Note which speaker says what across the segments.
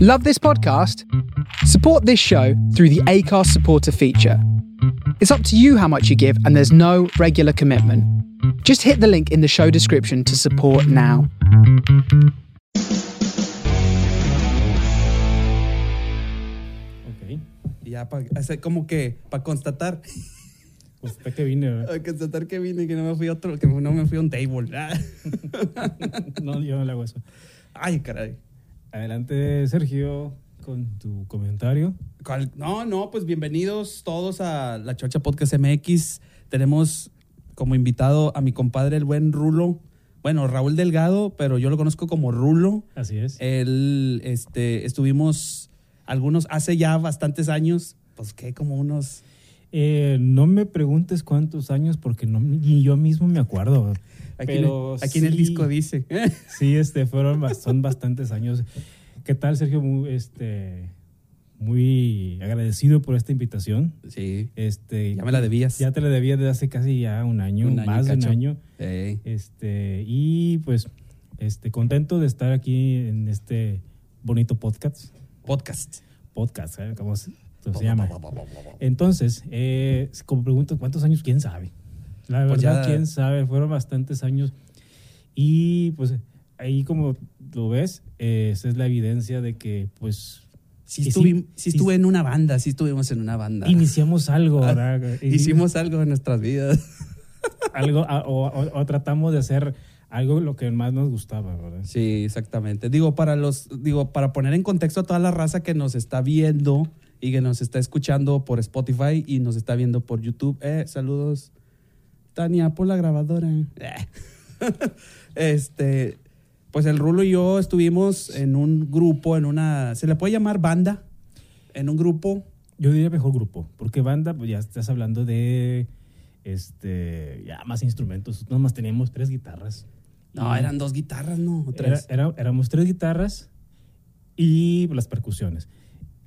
Speaker 1: Love this podcast? Support this show through the ACARS supporter feature. It's up to you how much you give, and there's no regular commitment. Just hit the link in the show description to support now.
Speaker 2: Ok.
Speaker 3: Y ya, pa- o sea, como que para constatar,
Speaker 2: Pues hasta que vine, ¿verdad?
Speaker 3: pa' constatar que vine y que no me fui a otro, que no me fui a un table. Ah.
Speaker 2: No, yo no le hago eso.
Speaker 3: Ay, caray.
Speaker 2: Adelante, Sergio, con tu comentario.
Speaker 3: ¿Cuál? No, no, pues bienvenidos todos a La Chocha Podcast MX. Tenemos como invitado a mi compadre, el buen Rulo. Bueno, Raúl Delgado, pero yo lo conozco como Rulo.
Speaker 2: Así es.
Speaker 3: Él, este, estuvimos algunos, hace ya bastantes años, pues que como unos
Speaker 2: Eh, no me preguntes cuántos años porque no, ni yo mismo me acuerdo.
Speaker 3: Aquí, en el-
Speaker 2: Pero
Speaker 3: aquí en el
Speaker 2: sí,
Speaker 3: disco dice.
Speaker 2: Sí, este, fueron, bas- son bastantes años. ¿Qué tal, Sergio? Muy, este, muy agradecido por esta invitación.
Speaker 3: Sí.
Speaker 2: Este,
Speaker 3: Ya me la debías.
Speaker 2: Ya te la debía desde hace casi ya un año,
Speaker 3: Un año,
Speaker 2: más de un
Speaker 3: cacho. Eh,
Speaker 2: año.
Speaker 3: Ey.
Speaker 2: Este, y pues, este, contento de estar aquí en este bonito podcast.
Speaker 3: Podcast.
Speaker 2: Podcast, ¿eh? ¿cómo se, cómo se llama? Entonces, eh, como pregunto, ¿cuántos años? ¿Quién sabe? La
Speaker 3: Pues
Speaker 2: verdad,
Speaker 3: ya-
Speaker 2: ¿quién sabe? Fueron bastantes años. Y pues ahí como lo ves, eh, esa es la evidencia de que pues
Speaker 3: Sí,
Speaker 2: Y sí,
Speaker 3: estuvim-
Speaker 2: sí.
Speaker 3: sí estuve en una banda, sí estuvimos en una banda.
Speaker 2: iniciamos algo, ¿verdad? Y-
Speaker 3: Ah, Hicimos algo en nuestras vidas.
Speaker 2: algo a- o, o- o tratamos de hacer algo lo que más nos gustaba, ¿verdad?
Speaker 3: Sí, exactamente. Digo, para los, digo, para poner en contexto a toda la raza que nos está viendo y que nos está escuchando por Spotify y nos está viendo por YouTube. Eh, saludos. Tania, por la grabadora. Eh. Este, pues el Rulo y yo estuvimos en un grupo, en una, se le puede llamar banda, en un grupo
Speaker 2: Yo diría mejor grupo, porque banda, pues ya estás hablando de este ya más instrumentos. Nada más teníamos tres guitarras.
Speaker 3: No,
Speaker 2: Y
Speaker 3: eran dos guitarras, no, O
Speaker 2: era-
Speaker 3: tres.
Speaker 2: era- éramos tres guitarras y las percusiones.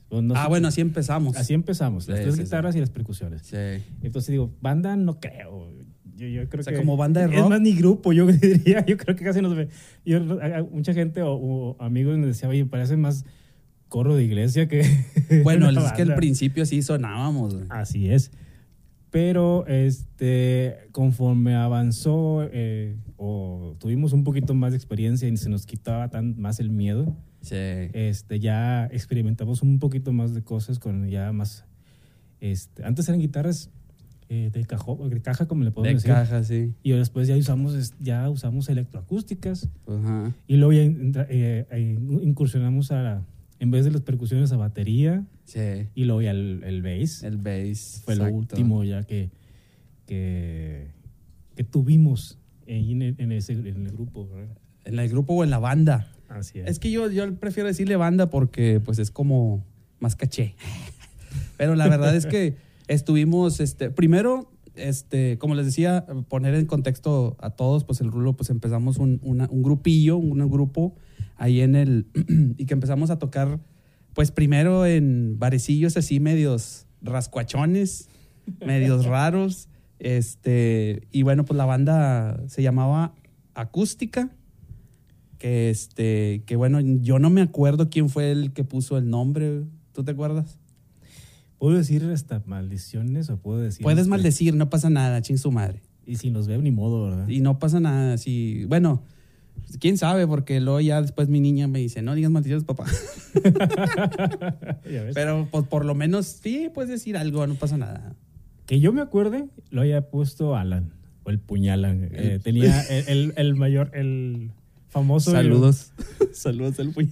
Speaker 2: Pues no
Speaker 3: ah,
Speaker 2: sé-
Speaker 3: bueno, así empezamos.
Speaker 2: Así empezamos, las
Speaker 3: Sí,
Speaker 2: tres
Speaker 3: sí, sí.
Speaker 2: guitarras y las percusiones.
Speaker 3: Sí.
Speaker 2: Entonces digo, banda no creo. Yo, yo creo
Speaker 3: O sea,
Speaker 2: que-
Speaker 3: como banda de
Speaker 2: Es
Speaker 3: rock.
Speaker 2: más, ni grupo, yo diría. Yo creo que casi nos ve. yo- a- a- mucha gente o, o amigos me decía, oye, parece más corro de iglesia que.
Speaker 3: Bueno,
Speaker 2: una
Speaker 3: es que al
Speaker 2: banda". Ah.
Speaker 3: principio sí sonábamos. güey.
Speaker 2: Así es. Pero este, conforme avanzó eh, o tuvimos un poquito más de experiencia y se nos quitaba tan, más el miedo,
Speaker 3: Sí.
Speaker 2: este, ya experimentamos un poquito más de cosas con ya más... Este, antes eran guitarras eh, de, cajo- de caja, como le
Speaker 3: De
Speaker 2: podemos decir.
Speaker 3: caja, sí.
Speaker 2: Y después ya usamos, es- ya usamos electroacústicas.
Speaker 3: Ajá.
Speaker 2: Y luego ya entra- eh, eh, incursionamos a, la- en vez de las percusiones, a batería.
Speaker 3: Sí.
Speaker 2: Y luego ya el, el bass.
Speaker 3: El bass.
Speaker 2: fue lo
Speaker 3: exacto.
Speaker 2: último ya que, que, que tuvimos ahí en el, en ese, en el grupo. ¿verdad?
Speaker 3: ¿En el grupo o en la banda?
Speaker 2: Así
Speaker 3: Es que yo, yo prefiero decirle banda porque pues es como más caché. Pero la verdad es que estuvimos, este, primero, este, como les decía, poner en contexto a todos, pues el Rulo, pues empezamos un, una- un grupillo, un grupo ahí en el, y que empezamos a tocar, pues primero en barecillos así medios rascuachones, medios raros, este, y bueno, pues la banda se llamaba Acústica que este que bueno yo no me acuerdo quién fue el que puso el nombre tú te acuerdas
Speaker 2: ¿Puedo decir hasta maldiciones o puedo decir...
Speaker 3: puedes
Speaker 2: este,
Speaker 3: maldecir no pasa nada ching su madre
Speaker 2: Y si nos veo, ni modo, ¿verdad?
Speaker 3: y no pasa nada si bueno quién sabe porque luego ya después mi niña me dice no digas maldiciones papá
Speaker 2: Ya ves.
Speaker 3: pero pues por lo menos sí puedes decir algo no pasa nada
Speaker 2: Que yo me acuerde, lo haya puesto Alan, o el puñalan. Eh, tenía el, el- el mayor, el famoso...
Speaker 3: saludos al puñal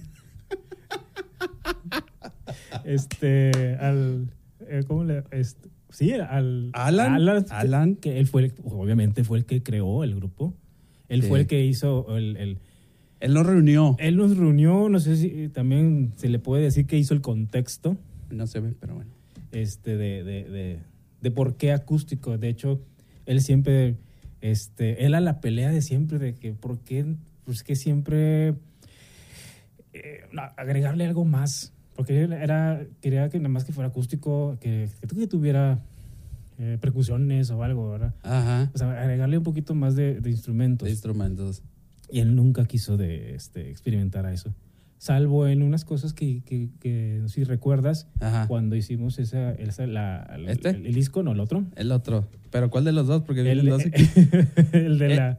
Speaker 2: Este, al... eh, ¿Cómo le...? este, sí, al...
Speaker 3: Alan, Alan.
Speaker 2: Que él fue, el- obviamente fue el que creó el grupo. Él
Speaker 3: Sí.
Speaker 2: fue el que hizo el- el
Speaker 3: él nos reunió
Speaker 2: Él nos reunió, no sé si eh, también se le puede decir que hizo el contexto
Speaker 3: no se ve pero bueno
Speaker 2: este, de, de, de- de por qué acústico. De hecho, él siempre, este, él a la pelea de siempre, de que por qué, pues que siempre eh, no, agregarle algo más. Porque él era, quería que nada más que fuera acústico, que, que tuviera eh, percusiones o algo, ¿verdad?
Speaker 3: ajá
Speaker 2: O sea, agregarle un poquito más de, de instrumentos.
Speaker 3: de instrumentos
Speaker 2: Y él nunca quiso de, este, experimentar a eso. salvo en unas cosas que, que- que, si recuerdas,
Speaker 3: Ajá.
Speaker 2: cuando hicimos esa, esa la, el-
Speaker 3: Ah. ¿Este?
Speaker 2: el, disco, no el otro.
Speaker 3: El otro. Pero ¿cuál de los dos? Porque
Speaker 2: El,
Speaker 3: vienen dos aquí.
Speaker 2: el de
Speaker 3: Eh,
Speaker 2: la...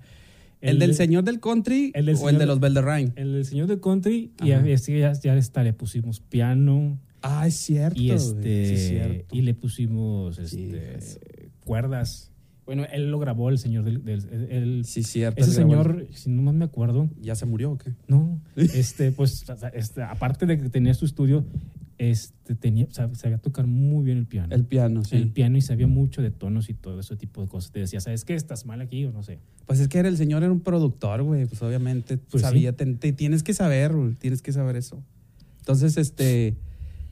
Speaker 3: El, del señor del country
Speaker 2: el del
Speaker 3: o el
Speaker 2: señor-
Speaker 3: de los Belderrain.
Speaker 2: El del señor de country y
Speaker 3: Ajá.
Speaker 2: a- este ya, ya está, le pusimos piano
Speaker 3: Ah, es cierto.
Speaker 2: y
Speaker 3: güey.
Speaker 2: este
Speaker 3: Sí, es cierto.
Speaker 2: y le pusimos
Speaker 3: Sí,
Speaker 2: este,
Speaker 3: eso.
Speaker 2: cuerdas. Bueno, él lo grabó el señor del, del- el- el-
Speaker 3: Sí, es cierto.
Speaker 2: ese
Speaker 3: el grabó-
Speaker 2: señor, si no más me acuerdo,
Speaker 3: ¿Ya se murió o qué?
Speaker 2: no, este, pues, o sea, este, aparte de que tenía su estudio, este, tenía, sab- sabía tocar muy bien el piano.
Speaker 3: El piano, sí.
Speaker 2: El piano y sabía mucho de tonos y todo ese tipo de cosas. Te decía, ¿sabes qué? ¿Estás mal aquí o no sé?
Speaker 3: Pues es que era el señor era un productor, güey. Pues obviamente
Speaker 2: Pues
Speaker 3: sabía,
Speaker 2: sí.
Speaker 3: ten- te- tienes que saber, güey, tienes que saber eso. Entonces, este,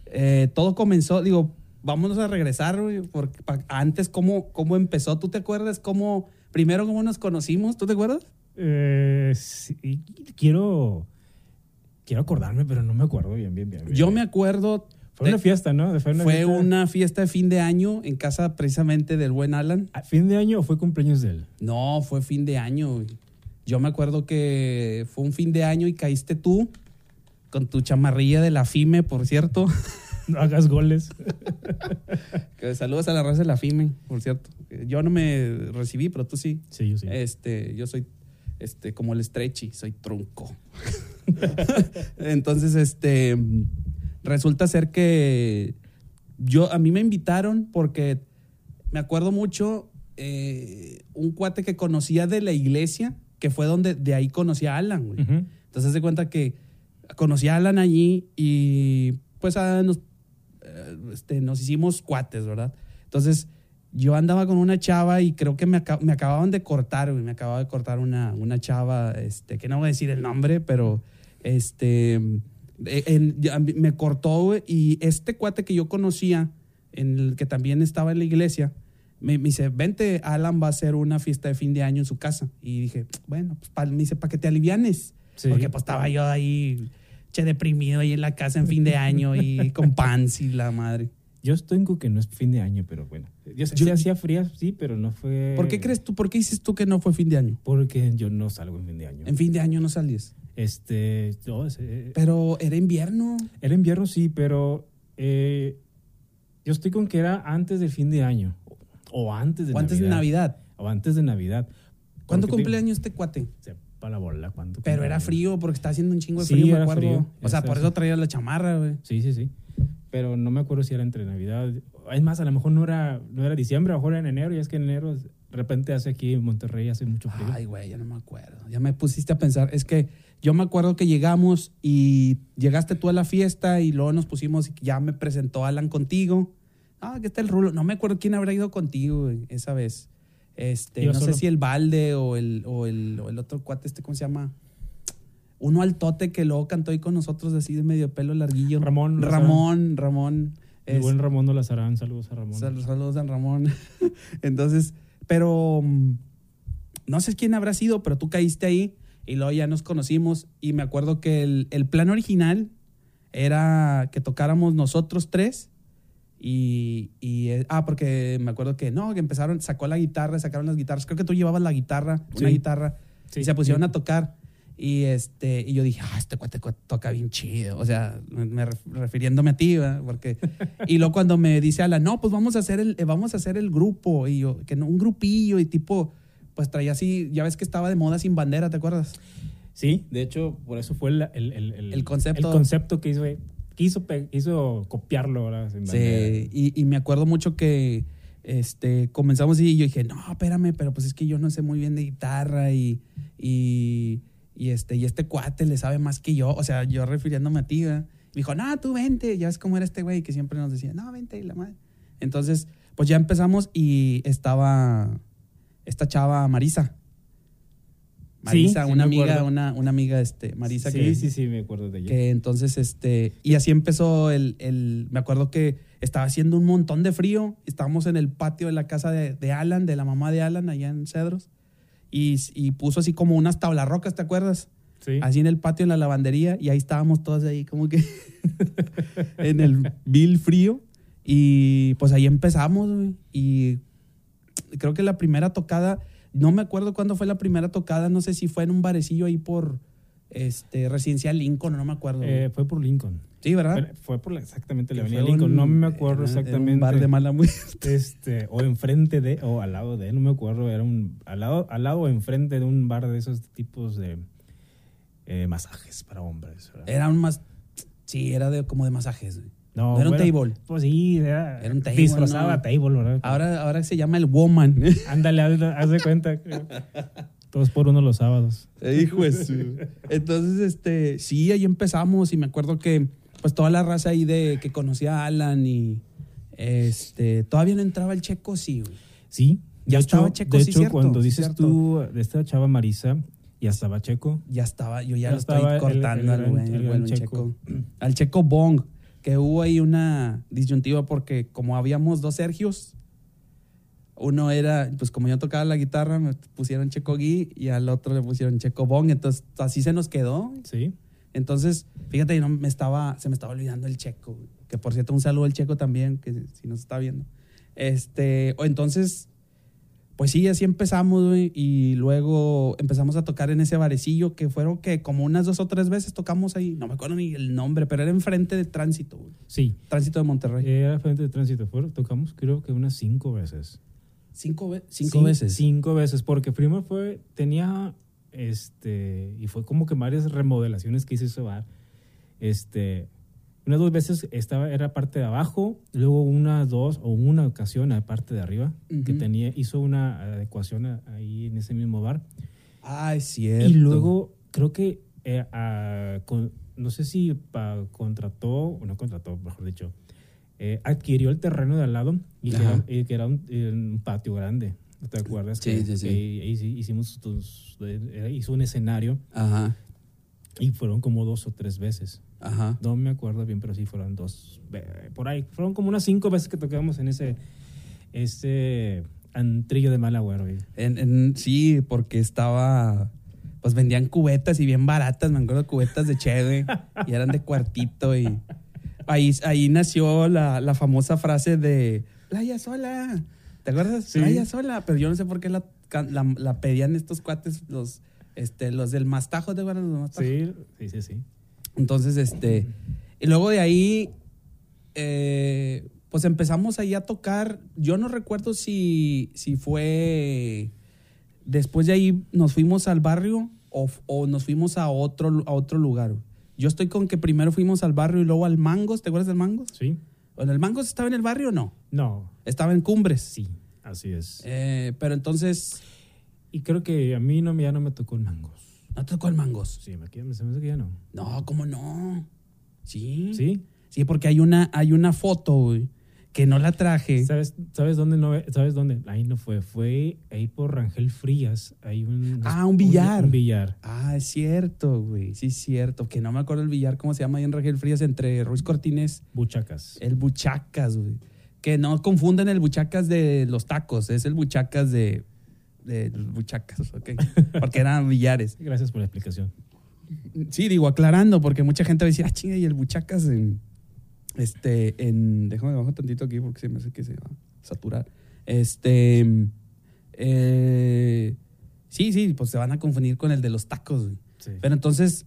Speaker 3: eh, todo comenzó, digo, vámonos a regresar, güey, porque pa- antes, ¿cómo, ¿cómo empezó? ¿Tú te acuerdas cómo, primero cómo nos conocimos? ¿Tú te acuerdas?
Speaker 2: Eh, sí, quiero, quiero acordarme, pero no me acuerdo bien, bien, bien. bien.
Speaker 3: Yo me acuerdo,
Speaker 2: Eh, Fue una fiesta, ¿no? Fue una,
Speaker 3: fue
Speaker 2: fiesta.
Speaker 3: una fiesta de fin de año en casa precisamente del buen Alan.
Speaker 2: ¿A fin de año o fue cumpleaños de él?
Speaker 3: No, fue fin de año. güey. Yo me acuerdo que fue un fin de año y caíste tú con tu chamarrilla de la FIME, por cierto.
Speaker 2: No hagas goles.
Speaker 3: Que saludos a la raza de la FIME, por cierto. Yo no me recibí, pero tú sí.
Speaker 2: Sí, yo sí.
Speaker 3: Este, yo soy este, como el stretchy, soy tronco. Entonces, este, resulta ser que yo, a mí me invitaron porque me acuerdo mucho eh, un cuate que conocía de la iglesia, que fue donde de ahí conocí a Alan, güey.
Speaker 2: Ujú.
Speaker 3: Entonces se cuenta que conocí a Alan allí y pues ah, nos, eh, este, nos hicimos cuates, ¿verdad? Entonces yo andaba con una chava y creo que me, aca- me acababan de cortar, güey, me acababa de cortar una, una chava, este, que no voy a decir el nombre, pero este, eh, en- ya- me cortó güey, y este cuate que yo conocía, en el que también estaba en la iglesia, me, me dice, vente, Alan va a hacer una fiesta de fin de año en su casa. Y dije, bueno, pues pa- me dice, para que te alivianes.
Speaker 2: Sí.
Speaker 3: Porque pues estaba yo ahí, che, deprimido ahí en la casa en fin de año y con pants y la madre.
Speaker 2: Yo estoy con que no es fin de año, pero bueno. Yo, sí
Speaker 3: Yo-
Speaker 2: hacía frías, sí, pero no fue...
Speaker 3: ¿Por qué crees tú, por qué dices tú que no fue fin de año?
Speaker 2: Porque yo no salgo en fin de año.
Speaker 3: En fin de año no salías.
Speaker 2: Este, no, es- eh,
Speaker 3: Pero era invierno.
Speaker 2: era invierno, sí, pero eh, yo estoy con que era antes del fin de año. O, o antes de
Speaker 3: ¿O antes de
Speaker 2: Navidad.
Speaker 3: Navidad?
Speaker 2: O antes de Navidad.
Speaker 3: ¿Cuándo
Speaker 2: Porque te-
Speaker 3: cumpleaños este cuate?
Speaker 2: Sepa la bola, ¿cuánto
Speaker 3: Pero era
Speaker 2: cumpleaños?
Speaker 3: frío porque está haciendo un chingo de
Speaker 2: Sí,
Speaker 3: frío, me
Speaker 2: era
Speaker 3: acuerdo.
Speaker 2: frío.
Speaker 3: O sea,
Speaker 2: Eso,
Speaker 3: por
Speaker 2: eso.
Speaker 3: eso traía la chamarra, güey.
Speaker 2: Sí, sí, sí. Pero no me acuerdo si era entre Navidad. Es más, a lo mejor no era, no era diciembre, a lo mejor era en enero. Y es que en enero de repente hace aquí en Monterrey hace mucho frío.
Speaker 3: Ay, güey, ya no me acuerdo. Ya me pusiste a pensar. Es que yo me acuerdo que llegamos y llegaste tú a la fiesta y luego nos pusimos y ya me presentó Alan contigo. Ah, que está el rulo. No me acuerdo quién habrá ido contigo güey, esa vez. Este,
Speaker 2: Yo
Speaker 3: no
Speaker 2: solo.
Speaker 3: sé si el balde o el, o el, o el otro cuate, este, ¿cómo se llama? Uno altote que luego cantó ahí con nosotros así de medio pelo larguillo.
Speaker 2: Ramón Lozano.
Speaker 3: Ramón, Ramón.
Speaker 2: El
Speaker 3: Este,
Speaker 2: buen Ramón de Lazarán, saludos a Ramón.
Speaker 3: Sal- saludos, San Ramón. Entonces, pero mm, no sé quién habrá sido, pero tú caíste ahí y luego ya nos conocimos. Y me acuerdo que el, el plan original era que tocáramos nosotros tres. Y, y, eh, ah, porque me acuerdo que no, que empezaron, sacó la guitarra, sacaron las guitarras. Creo que tú llevabas la guitarra, una
Speaker 2: Sí.
Speaker 3: guitarra,
Speaker 2: Sí,
Speaker 3: y se pusieron
Speaker 2: sí.
Speaker 3: a tocar. Y, este, y yo dije, ah, este cuate co- toca bien chido. O sea, me- me ref- refiriéndome a ti, ¿verdad? Porque, y luego cuando me dice Alan, no, pues vamos a hacer el, eh, vamos a hacer el grupo. Y yo, que no, un grupillo y tipo, pues traía así, ya ves que estaba de moda sin bandera, ¿te acuerdas?
Speaker 2: Sí, de hecho, por eso fue la- el, el, el,
Speaker 3: El concepto.
Speaker 2: el concepto que hizo, quiso, pe- quiso copiarlo. ahora sin bandera.
Speaker 3: Sí, y, y me acuerdo mucho que este, comenzamos y yo dije, no, espérame, pero pues es que yo no sé muy bien de guitarra y, y, y este, y este cuate le sabe más que yo, o sea, yo refiriéndome a ti, ¿verdad? Me dijo, no, tú vente, ya ves cómo era este güey que siempre nos decía, no, vente y la madre. Entonces, pues ya empezamos y estaba esta chava Marisa. Marisa,
Speaker 2: Sí, sí me
Speaker 3: una, amiga,
Speaker 2: acuerdo.
Speaker 3: una, una amiga, este, Marisa
Speaker 2: sí,
Speaker 3: que,
Speaker 2: sí, sí, me acuerdo de ella.
Speaker 3: que entonces, este, y así empezó el, el- me acuerdo que estaba haciendo un montón de frío, estábamos en el patio de la casa de, de Alan, de la mamá de Alan, allá en Cedros, y, y puso así como unas tablas rocas, ¿te acuerdas?
Speaker 2: Sí.
Speaker 3: Así en el patio, en la lavandería, y ahí estábamos todos ahí como que en el vil frío, y pues ahí empezamos, güey, y creo que la primera tocada, no me acuerdo cuándo fue la primera tocada, no sé si fue en un barecillo ahí por este, Residencial Lincoln, no me acuerdo.
Speaker 2: Eh, fue por Lincoln.
Speaker 3: sí, ¿verdad?
Speaker 2: Fue- Fue por la- exactamente la
Speaker 3: ¿Ah? Que
Speaker 2: avenida
Speaker 3: fue
Speaker 2: Lincoln.
Speaker 3: un-
Speaker 2: No me acuerdo
Speaker 3: era- era
Speaker 2: exactamente.
Speaker 3: un bar de mala muerte.
Speaker 2: este, o enfrente de, o al lado de, no me acuerdo, era un, al lado, al lado o enfrente de un bar de esos tipos de eh, masajes para hombres. ¿verdad?
Speaker 3: Era un más. Sí, era de, como de masajes. güey. No, era un table.
Speaker 2: Pues sí, era,
Speaker 3: Era un table,
Speaker 2: disfrazaba
Speaker 3: no. Ah,
Speaker 2: table, ¿verdad?
Speaker 3: Ahora, ahora se llama el Woman.
Speaker 2: Ándale, haz, haz de cuenta. Todos por uno los sábados.
Speaker 3: Eh, Hijo de su- Entonces, este, sí, ahí empezamos y me acuerdo que, pues, toda la raza ahí de que conocía a Alan y, este, todavía no entraba el checo, sí, güey.
Speaker 2: Sí,
Speaker 3: Ya
Speaker 2: de
Speaker 3: estaba
Speaker 2: hecho-
Speaker 3: Checo,
Speaker 2: De
Speaker 3: sí,
Speaker 2: hecho,
Speaker 3: cierto,
Speaker 2: cuando
Speaker 3: sí,
Speaker 2: dices
Speaker 3: cierto.
Speaker 2: tú de esta chava Marisa, ya estaba Checo.
Speaker 3: Ya estaba, yo ya,
Speaker 2: Ya
Speaker 3: lo estoy
Speaker 2: estaba el-
Speaker 3: cortando
Speaker 2: el
Speaker 3: al
Speaker 2: gran-
Speaker 3: güey,
Speaker 2: el
Speaker 3: al
Speaker 2: gran
Speaker 3: buen checo.
Speaker 2: Checo.
Speaker 3: Al checo Bong, que hubo ahí una disyuntiva porque como habíamos dos Sergios, uno era, pues como yo tocaba la guitarra, me pusieron checo Gui y al otro le pusieron checo Bong, entonces así se nos quedó.
Speaker 2: Sí.
Speaker 3: Entonces, fíjate, no, me estaba, se me estaba olvidando el checo. güey. Que por cierto, un saludo al checo también, que si nos está viendo. Este, o entonces, pues sí, así empezamos, güey, Y luego empezamos a tocar en ese barecillo que fueron que como unas dos o tres veces tocamos ahí. No me acuerdo ni el nombre, pero era enfrente de tránsito, güey.
Speaker 2: Sí.
Speaker 3: Tránsito de Monterrey.
Speaker 2: Era frente de tránsito. Fue- tocamos creo que unas cinco veces.
Speaker 3: cinco ve- cinco
Speaker 2: Sí,
Speaker 3: veces.
Speaker 2: Cinco veces, porque primero fue, tenía, este, y fue como que varias remodelaciones que hice ese bar. Este, unas dos veces estaba, era parte de abajo, luego una, dos o una ocasión a parte de arriba, que
Speaker 3: Ujú.
Speaker 2: tenía, hizo una adecuación a- ahí en ese mismo bar.
Speaker 3: Ah, es cierto.
Speaker 2: Y luego creo que, eh, a- con- no sé si pa- contrató, o no contrató, mejor dicho, eh, adquirió el terreno de al lado y que
Speaker 3: Ajá.
Speaker 2: era, y que era un, eh, un patio grande. ¿No ¿Te acuerdas?
Speaker 3: Sí,
Speaker 2: que,
Speaker 3: sí, sí.
Speaker 2: que hici- hicimos tus- eh, hizo un escenario
Speaker 3: Ajá,
Speaker 2: y fueron como dos o tres veces.
Speaker 3: ajá.
Speaker 2: No me acuerdo bien, pero sí fueron dos. eh, Por ahí. Fueron como unas cinco veces que tocábamos en ese, ese antrillo de mal agüero. güey.
Speaker 3: En- en- sí, porque estaba. Pues vendían cubetas y bien baratas, me acuerdo, cubetas de cheve. y eran de cuartito. Y ahí, ahí nació la, la famosa frase de playa sola. ¿Te acuerdas?
Speaker 2: Sí.
Speaker 3: Playa sola. Pero yo no sé por qué la, can- la- la pedían estos cuates, los, este, los del mastajo, ¿te acuerdas? de Los mastajos?
Speaker 2: Sí, sí, sí, sí.
Speaker 3: Entonces, este. Y luego de ahí, eh, pues empezamos ahí a tocar. Yo no recuerdo si, si fue. Después de ahí nos fuimos al barrio o, f- o nos fuimos a otro, a otro lugar. Yo estoy con que primero fuimos al barrio y luego al Mangos. ¿Te acuerdas del Mangos?
Speaker 2: Sí.
Speaker 3: Bueno, el Mangos estaba en el barrio o no?
Speaker 2: No,
Speaker 3: Estaba en Cumbres.
Speaker 2: sí, así es.
Speaker 3: Eh, pero entonces,
Speaker 2: Y creo que a mí no, me- ya no me tocó el mangos.
Speaker 3: ¿no te tocó el Mangos?
Speaker 2: Sí, me, queda- me se me hace que ya no.
Speaker 3: No, ¿cómo no? Sí.
Speaker 2: ¿Sí?
Speaker 3: Sí, porque hay una, hay una foto, güey, que no la traje.
Speaker 2: ¿Sabes, ¿Sabes dónde no? ¿Sabes dónde? Ahí no fue. Fue ahí por Rangel Frías. Hay un...
Speaker 3: Ah, un billar.
Speaker 2: Un, billar.
Speaker 3: Ah, es cierto, güey. Sí, es cierto. Que no me acuerdo el billar, cómo se llama ahí en Regel Frías, entre Ruiz Cortines,
Speaker 2: Buchacas.
Speaker 3: el Buchacas, güey. Que no confunden el Buchacas de los tacos, es el Buchacas de, de los Buchacas, ¿ok? Porque eran billares.
Speaker 2: Gracias por la explicación.
Speaker 3: Sí, digo, aclarando, porque mucha gente va a decir, ah, chinga, y el Buchacas en. Este, en. Déjame bajar tantito aquí porque se me hace que se va a saturar. Este. eh, sí, sí, pues se van a confundir con el de los tacos, güey.
Speaker 2: Sí.
Speaker 3: Pero entonces,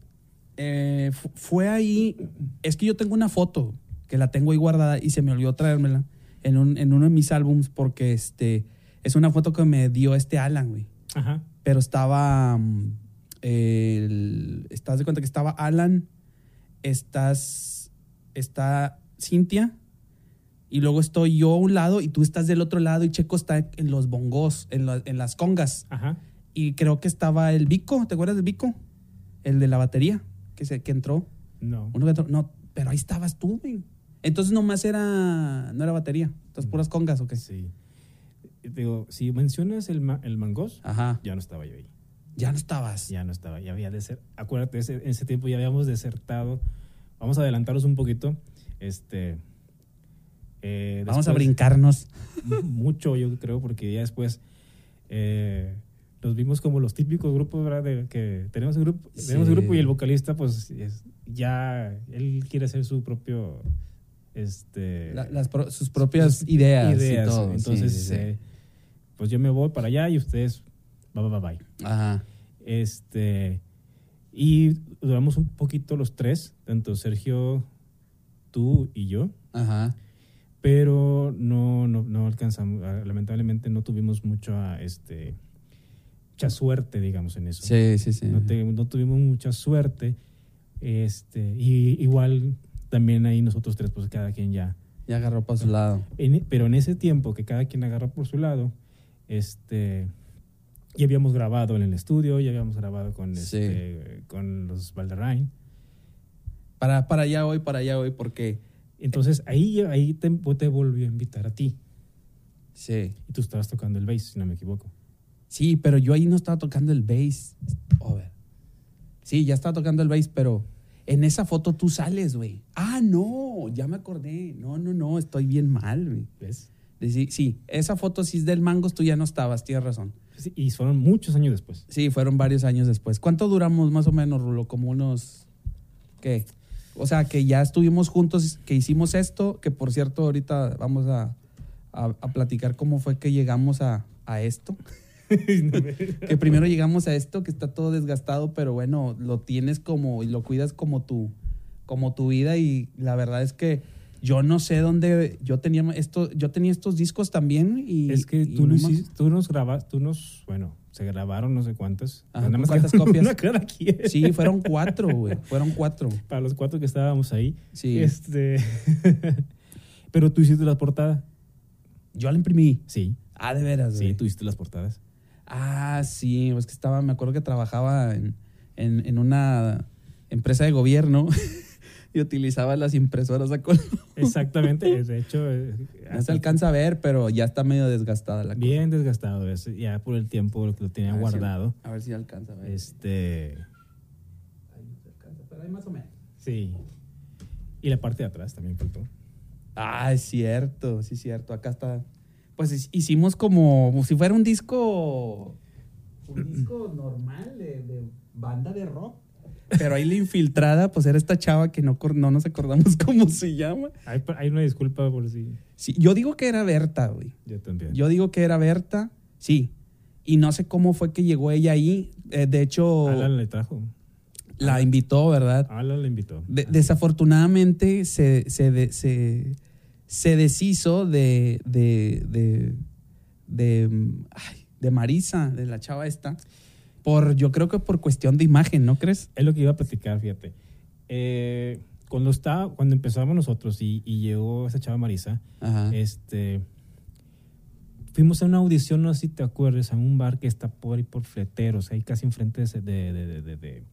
Speaker 3: eh, fu- fue ahí. Es que yo tengo una foto que la tengo ahí guardada y se me olvidó traérmela en, un- en uno de mis álbums porque este, es una foto que me dio este Alan, güey.
Speaker 2: Ajá.
Speaker 3: Pero estaba. mm, el- estás de cuenta que estaba Alan, estás. Está Cintia. Y luego estoy yo a un lado y tú estás del otro lado y Checo está en los bongos, en, la- en las congas.
Speaker 2: Ajá.
Speaker 3: Y creo que estaba el Vico, ¿te acuerdas del Vico? El de la batería, que, se, que entró.
Speaker 2: No.
Speaker 3: Uno que entró. No, pero ahí estabas tú, güey. Entonces nomás era. No era batería. Entonces puras congas, ¿o qué?
Speaker 2: Mm. Sí. Digo, si mencionas el, ma- el mangos,
Speaker 3: Ajá.
Speaker 2: ya no estaba yo ahí.
Speaker 3: Ya no estabas.
Speaker 2: Ya no estaba, ya había de ser. Acuérdate, ese, en ese tiempo ya habíamos desertado. Vamos a adelantaros un poquito. Este. eh,
Speaker 3: Vamos a
Speaker 2: después-
Speaker 3: brincarnos.
Speaker 2: mu- mucho, yo creo, porque ya después eh, los vimos como los típicos grupos, ¿verdad? De, que tenemos un grupo, tenemos un
Speaker 3: Sí.
Speaker 2: grupo y el vocalista, pues es- ya él quiere hacer su propio. Este,
Speaker 3: La- las pro- Eh, sus propias ideas.
Speaker 2: ideas.
Speaker 3: y todo.
Speaker 2: Entonces,
Speaker 3: Sí, sí, sí.
Speaker 2: eh, pues yo me voy para allá y ustedes. Bye, bye, bye. bye.
Speaker 3: Ajá.
Speaker 2: Este. Y duramos un poquito los tres, tanto Sergio, tú y yo,
Speaker 3: Ajá.
Speaker 2: pero no, no, no alcanzamos, ah, lamentablemente no tuvimos mucha, este, mucha suerte, digamos, en eso.
Speaker 3: Sí, sí, sí.
Speaker 2: No, te- no tuvimos mucha suerte. Este, y igual también ahí nosotros tres, pues cada quien ya.
Speaker 3: Ya agarró para su lado.
Speaker 2: En- pero en ese tiempo que cada quien agarra por su lado, este, ya habíamos grabado en el estudio, ya habíamos grabado con,
Speaker 3: Sí.
Speaker 2: este, con los Valderrain.
Speaker 3: Para, para allá hoy, para allá hoy, porque.
Speaker 2: Entonces ahí, ahí te, te volvió a invitar a ti.
Speaker 3: Sí.
Speaker 2: Y tú estabas tocando el bass, si no me equivoco.
Speaker 3: Sí, pero yo ahí no estaba tocando el bass. A ver. Sí, ya estaba tocando el bass, pero en esa foto tú sales, güey. Ah, no, ya me acordé. No, no, no, estoy bien mal, güey.
Speaker 2: ¿Ves?
Speaker 3: De- Sí, sí, esa foto sí es del Mangos, tú ya no estabas, tienes razón.
Speaker 2: Pues Sí, Y fueron muchos años después.
Speaker 3: Sí, fueron varios años después. ¿Cuánto duramos más o menos, Rulo? Como unos... ¿Qué? O sea, que ya estuvimos juntos, que hicimos esto, que por cierto ahorita vamos a, a- a platicar cómo fue que llegamos a, a esto. que primero llegamos a esto, que está todo desgastado, pero bueno, lo tienes como y lo cuidas como tu, como tu vida y la verdad es que... Yo no sé dónde yo tenía esto, yo tenía estos discos también y
Speaker 2: es que
Speaker 3: y
Speaker 2: tú, lo
Speaker 3: no más-
Speaker 2: hiciste- tú nos grabas, tú nos, bueno, se grabaron no sé cuántas.
Speaker 3: Ajá,
Speaker 2: nada más
Speaker 3: ¿cuántas
Speaker 2: quedaron
Speaker 3: copias?
Speaker 2: una cada quien.
Speaker 3: Sí, fueron cuatro, güey, fueron cuatro.
Speaker 2: Para los cuatro que estábamos ahí.
Speaker 3: Sí.
Speaker 2: Este, pero tú hiciste las portadas.
Speaker 3: Yo la imprimí.
Speaker 2: Sí.
Speaker 3: Ah, de veras,
Speaker 2: Sí,
Speaker 3: güey.
Speaker 2: tú hiciste las portadas.
Speaker 3: Ah, sí, pues que estaba, me acuerdo que trabajaba en, en- en una empresa de gobierno y utilizaba las impresoras a color.
Speaker 2: Exactamente. De hecho, eh,
Speaker 3: No se alcanza a ver, pero ya está medio desgastada la
Speaker 2: Bien desgastado ese, ya por el tiempo que lo tenía
Speaker 3: cosa. A ver si-
Speaker 2: guardado.
Speaker 3: a ver si alcanza a ver.
Speaker 2: Este,
Speaker 3: Pero ahí más o menos.
Speaker 2: sí. Y la parte de atrás también faltó.
Speaker 3: Ah, es cierto, sí, es cierto. Acá está. Pues hi- hicimos como, como si fuera un disco. Un disco normal de, de banda de rock. Pero ahí la infiltrada, pues era esta chava que no, cor- no nos acordamos cómo se llama.
Speaker 2: Hay, hay una disculpa por si
Speaker 3: Sí, yo digo que era Berta, güey.
Speaker 2: yo también.
Speaker 3: Yo digo que era Berta, sí. Y no sé cómo fue que llegó ella ahí. Eh, de hecho,
Speaker 2: Alan le trajo.
Speaker 3: la invitó, ¿verdad?
Speaker 2: Alan le invitó.
Speaker 3: De- desafortunadamente se, se, de- se, se deshizo de, de, de, de, mm, ay, de Marisa, de la chava esta, por, yo creo que por cuestión de imagen, ¿no crees?
Speaker 2: Ah, Es lo que iba a platicar, fíjate. Eh, cuando, estaba, cuando empezamos nosotros y, y llegó esa chava Marisa,
Speaker 3: Ajá.
Speaker 2: este, fuimos a una audición, no sé si te acuerdas, a un bar que está por ahí por fleteros, ahí casi enfrente de, ese- de, de- de- de- de-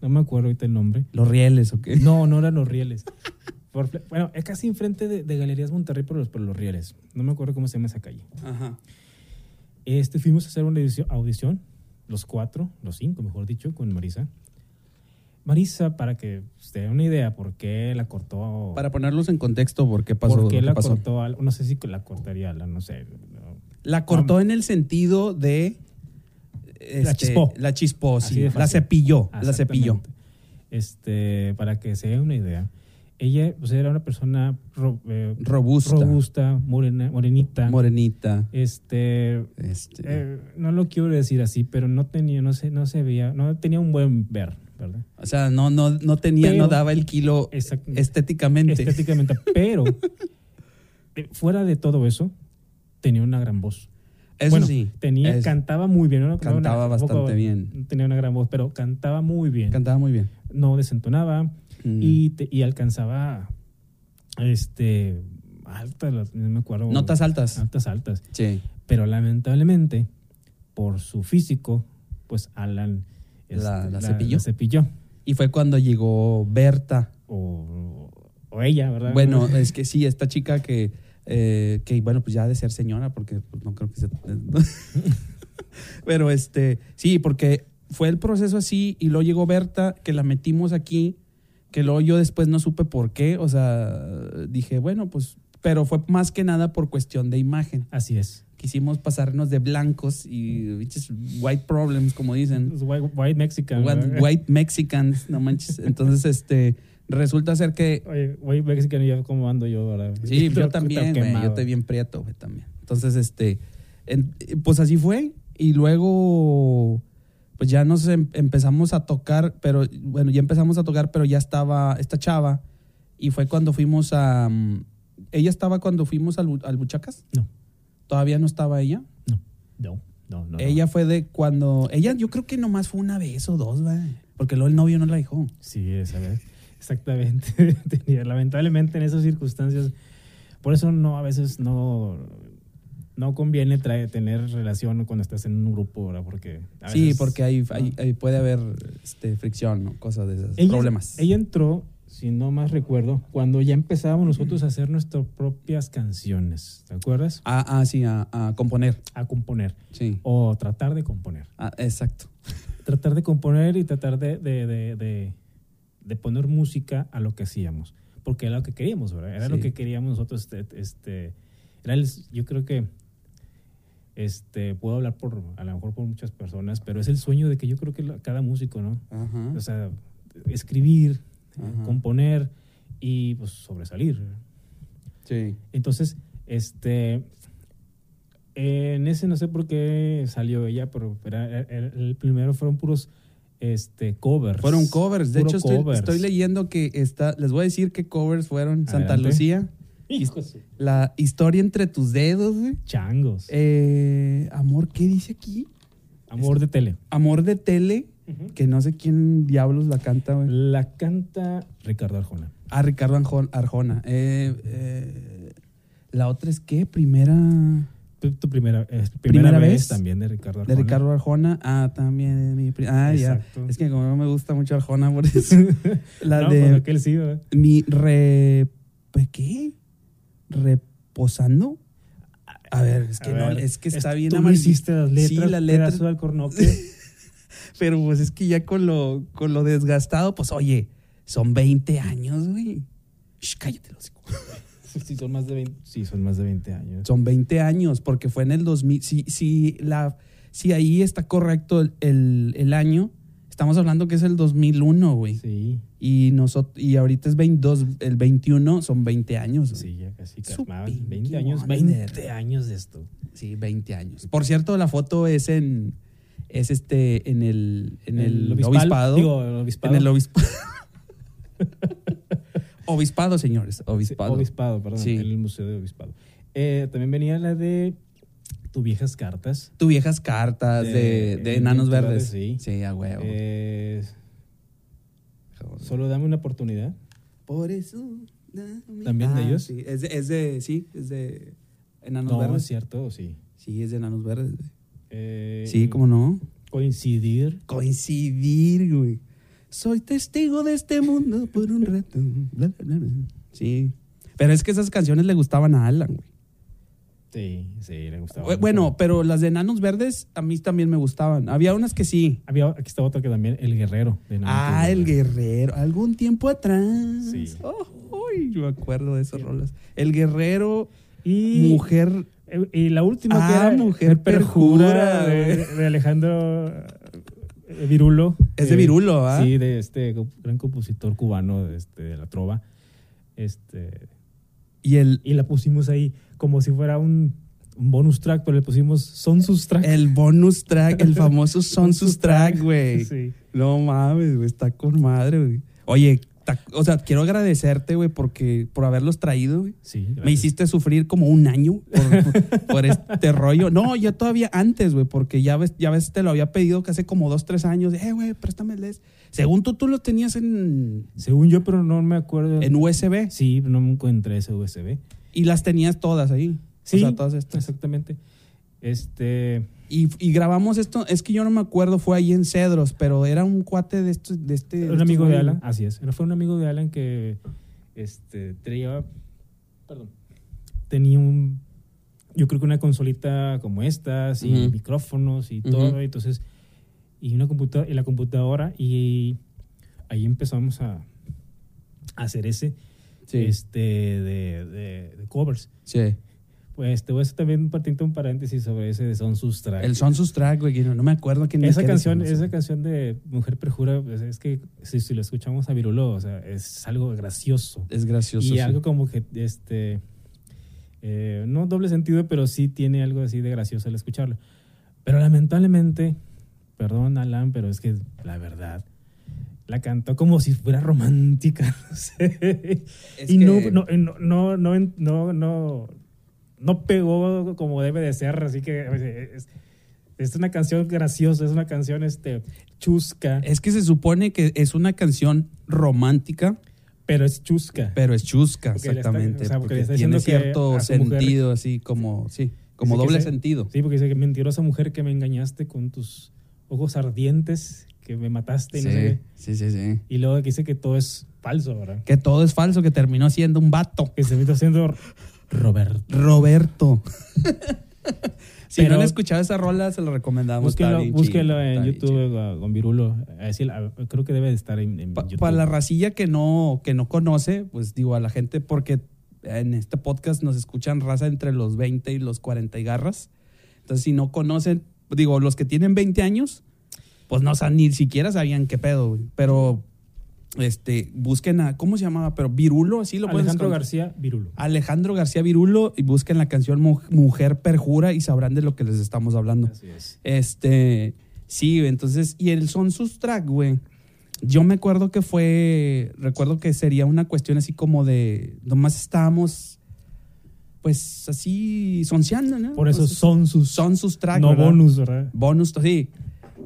Speaker 2: No me acuerdo ahorita el nombre.
Speaker 3: Los rieles, ¿o qué?
Speaker 2: No, no eran los rieles. Por Fle- bueno, es casi enfrente de, de Galerías Monterrey por los, por los rieles. No me acuerdo cómo se llama esa calle.
Speaker 3: Ajá.
Speaker 2: Este, fuimos a hacer una audici- audición, los cuatro, los cinco, mejor dicho, con Marisa. Marisa, para que se den una idea, ¿por qué la cortó?
Speaker 3: Para ponerlos en contexto, ¿por qué pasó?
Speaker 2: ¿Por qué
Speaker 3: lo que
Speaker 2: la
Speaker 3: pasó?
Speaker 2: cortó? al- No sé si la cortaría, la- no sé. no.
Speaker 3: La cortó en el sentido de... este,
Speaker 2: chispó.
Speaker 3: La chispó,
Speaker 2: Así
Speaker 3: sí.
Speaker 2: de
Speaker 3: La
Speaker 2: fácil.
Speaker 3: cepilló, la cepilló.
Speaker 2: Exactamente. Este, para que se den una idea, ella pues, era una persona ro- eh,
Speaker 3: Robusta,
Speaker 2: robusta, morena, morenita.
Speaker 3: morenita.
Speaker 2: este,
Speaker 3: Este,
Speaker 2: eh, no lo quiero decir así, pero no tenía, no se, no se veía, no tenía un buen ver, ¿verdad?
Speaker 3: o sea, no, no, no tenía,
Speaker 2: Pero-
Speaker 3: no daba el kilo
Speaker 2: Exactamente.
Speaker 3: estéticamente.
Speaker 2: estéticamente. pero eh, fuera de todo eso, tenía una gran voz.
Speaker 3: Eso
Speaker 2: Bueno,
Speaker 3: sí.
Speaker 2: Tenía,
Speaker 3: es-
Speaker 2: cantaba muy bien. ¿no? Tenía
Speaker 3: Cantaba
Speaker 2: tampoco
Speaker 3: bastante bien.
Speaker 2: Tenía una gran voz, pero cantaba muy bien.
Speaker 3: Cantaba muy bien.
Speaker 2: no desentonaba
Speaker 3: Mm.
Speaker 2: y, te- y alcanzaba este altas, las- no Ah. me acuerdo.
Speaker 3: Notas altas.
Speaker 2: altas, altas.
Speaker 3: Sí.
Speaker 2: Pero lamentablemente, por su físico, pues Alan este,
Speaker 3: La- la cepilló.
Speaker 2: cepilló.
Speaker 3: Y fue cuando llegó Berta.
Speaker 2: O, o ella, ¿verdad?
Speaker 3: Bueno, es que sí, esta chica que, eh, que bueno, pues ya ha de ser señora, porque pues, no creo que sea. Pero este, sí, porque fue el proceso así y luego llegó Berta, que la metimos aquí, que luego yo después no supe por qué, o sea, dije, bueno, pues, pero fue más que nada por cuestión de imagen.
Speaker 2: Así es.
Speaker 3: Quisimos pasarnos de blancos y pinches white problems, como dicen.
Speaker 2: Es White, white Pues, Mexican.
Speaker 3: White,
Speaker 2: ¿verdad?
Speaker 3: whiite Mexicans, no manches. Entonces, este, resulta ser que
Speaker 2: Oye, White Mexican, y yo como ando yo, ¿verdad?
Speaker 3: Sí,
Speaker 2: Yo
Speaker 3: yo también, güey,
Speaker 2: quemado.
Speaker 3: yo te bien prieto, güey, también. Entonces, este, en- eh, pues así fue. Y luego, pues ya nos em- empezamos a tocar, pero bueno, ya empezamos a tocar, pero ya estaba esta chava y fue cuando fuimos a... mm, ¿Ella estaba cuando fuimos al, Bu- al Buchacas?
Speaker 2: No,
Speaker 3: ¿Todavía no estaba ella?
Speaker 2: no, no, no. no
Speaker 3: Ella fue de cuando... Ella yo creo que nomás fue una vez o dos, ¿verdad? Porque luego el novio no la dejó.
Speaker 2: Sí, esa vez. Exactamente. Tenía- lamentablemente en esas circunstancias. Por eso no, a veces no, no conviene trae- tener relación cuando estás en un grupo, ¿verdad? Porque a
Speaker 3: Sí,
Speaker 2: veces-
Speaker 3: porque ahí, ahí-
Speaker 2: ¿no?
Speaker 3: ahí puede haber este, fricción, ¿no? cosas de esas,
Speaker 2: Ella-
Speaker 3: problemas.
Speaker 2: Ella entró, si no más recuerdo, cuando ya empezábamos nosotros a hacer nuestras propias canciones, ¿te acuerdas?
Speaker 3: Ah, ah, sí, a, a componer.
Speaker 2: A componer
Speaker 3: Sí.
Speaker 2: o tratar de componer.
Speaker 3: Ah, exacto.
Speaker 2: tratar de componer y tratar de, de, de- de- de poner música a lo que hacíamos. Porque era lo que queríamos, ¿verdad? Era
Speaker 3: Sí.
Speaker 2: lo que queríamos nosotros. Este, este, era el- yo creo que este, puedo hablar por, a lo mejor por muchas personas, pero es el sueño de que yo creo que la- cada músico, ¿no?
Speaker 3: Ajá.
Speaker 2: O sea, escribir, eh,
Speaker 3: Ajá.
Speaker 2: componer y pues sobresalir. ¿verdad?
Speaker 3: Sí.
Speaker 2: Entonces, este. En ese no sé por qué salió ella, pero era- era- el primero fueron puros este, covers.
Speaker 3: Fueron covers. De
Speaker 2: Puro
Speaker 3: hecho, estoy,
Speaker 2: covers.
Speaker 3: estoy leyendo que está. Les voy a decir qué covers fueron. Santa
Speaker 2: Adelante.
Speaker 3: Lucía.
Speaker 2: Hijo de su-
Speaker 3: La historia entre tus dedos, güey.
Speaker 2: Changos.
Speaker 3: Eh, amor, ¿qué dice aquí?
Speaker 2: Amor de tele.
Speaker 3: Amor de tele. Que no sé quién diablos la canta, güey.
Speaker 2: La canta Ricardo Arjona.
Speaker 3: Ah, Ricardo Anjo- Arjona. Eh, eh, la otra es qué? Primera.
Speaker 2: Tu, tu primera, eh, primera,
Speaker 3: ¿Primera
Speaker 2: vez,
Speaker 3: vez?
Speaker 2: también de Ricardo Arjona.
Speaker 3: De Ricardo Arjona. Ah, también. mi pri- ah,
Speaker 2: Exacto.
Speaker 3: ya. Es que como no me gusta mucho Arjona, por eso. La
Speaker 2: No,
Speaker 3: de
Speaker 2: pues aquel sí, ¿verdad?
Speaker 3: mi re. pues, ¿Qué? ¿Reposando? A ver, es que
Speaker 2: A
Speaker 3: no,
Speaker 2: ver,
Speaker 3: es que está
Speaker 2: tú
Speaker 3: bien
Speaker 2: no
Speaker 3: amal-
Speaker 2: hiciste las letras.
Speaker 3: Sí, las letras.
Speaker 2: pedazo de alcornoque.
Speaker 3: Pero pues es que ya con lo, con lo desgastado, pues oye, son 20 años, güey. Shh, cállate, los
Speaker 2: sí, son más de 20, sí, son más de 20 años.
Speaker 3: Son 20 años, porque fue en el 2000. Si, si, la, si ahí está correcto el, el- el año, estamos hablando que es el 2001, güey.
Speaker 2: Sí,
Speaker 3: Y, nosotros, y ahorita es 22, el 21, son 20 años. güey.
Speaker 2: sí, ya casi
Speaker 3: Su
Speaker 2: calmaban.
Speaker 3: pinky
Speaker 2: 20 años,
Speaker 3: wonder.
Speaker 2: 20 años de esto.
Speaker 3: Sí, 20 años. Por cierto, la foto es en es este en el en el,
Speaker 2: obispal-
Speaker 3: obispado,
Speaker 2: digo, el obispado.
Speaker 3: en el obispado. obispado, señores,
Speaker 2: Sí,
Speaker 3: obispado.
Speaker 2: obispado, perdón,
Speaker 3: Sí.
Speaker 2: en el Museo de Obispado. Eh, también venía la de Tu Viejas Cartas.
Speaker 3: Tu viejas cartas
Speaker 2: De-
Speaker 3: de, de,
Speaker 2: de
Speaker 3: enanos
Speaker 2: Enanos
Speaker 3: verdes.
Speaker 2: Verdes, sí.
Speaker 3: a huevo.
Speaker 2: Eh, solo dame una oportunidad.
Speaker 3: Por eso. dame- Ah,
Speaker 2: ¿También de ellos?
Speaker 3: Sí, es de, es de- sí, es de enanos
Speaker 2: No, es
Speaker 3: Ah, verdes.
Speaker 2: cierto, sí.
Speaker 3: Sí, es de enanos verdes. güey.
Speaker 2: Eh,
Speaker 3: Sí, cómo no.
Speaker 2: Coincidir.
Speaker 3: coincidir, güey. Soy testigo de este mundo por un rato. Bla, bla, bla, bla. Sí. Pero es que esas canciones le gustaban a Alan, güey.
Speaker 2: Sí, sí, le gustaba.
Speaker 3: Bu-
Speaker 2: mucho.
Speaker 3: Bueno, pero las de Enanos Verdes a mí también me gustaban. Había unas que sí.
Speaker 2: Había, aquí está otra que también, El Guerrero. de Naruto,
Speaker 3: ah, El
Speaker 2: ¿verdad?
Speaker 3: Guerrero. Algún tiempo atrás.
Speaker 2: Sí.
Speaker 3: Oh, uy, yo me acuerdo de esas rolas. El Guerrero,
Speaker 2: Y,
Speaker 3: mujer.
Speaker 2: eh, y la última que
Speaker 3: Ah,
Speaker 2: era
Speaker 3: Mujer
Speaker 2: El
Speaker 3: Perjura,
Speaker 2: de,
Speaker 3: güey.
Speaker 2: de Alejandro eh, Virulo.
Speaker 3: Es de
Speaker 2: Eh,
Speaker 3: Virulo, ¿ah?
Speaker 2: Sí, de este gran compositor cubano de, este, de la trova. Este,
Speaker 3: Y el,
Speaker 2: y la pusimos ahí como si fuera un, un bonus track, pero le pusimos son sus tracks.
Speaker 3: el bonus track, el famoso son sus track, güey.
Speaker 2: Sí.
Speaker 3: No mames, güey, está con madre, güey. Oye, ta- o sea, quiero agradecerte, güey, porque por haberlos traído, güey.
Speaker 2: Sí,
Speaker 3: Me
Speaker 2: gracias.
Speaker 3: hiciste sufrir como un año por, por- por este rollo. No, ya todavía antes, güey, porque ya ves, ya ves, te lo había pedido que hace como dos, tres años. Eh, güey, préstame el des. Según tú, tú los tenías en,
Speaker 2: Según yo, pero no me acuerdo.
Speaker 3: en USB
Speaker 2: Sí, no me encontré ese USB.
Speaker 3: y las tenías todas ahí.
Speaker 2: Sí,
Speaker 3: O sea, todas estas.
Speaker 2: exactamente. Este,
Speaker 3: Y, y grabamos esto, es que yo no me acuerdo, fue ahí en Cedros, pero era un cuate de, estos, de este...
Speaker 2: un amigo de Alan, así es. Era- Fue un amigo de Alan que este, traía, perdón, tenía un, yo creo que una consolita como estas y
Speaker 3: Ujú.
Speaker 2: micrófonos y
Speaker 3: Ujú.
Speaker 2: todo. Entonces, y una computadora, y la computadora y ahí empezamos a, a hacer ese,
Speaker 3: Sí,
Speaker 2: este, de, de- de covers.
Speaker 3: sí.
Speaker 2: Pues te voy a hacer también un patito, un paréntesis sobre ese de Son Sus Tracks.
Speaker 3: El son sus track, güey, que no, no me acuerdo quién
Speaker 2: Esa
Speaker 3: quién
Speaker 2: canción,
Speaker 3: es.
Speaker 2: esa canción de Mujer Perjura, pues, es que si, si lo escuchamos a Virulo, o sea, es algo gracioso.
Speaker 3: Es gracioso.
Speaker 2: Y
Speaker 3: sí.
Speaker 2: algo como que, este, eh, no doble sentido, pero sí tiene algo así de gracioso al escucharlo. Pero lamentablemente, Perdón, Alan, pero es que la verdad. La cantó como si fuera romántica. No sé.
Speaker 3: Es
Speaker 2: y no,
Speaker 3: que-
Speaker 2: no, no, no, no, no, no, no pegó como debe de ser. Así que es, es una canción graciosa, es una canción este, chusca,
Speaker 3: Es que se supone que es una canción romántica,
Speaker 2: pero es chusca.
Speaker 3: pero es chusca,
Speaker 2: Porque le está-
Speaker 3: exactamente.
Speaker 2: o sea, porque
Speaker 3: porque
Speaker 2: le está diciendo
Speaker 3: tiene
Speaker 2: que
Speaker 3: cierto
Speaker 2: a su mujer-
Speaker 3: sentido, así como, sí, como
Speaker 2: Dice que
Speaker 3: doble
Speaker 2: se-
Speaker 3: sentido.
Speaker 2: Sí, porque dice que mentirosa mujer que me engañaste con tus ojos ardientes, que me mataste y no sé qué.
Speaker 3: sí, sí, sí.
Speaker 2: Y luego que dice que todo es falso, ¿verdad?
Speaker 3: Que todo es falso, que terminó siendo un vato.
Speaker 2: Que se me está haciendo Robert.
Speaker 3: Roberto. si
Speaker 2: Pero-
Speaker 3: no han escuchado esa rola, se la recomendamos. está
Speaker 2: Búsquelo,
Speaker 3: bien
Speaker 2: búsquelo
Speaker 3: chida,
Speaker 2: en
Speaker 3: está bien chida.
Speaker 2: YouTube a- con Virulo. Así la- creo que debe de estar en, en
Speaker 3: Pa-
Speaker 2: YouTube.
Speaker 3: para la racilla que no, que no conoce, pues digo a la gente, porque en este podcast nos escuchan raza entre los 20 y los 40 y garras. Entonces, si no conocen, digo, los que tienen 20 años, pues no saben, ni siquiera sabían qué pedo, güey. Pero, este, busquen a, ¿cómo se llamaba? Pero Virulo, así lo Ah, pueden
Speaker 2: Alejandro
Speaker 3: escon-
Speaker 2: García Virulo.
Speaker 3: Alejandro García Virulo y busquen la canción Mu- Mujer Perjura y sabrán de lo que les estamos hablando.
Speaker 2: Así es.
Speaker 3: Este, sí, güey, entonces, y el son sus track, güey. Yo me acuerdo que fue, recuerdo que sería una cuestión así como de, nomás estábamos, pues así, sonceando, ¿no?
Speaker 2: Por eso
Speaker 3: Pues,
Speaker 2: son sus
Speaker 3: son sus track.
Speaker 2: no
Speaker 3: ¿verdad?
Speaker 2: bonus, ¿verdad?
Speaker 3: Bonus, sí.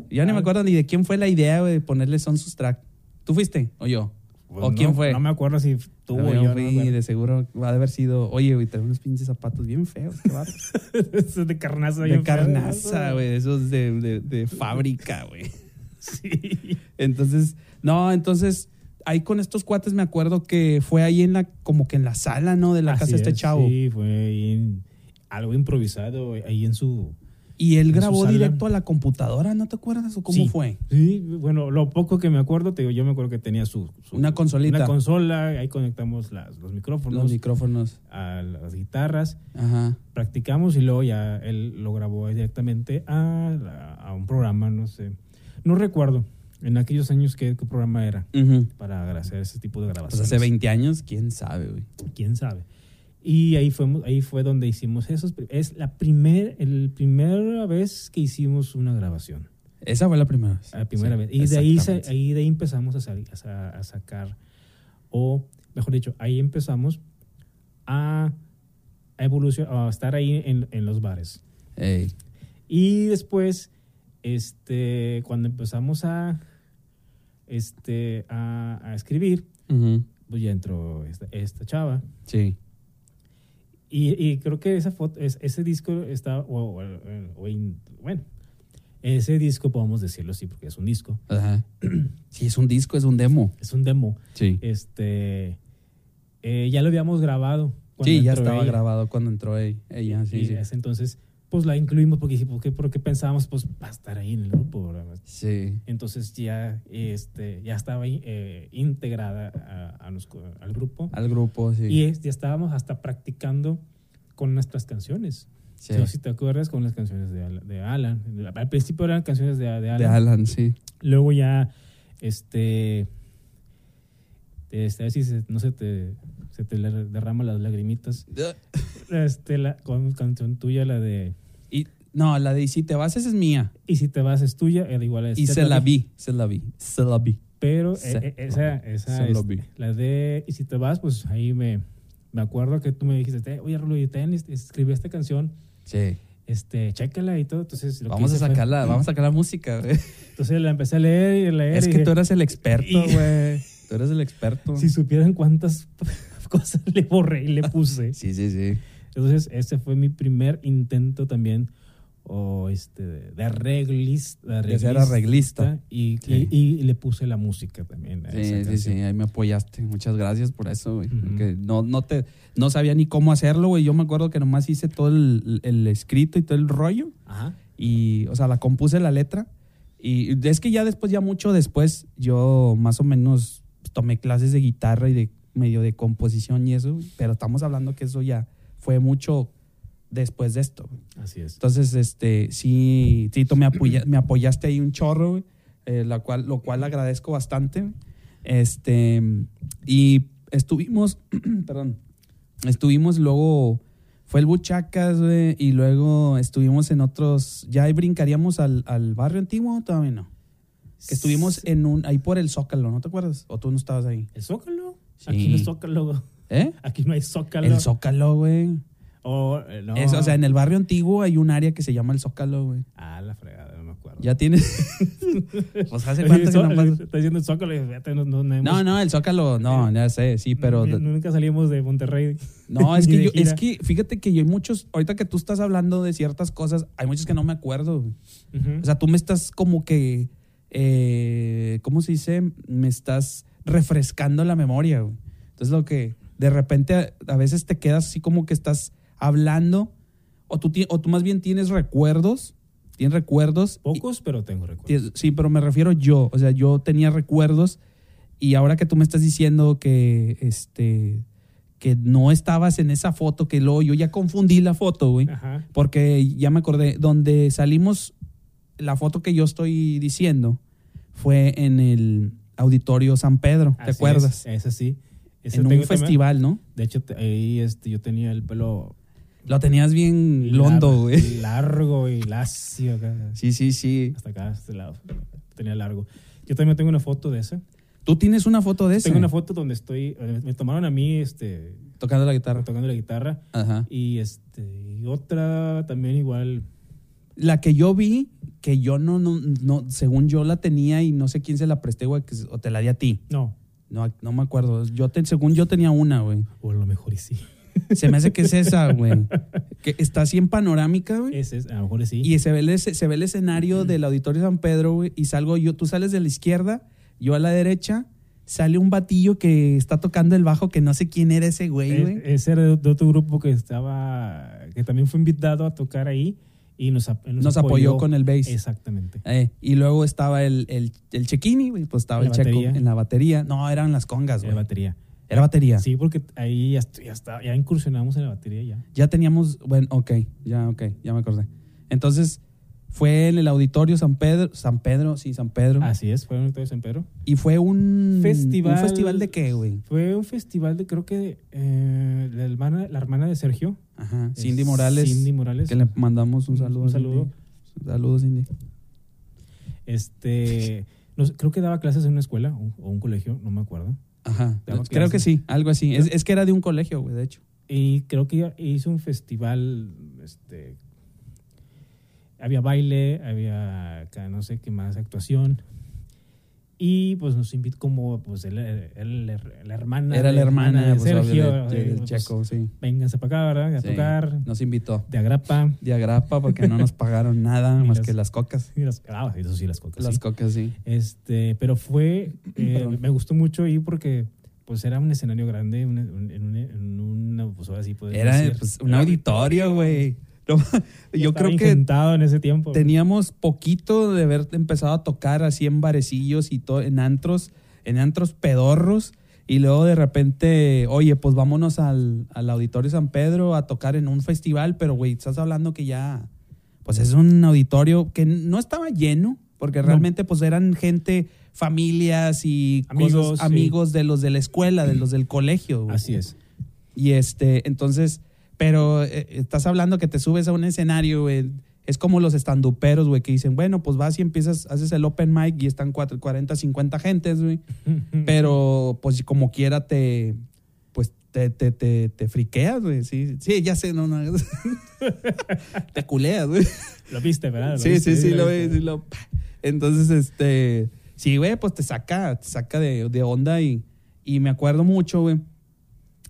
Speaker 3: Yo ni
Speaker 2: Ah.
Speaker 3: me acuerdo ni de quién fue la idea, güey, de ponerle son sus track. ¿Tú fuiste o yo?
Speaker 2: Pues
Speaker 3: ¿O
Speaker 2: no-
Speaker 3: quién fue?
Speaker 2: No me acuerdo si tú
Speaker 3: Ah,
Speaker 2: o
Speaker 3: yo
Speaker 2: yo. no
Speaker 3: fui,
Speaker 2: me acuerdo.
Speaker 3: de seguro va a haber sido, oye, güey, trae unos pinches zapatos bien feos, qué vato".
Speaker 2: Eso es de carnaza.
Speaker 3: De
Speaker 2: bien feo,
Speaker 3: carnaza,
Speaker 2: ¿no?
Speaker 3: güey, de esos de, de- de fábrica, güey.
Speaker 2: Sí.
Speaker 3: Entonces, no, entonces, ahí con estos cuates me acuerdo que fue ahí en la, como que en la sala, ¿no? De la casa
Speaker 2: Así
Speaker 3: de este
Speaker 2: es,
Speaker 3: chavo.
Speaker 2: Sí, fue ahí en- algo improvisado güey, ahí en su...
Speaker 3: Y él
Speaker 2: En su
Speaker 3: grabó
Speaker 2: sala.
Speaker 3: directo a la computadora, ¿no te acuerdas o cómo
Speaker 2: Sí.
Speaker 3: fue?
Speaker 2: Sí, bueno, lo poco que me acuerdo, te digo, yo me acuerdo que tenía su... su-
Speaker 3: Una consolita.
Speaker 2: Pues, Una consola, ahí conectamos las- los micrófonos
Speaker 3: Los micrófonos.
Speaker 2: a las guitarras,
Speaker 3: Ajá.
Speaker 2: practicamos y luego ya él lo grabó ahí directamente a, la- a un programa, no sé. No recuerdo en aquellos años qué, qué programa era
Speaker 3: Ujú.
Speaker 2: para hacer ese tipo de
Speaker 3: Pues
Speaker 2: grabaciones.
Speaker 3: hace 20 años, quién sabe, güey.
Speaker 2: quién sabe. Y ahí fue, ahí fue donde hicimos eso. Es la primer, el primera vez que hicimos una grabación.
Speaker 3: Esa fue la primera vez.
Speaker 2: La primera
Speaker 3: Sí,
Speaker 2: vez. Y de ahí, se-
Speaker 3: exactamente.
Speaker 2: ahí de ahí empezamos a, sali- a sa- a sacar, o mejor dicho, ahí empezamos a evolucionar, a estar ahí en, en los bares.
Speaker 3: Ey.
Speaker 2: Y después, este, cuando empezamos a, este, a, a escribir,
Speaker 3: Ujú.
Speaker 2: pues ya entró esta, esta chava.
Speaker 3: Sí.
Speaker 2: Y, y creo que esa foto, es- ese disco está, o- o- o in- bueno, ese disco podemos decirlo así, porque es un disco,
Speaker 3: Ajá. Sí, es un disco, es un demo.
Speaker 2: es un demo.
Speaker 3: Sí.
Speaker 2: Este, eh, ya lo habíamos grabado. cuando
Speaker 3: Sí, ya
Speaker 2: entró
Speaker 3: estaba
Speaker 2: ella.
Speaker 3: grabado cuando entró ella. ella sí,
Speaker 2: Y
Speaker 3: sí.
Speaker 2: es- entonces, pues la incluimos porque dije, ¿por qué? Porque pensábamos, pues va a estar ahí en el grupo. ¿verdad?
Speaker 3: Sí.
Speaker 2: Entonces ya, este, ya estaba eh, integrada a- a nos- al grupo.
Speaker 3: Al grupo, sí.
Speaker 2: Y es- ya estábamos hasta practicando con nuestras canciones.
Speaker 3: Sí.
Speaker 2: No sé si te acuerdas con las canciones de, Al- de Alan. Al principio eran canciones de, de Alan.
Speaker 3: De Alan, sí.
Speaker 2: Luego ya, este, este, a ver si se- no se te, se te le derraman las lagrimitas. Este, la con, canción tuya, la de
Speaker 3: Y, no, la de "Y si te vas, esa es mía.
Speaker 2: Y si te vas es tuya, era igual a
Speaker 3: Y se la vi, se la vi, se la vi.
Speaker 2: Pero eh,
Speaker 3: Se
Speaker 2: eh,
Speaker 3: la
Speaker 2: esa,
Speaker 3: vi,
Speaker 2: esa
Speaker 3: se la
Speaker 2: este,
Speaker 3: vi.
Speaker 2: la de Y si te vas, pues ahí me, me acuerdo que tú me dijiste, "Eh, oye, Rulo, yo también es- escribí esta canción,
Speaker 3: Sí.
Speaker 2: este, chécala y todo. Entonces, lo que
Speaker 3: Vamos a
Speaker 2: hice fue-
Speaker 3: sacar la, vamos a sacar la música, güey.
Speaker 2: Entonces la empecé a leer y a leer.
Speaker 3: Es
Speaker 2: y
Speaker 3: que
Speaker 2: dije,
Speaker 3: tú eras el experto,
Speaker 2: y-
Speaker 3: güey. Tú eres el experto.
Speaker 2: Si supieran cuántas cosas le borré y le puse.
Speaker 3: sí, sí. sí.
Speaker 2: Entonces, ese fue mi primer intento también o este, de arreglis- de
Speaker 3: De
Speaker 2: arreglista.
Speaker 3: ser arreglista.
Speaker 2: Y,
Speaker 3: Sí.
Speaker 2: y, y le puse la música también. a esa
Speaker 3: Sí, sí, sí,
Speaker 2: canción.
Speaker 3: ahí me apoyaste. Muchas gracias por eso, güey.
Speaker 2: Ujú.
Speaker 3: Porque no, no, te, no sabía ni cómo hacerlo, güey. Yo me acuerdo que nomás hice todo el, el escrito y todo el rollo.
Speaker 2: Ajá.
Speaker 3: y, o sea, la compuse la letra. Y es que ya después, ya mucho después, yo más o menos pues, tomé clases de guitarra y de medio de composición y eso, güey, pero estamos hablando que eso ya fue mucho después de esto. güey.
Speaker 2: Así es.
Speaker 3: Entonces, este, sí, Tito, me, apoya- me apoyaste ahí un chorro, güey, eh, la cual, lo cual agradezco bastante. güey. Este, y estuvimos, perdón, estuvimos luego, fue- Fue el Buchacas, güey, y luego estuvimos en otros. Ya ahí brincaríamos al, al barrio antiguo, todavía no. Que estuvimos en un. Ahí por el Zócalo, ¿no te acuerdas? O tú no estabas ahí.
Speaker 2: ¿El Zócalo?
Speaker 3: Sí.
Speaker 2: Aquí no es Zócalo. güey.
Speaker 3: ¿Eh?
Speaker 2: Aquí no hay Zócalo.
Speaker 3: El Zócalo, güey.
Speaker 2: O, eh, no.
Speaker 3: Es- O sea, en el barrio antiguo hay un área que se llama el Zócalo, güey.
Speaker 2: Ah, la fregada, no me acuerdo.
Speaker 3: Ya tienes. pues hace
Speaker 2: Oye,
Speaker 3: cuánto que
Speaker 2: so-
Speaker 3: no pasa.
Speaker 2: Está diciendo el Zócalo y fíjate, no, no, no hemos-
Speaker 3: No, no, el Zócalo, no, ya sé, sí, pero.
Speaker 2: nu- Nunca salimos de Monterrey.
Speaker 3: No, es
Speaker 2: Ni
Speaker 3: que
Speaker 2: de
Speaker 3: yo,
Speaker 2: gira.
Speaker 3: es que fíjate que yo hay muchos, ahorita que tú estás hablando de ciertas cosas, hay muchos que no me acuerdo. güey.
Speaker 2: Ujú.
Speaker 3: O sea, tú me estás como que, eh, ¿cómo se dice? Me estás refrescando la memoria. güey. Entonces lo que de repente a, a veces te quedas así como que estás hablando o tú, ti- o tú más bien tienes recuerdos, tienes recuerdos. y-
Speaker 2: Pocos, pero tengo recuerdos.
Speaker 3: Tie- Sí, pero me refiero yo. O sea, yo tenía recuerdos y ahora que tú me estás diciendo que este que no estabas en esa foto, que luego yo ya confundí la foto, güey.
Speaker 2: Ajá.
Speaker 3: Porque ya me acordé, donde salimos, la foto que yo estoy diciendo fue en el Auditorio San Pedro, ¿te
Speaker 2: Así
Speaker 3: acuerdas?
Speaker 2: Es, es así. Ese
Speaker 3: en
Speaker 2: tengo
Speaker 3: un
Speaker 2: también-
Speaker 3: festival, ¿no?
Speaker 2: De hecho, te- ahí este, yo tenía el pelo
Speaker 3: Lo tenías bien Mm, londo,
Speaker 2: lar-
Speaker 3: güey.
Speaker 2: Largo y lacio. acá.
Speaker 3: Sí, sí, sí.
Speaker 2: Hasta acá, este lado. Tenía largo. Yo también tengo una foto de ese.
Speaker 3: ¿Tú tienes una foto de esa?
Speaker 2: Tengo una foto donde estoy. eh, Me tomaron a mí este,
Speaker 3: Tocando la guitarra.
Speaker 2: tocando la guitarra.
Speaker 3: Ajá.
Speaker 2: Y este y otra también igual.
Speaker 3: La que yo vi, que yo no, no, no, según yo la tenía y no sé quién se la presté, güey, que- o te la di a ti.
Speaker 2: No.
Speaker 3: No, no me acuerdo. Yo te- según yo tenía una, güey.
Speaker 2: O a lo mejor y sí.
Speaker 3: Se me hace que es esa, güey. Que está así en panorámica, güey.
Speaker 2: Ese es, a lo mejor y sí.
Speaker 3: Y se ve, el, es- se ve el escenario del Auditorio San Pedro, güey. Y salgo yo, tú sales de la izquierda, yo a la derecha. Sale un batillo que está tocando el bajo, que no sé quién era ese güey,
Speaker 2: E-
Speaker 3: güey.
Speaker 2: Ese era de, de otro grupo que estaba, que también fue invitado a tocar ahí y nos, ap-
Speaker 3: Nos apoyó con el bass.
Speaker 2: Exactamente.
Speaker 3: Eh, y luego estaba el, el, el Chequini, güey. Pues estaba
Speaker 2: La
Speaker 3: el Checo
Speaker 2: batería.
Speaker 3: en la batería. No, eran las congas,
Speaker 2: La
Speaker 3: güey.
Speaker 2: batería.
Speaker 3: Era batería.
Speaker 2: Sí, porque ahí ya, est- ya, está- ya incursionamos en la batería ya.
Speaker 3: Ya teníamos, bueno, ok, ya, ok, ya me acordé. Entonces, fue en el auditorio San Pedro, San Pedro, sí, San Pedro.
Speaker 2: Así es, fue un Auditorio San Pedro.
Speaker 3: Y fue un
Speaker 2: Ah, Festival-
Speaker 3: ¿Un festival de qué, güey?
Speaker 2: Fue un festival de, creo que, eh, la, hermana, la hermana de Sergio.
Speaker 3: Ajá,
Speaker 2: es
Speaker 3: Cindy Morales.
Speaker 2: Cindy Morales.
Speaker 3: Que le mandamos un saludo.
Speaker 2: Un
Speaker 3: a
Speaker 2: saludo.
Speaker 3: Cindy. Saludos, Cindy.
Speaker 2: Este, no sé, creo que daba clases en una escuela o, o un colegio, no me acuerdo.
Speaker 3: Ajá.
Speaker 2: Damos
Speaker 3: Creo
Speaker 2: clases.
Speaker 3: que sí, algo así. Es, es que era de un colegio, güey, de hecho.
Speaker 2: Y creo que hizo un festival, este, había baile, había acá no sé qué más, actuación. Y pues nos invitó como, pues, él- él- él- la hermana.
Speaker 3: Era
Speaker 2: de-
Speaker 3: la hermana
Speaker 2: de
Speaker 3: pues,
Speaker 2: Sergio.
Speaker 3: obvio, de-
Speaker 2: eh,
Speaker 3: del
Speaker 2: pues,
Speaker 3: Checo, sí.
Speaker 2: vénganse para acá, ¿verdad? A
Speaker 3: Sí,
Speaker 2: tocar,
Speaker 3: Nos invitó.
Speaker 2: de agrapa.
Speaker 3: De agrapa porque no nos pagaron nada
Speaker 2: Y
Speaker 3: más
Speaker 2: las-
Speaker 3: que las cocas.
Speaker 2: Y las, ah, eso sí, las cocas.
Speaker 3: Las
Speaker 2: sí.
Speaker 3: cocas, sí.
Speaker 2: Este, pero fue, eh,
Speaker 3: Perdón.
Speaker 2: me gustó mucho ahí porque pues era un escenario grande, una- un- en una, en una- pues ahora sí podemos
Speaker 3: Era
Speaker 2: decir,
Speaker 3: pues, un
Speaker 2: era-
Speaker 3: auditorio, güey. No, yo
Speaker 2: estaba
Speaker 3: creo que
Speaker 2: ingentado en ese tiempo.
Speaker 3: teníamos poquito de haber empezado a tocar así en barecillos y todo, en antros, en antros pedorros. Y luego de repente, oye, pues vámonos al, al Auditorio San Pedro a tocar en un festival, pero güey, estás hablando que ya, pues es un auditorio que no estaba lleno, porque
Speaker 2: No.
Speaker 3: realmente pues eran gente, familias y
Speaker 2: Amigos,
Speaker 3: cosas-
Speaker 2: sí.
Speaker 3: amigos de los de la escuela, de los del colegio. güey.
Speaker 2: Así es.
Speaker 3: Y este, entonces, pero eh, estás hablando que te subes a un escenario, güey. Es como los estanduperos, güey, que dicen, bueno, pues vas y empiezas, haces el open mic y están cuatro- 40, 50 gentes, güey. Pero, pues, como quiera te, pues, te, te, te, te friqueas, güey. Sí, sí, ya sé, no, no. te culeas, güey.
Speaker 2: Lo viste, ¿verdad? Lo
Speaker 3: Sí,
Speaker 2: viste,
Speaker 3: sí, sí, lo
Speaker 2: viste.
Speaker 3: ves. sí, lo- Entonces, este, sí, güey, pues te saca, te saca de, de onda y, y me acuerdo mucho, güey,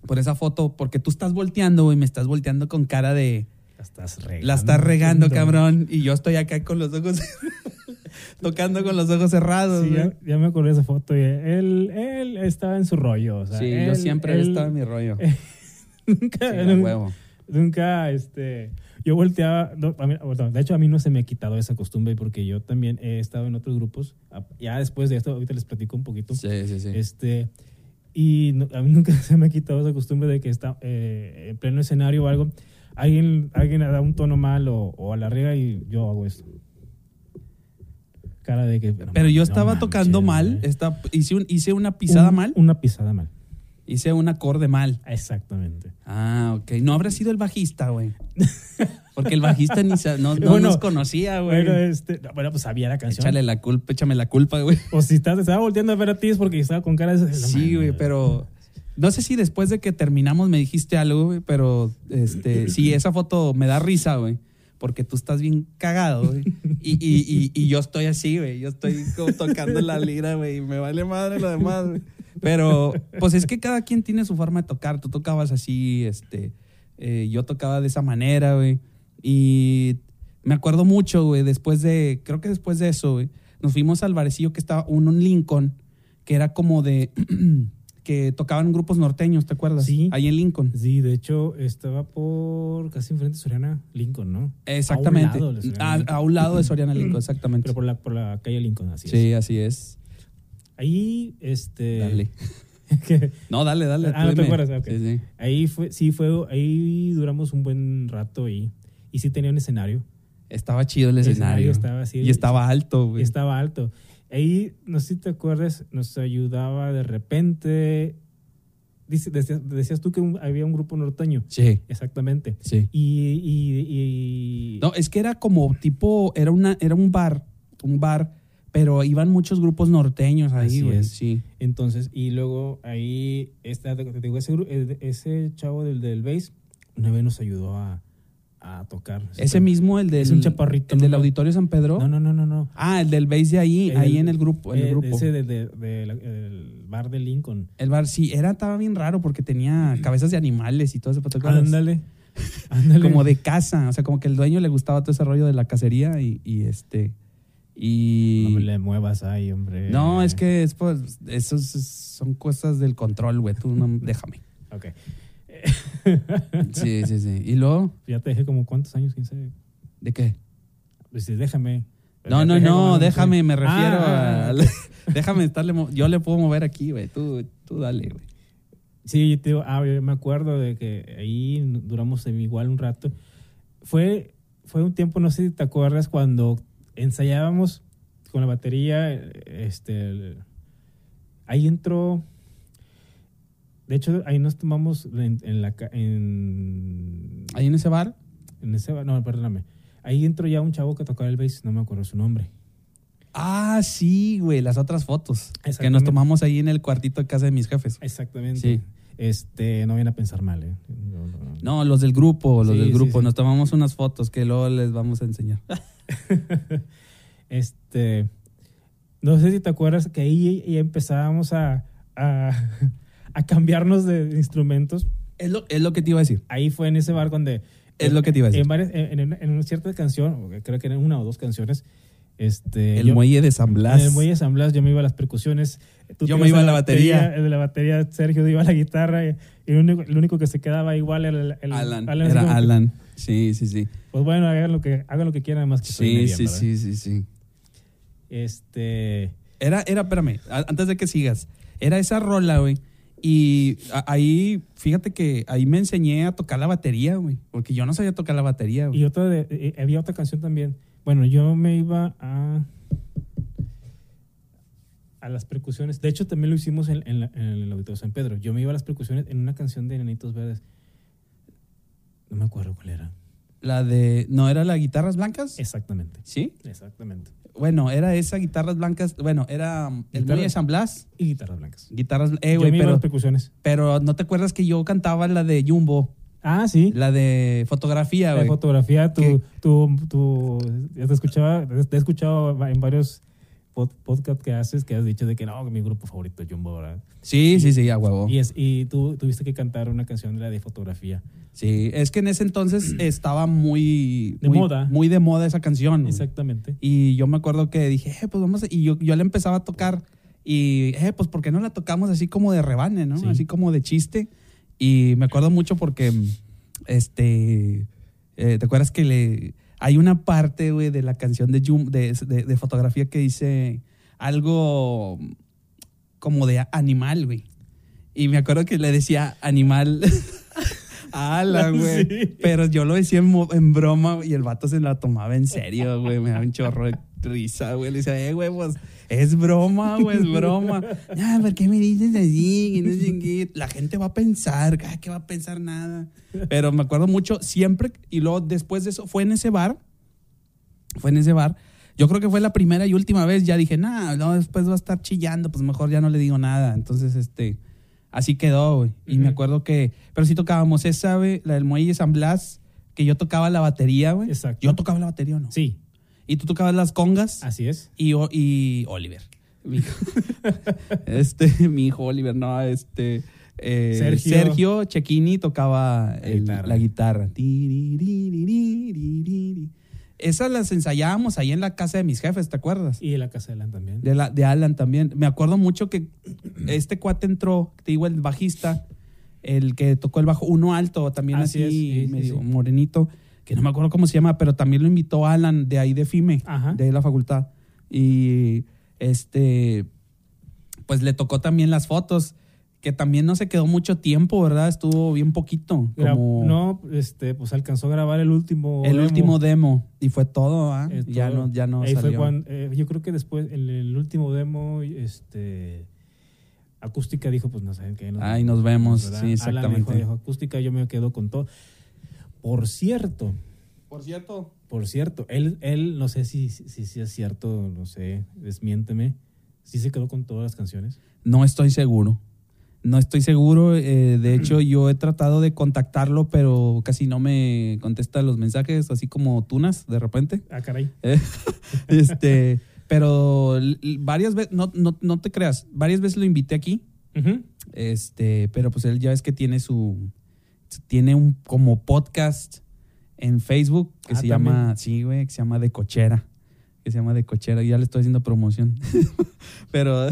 Speaker 3: por esa foto, porque tú estás volteando, güey, me estás volteando con cara de,
Speaker 2: La estás regando.
Speaker 3: la estás regando, cabrón, y yo estoy acá con los ojos, tocando con los ojos cerrados,
Speaker 2: Sí,
Speaker 3: güey.
Speaker 2: ya, ya me acordé de esa foto. y él, él estaba en su rollo. o sea,
Speaker 3: sí, yo
Speaker 2: él-
Speaker 3: siempre he
Speaker 2: él-
Speaker 3: estado en mi rollo.
Speaker 2: Nunca,
Speaker 3: Sí, a
Speaker 2: nunca-
Speaker 3: huevo.
Speaker 2: Nunca, este, yo volteaba, no, a mí- bueno, de hecho a mí no se me ha quitado esa costumbre porque yo también he estado en otros grupos, a- ya después de esto, ahorita les platico un poquito,
Speaker 3: Sí, sí, sí.
Speaker 2: este, y no- a mí nunca se me ha quitado esa costumbre de que está eh, en pleno escenario o algo, alguien, alguien da un tono mal o, o a la rega y yo hago esto. Cara de que...
Speaker 3: Pero yo
Speaker 2: no
Speaker 3: estaba
Speaker 2: manches,
Speaker 3: tocando mal,
Speaker 2: güey.
Speaker 3: esta, hice, un- hice una pisada
Speaker 2: Un-
Speaker 3: mal.
Speaker 2: Una pisada mal.
Speaker 3: hice un acorde mal.
Speaker 2: Exactamente.
Speaker 3: Ah, ok. No habrá sido el bajista, güey. Porque el bajista ni sa- no, no
Speaker 2: Bueno,
Speaker 3: nos conocía, Ah, güey.
Speaker 2: Bueno, este, no, bueno, pues sabía la canción.
Speaker 3: Échale la culpa, échame la culpa, güey.
Speaker 2: O si estás, estaba volteando a ver a ti es porque estaba con cara de... "No
Speaker 3: Sí,
Speaker 2: mames".
Speaker 3: güey, pero no sé si después de que terminamos me dijiste algo, güey, pero este, sí, esa foto me da risa, güey. Porque tú estás bien cagado, güey. Y, y- y- y yo estoy así, güey. Yo estoy como tocando la lira, güey. Y me vale madre lo demás, güey. Pero, pues es que cada quien tiene su forma de tocar. Tú tocabas así, este. eh, yo tocaba de esa manera, güey. Y me acuerdo mucho, güey, después de. Creo que después de eso, güey. Nos fuimos al barecillo que estaba un, un Lincoln, que era como de. que tocaban grupos norteños, ¿te acuerdas?
Speaker 2: Sí.
Speaker 3: Ahí en Lincoln.
Speaker 2: Sí, de hecho, estaba por casi enfrente de Soriana Lincoln, ¿no?
Speaker 3: Exactamente. Ah,
Speaker 2: A un lado de Soriana
Speaker 3: A,
Speaker 2: Lincoln.
Speaker 3: a un lado de Soriana Lincoln, exactamente.
Speaker 2: Pero por la, por la calle Lincoln, así
Speaker 3: sí,
Speaker 2: es.
Speaker 3: así es.
Speaker 2: Ahí, este...
Speaker 3: Dale.
Speaker 2: que-
Speaker 3: No, dale, dale.
Speaker 2: Ah, no
Speaker 3: tú
Speaker 2: te
Speaker 3: dime.
Speaker 2: acuerdas, ok.
Speaker 3: Sí, sí.
Speaker 2: ahí fue, sí fue, ahí duramos un buen rato ahí. Y sí tenía un escenario.
Speaker 3: Estaba chido el
Speaker 2: El escenario
Speaker 3: escenario.
Speaker 2: estaba así.
Speaker 3: y estaba alto, güey.
Speaker 2: Estaba alto. Ahí, no sé si te acuerdas, nos ayudaba de repente... Dice, decías, decías tú que un- había un grupo norteño.
Speaker 3: Sí,
Speaker 2: Exactamente.
Speaker 3: sí.
Speaker 2: Y... y, y-
Speaker 3: No, es que era como tipo, era una, era un bar, un bar, pero iban muchos grupos norteños ahí,
Speaker 2: Así
Speaker 3: güey.
Speaker 2: es.
Speaker 3: Sí.
Speaker 2: Entonces, y luego ahí, esta, te digo, ese, gru- eh, ese chavo del, del bass, una vez nos ayudó a, a tocar.
Speaker 3: Ese mismo, el del,
Speaker 2: Es un chaparrito,
Speaker 3: el
Speaker 2: ¿no?
Speaker 3: del Auditorio San Pedro.
Speaker 2: No, no, no, no, no.
Speaker 3: Ah, el del base de ahí,
Speaker 2: El-
Speaker 3: ahí en el grupo, en el
Speaker 2: Eh,
Speaker 3: grupo.
Speaker 2: Ese de- de- de la- el bar de Lincoln.
Speaker 3: El bar, sí, era, estaba bien raro porque tenía cabezas de animales y todo ese ¿te acuerdas?
Speaker 2: Ándale. Ándale.
Speaker 3: Como de casa, o sea, como que el dueño le gustaba todo ese rollo de la cacería y, y este. Y.
Speaker 2: No me le muevas ahí, hombre.
Speaker 3: No, es que es, pues, eso es- son cosas del control, güey. Tú no, déjame.
Speaker 2: Ok.
Speaker 3: Sí, sí, sí. ¿Y luego?
Speaker 2: Ya te dejé como cuántos años, 15.
Speaker 3: ¿De qué?
Speaker 2: Pues sí, déjame. Ya
Speaker 3: No,
Speaker 2: te
Speaker 3: no,
Speaker 2: dejé como
Speaker 3: no,
Speaker 2: en-
Speaker 3: déjame, me refiero
Speaker 2: Ah, ah,
Speaker 3: a. déjame estarle. mo- Yo le puedo mover aquí, güey. Tú, tú dale, güey.
Speaker 2: Sí, te digo, ah, yo me acuerdo de que ahí duramos igual un rato. Fue, fue un tiempo, no sé si te acuerdas, cuando ensayábamos con la batería, este, el- ahí entró, de hecho, ahí nos tomamos en, en la, ca- en,
Speaker 3: Ahí en ese bar.
Speaker 2: en ese, no, perdóname, ahí entró ya un chavo que tocaba el bass, no me acuerdo su nombre.
Speaker 3: Ah, sí, güey, las otras fotos que nos
Speaker 2: Exactamente.
Speaker 3: tomamos ahí en el cuartito de casa de mis jefes.
Speaker 2: Exactamente.
Speaker 3: Sí.
Speaker 2: Este, no viene a pensar mal, ¿eh? No, no, no.
Speaker 3: No, los del grupo, los
Speaker 2: Sí,
Speaker 3: del
Speaker 2: sí,
Speaker 3: grupo.
Speaker 2: sí.
Speaker 3: Nos tomamos unas fotos que luego les vamos a enseñar.
Speaker 2: Este, no sé si te acuerdas que ahí ya empezábamos a, a, a cambiarnos de instrumentos.
Speaker 3: Es lo, es lo que te iba a decir.
Speaker 2: Ahí fue en ese bar donde...
Speaker 3: Es lo que te iba a decir.
Speaker 2: En, varias- en- en- en una cierta canción, o creo que eran una o dos canciones, este...
Speaker 3: El
Speaker 2: yo-
Speaker 3: muelle de San Blas.
Speaker 2: en el Muelle San Blas yo me iba a las percusiones. tú
Speaker 3: Yo
Speaker 2: te ibas
Speaker 3: me iba a la batería.
Speaker 2: El de la batería, Sergio iba a la guitarra y, y el, único, el único que se quedaba igual era el, el-
Speaker 3: Alan.
Speaker 2: así como
Speaker 3: Era
Speaker 2: que,
Speaker 3: Alan. Sí, sí, sí.
Speaker 2: Pues bueno, hagan lo que, hagan lo que quieran, más que suene
Speaker 3: Sí,
Speaker 2: bien,
Speaker 3: sí,
Speaker 2: ¿verdad?
Speaker 3: sí, sí, sí.
Speaker 2: Este...
Speaker 3: Era, era, espérame, a- antes de que sigas. Era esa rola, güey. Y a- ahí, fíjate que ahí me enseñé a tocar la batería, güey. Porque yo no sabía tocar la batería, güey.
Speaker 2: Y otra de, eh, había otra canción también. Bueno, yo me iba a a las percusiones. De hecho, también lo hicimos en, en la- en el Auditorio San Pedro. Yo me iba a las percusiones en una canción de Enanitos Verdes. No me acuerdo cuál era.
Speaker 3: La de. ¿No era la guitarras blancas?
Speaker 2: Exactamente.
Speaker 3: Sí.
Speaker 2: Exactamente.
Speaker 3: Bueno, era esa guitarras blancas. Bueno, era um, el
Speaker 2: Guitarra-
Speaker 3: muelle de San Blas.
Speaker 2: Y guitarras blancas.
Speaker 3: Guitarras. Eh,
Speaker 2: yo
Speaker 3: güey,
Speaker 2: me iba a
Speaker 3: pero,
Speaker 2: las percusiones.
Speaker 3: pero no te acuerdas que yo cantaba la de Jumbo,
Speaker 2: Ah, sí.
Speaker 3: la de fotografía,
Speaker 2: La
Speaker 3: güey.
Speaker 2: fotografía,
Speaker 3: ¿Qué?
Speaker 2: tu, tu, tu, ya te escuchaba, te he escuchado en varios pod- podcast que haces que has dicho de que no, mi grupo favorito es Jumbo, ¿verdad?
Speaker 3: sí, sí, sí, a huevo.
Speaker 2: Y, es, y tú tuviste que cantar una canción de la de fotografía.
Speaker 3: Sí, es que en ese entonces estaba muy.
Speaker 2: De
Speaker 3: muy-
Speaker 2: moda.
Speaker 3: Muy de moda esa canción. güey.
Speaker 2: Exactamente.
Speaker 3: Y yo me acuerdo que dije, eh, pues vamos. a-". Y yo, yo le empezaba a tocar. Y, eh, pues, ¿por qué no la tocamos así como de rebane, no?
Speaker 2: Sí.
Speaker 3: Así como de chiste. Y me acuerdo mucho porque, mm, este. eh, ¿Te acuerdas que le. Hay una parte, güey, de la canción de, Jum- de, de- de fotografía que dice algo como de animal, güey. Y me acuerdo que le decía animal a Alan, güey.
Speaker 2: Sí.
Speaker 3: Pero yo lo decía en, mo- en broma güey, y el vato se la tomaba en serio, güey. Me da un chorro de risa, güey. Le decía, eh, güey, pues Es broma, güey, es broma. Ah, ¿por qué me dices así? Que no sé qué? La gente va a pensar, ah, que va a pensar nada. Pero me acuerdo mucho, siempre, y luego después de eso, fue en ese bar, fue en ese bar. Yo creo que fue la primera y última vez. Ya dije, nah, no, después va a estar chillando, pues mejor ya no le digo nada. Entonces, este, así quedó, güey. Y me
Speaker 2: Ujú.
Speaker 3: acuerdo que, pero sí tocábamos esa, güey, la del Muelle San Blas, que yo tocaba la batería, güey.
Speaker 2: Exacto.
Speaker 3: Yo tocaba la batería, ¿o ¿no?
Speaker 2: Sí, Ah.
Speaker 3: Y tú tocabas las congas
Speaker 2: así es.
Speaker 3: y, o- y Oliver. Mi hijo. este, mi hijo Oliver, no, este. eh,
Speaker 2: Sergio.
Speaker 3: Sergio. Cecchini tocaba el-
Speaker 2: guitarra.
Speaker 3: la guitarra. Tiriririririririri. Esas las ensayábamos ahí en la casa de mis jefes, ¿te acuerdas?
Speaker 2: Y la casa de Lan también.
Speaker 3: De, la- de Alan también. Me acuerdo mucho que este cuate entró, te digo, el bajista, el que tocó el bajo, uno alto, también
Speaker 2: Así
Speaker 3: así,
Speaker 2: es, sí, sí,
Speaker 3: medio
Speaker 2: sí.
Speaker 3: morenito, que no me acuerdo cómo se llama, pero también lo invitó Alan de ahí de FIME,
Speaker 2: Ajá.
Speaker 3: de ahí de la facultad. Y este, pues le tocó también las fotos, que también no se quedó mucho tiempo, ¿verdad? Estuvo bien poquito.
Speaker 2: Gra-
Speaker 3: Como
Speaker 2: No, este, pues alcanzó a grabar el último.
Speaker 3: el
Speaker 2: demo.
Speaker 3: último demo. Y fue todo, ¿ah?
Speaker 2: Eh,
Speaker 3: Ya
Speaker 2: todo.
Speaker 3: no, ya no
Speaker 2: Ahí fue
Speaker 3: salió.
Speaker 2: cuando, eh, yo creo que después, en el último demo, este, Acústica dijo, pues no saben qué.
Speaker 3: Ahí nos vemos,
Speaker 2: ¿verdad?
Speaker 3: sí,
Speaker 2: Alan dijo,
Speaker 3: exactamente.
Speaker 2: dijo, Acústica, yo me quedo con todo. Por cierto,
Speaker 3: Por cierto,
Speaker 2: por cierto, él, él no sé si, si, si es cierto, no sé, desmiénteme. Sí se quedó con todas las canciones.
Speaker 3: No estoy seguro. No estoy seguro. eh, de hecho, yo he tratado de contactarlo, pero casi no me contesta los mensajes, así como tunas de repente.
Speaker 2: Ah, caray.
Speaker 3: Eh, este, pero l- l- varias veces, no, no, no te creas, varias veces lo invité aquí,
Speaker 2: Ujú.
Speaker 3: este, pero pues él ya ves que tiene su, tiene un como podcast en Facebook que
Speaker 2: Ah,
Speaker 3: se llama, sí, güey, que se llama De Cochera, que se llama De Cochera, ya le estoy haciendo promoción, pero,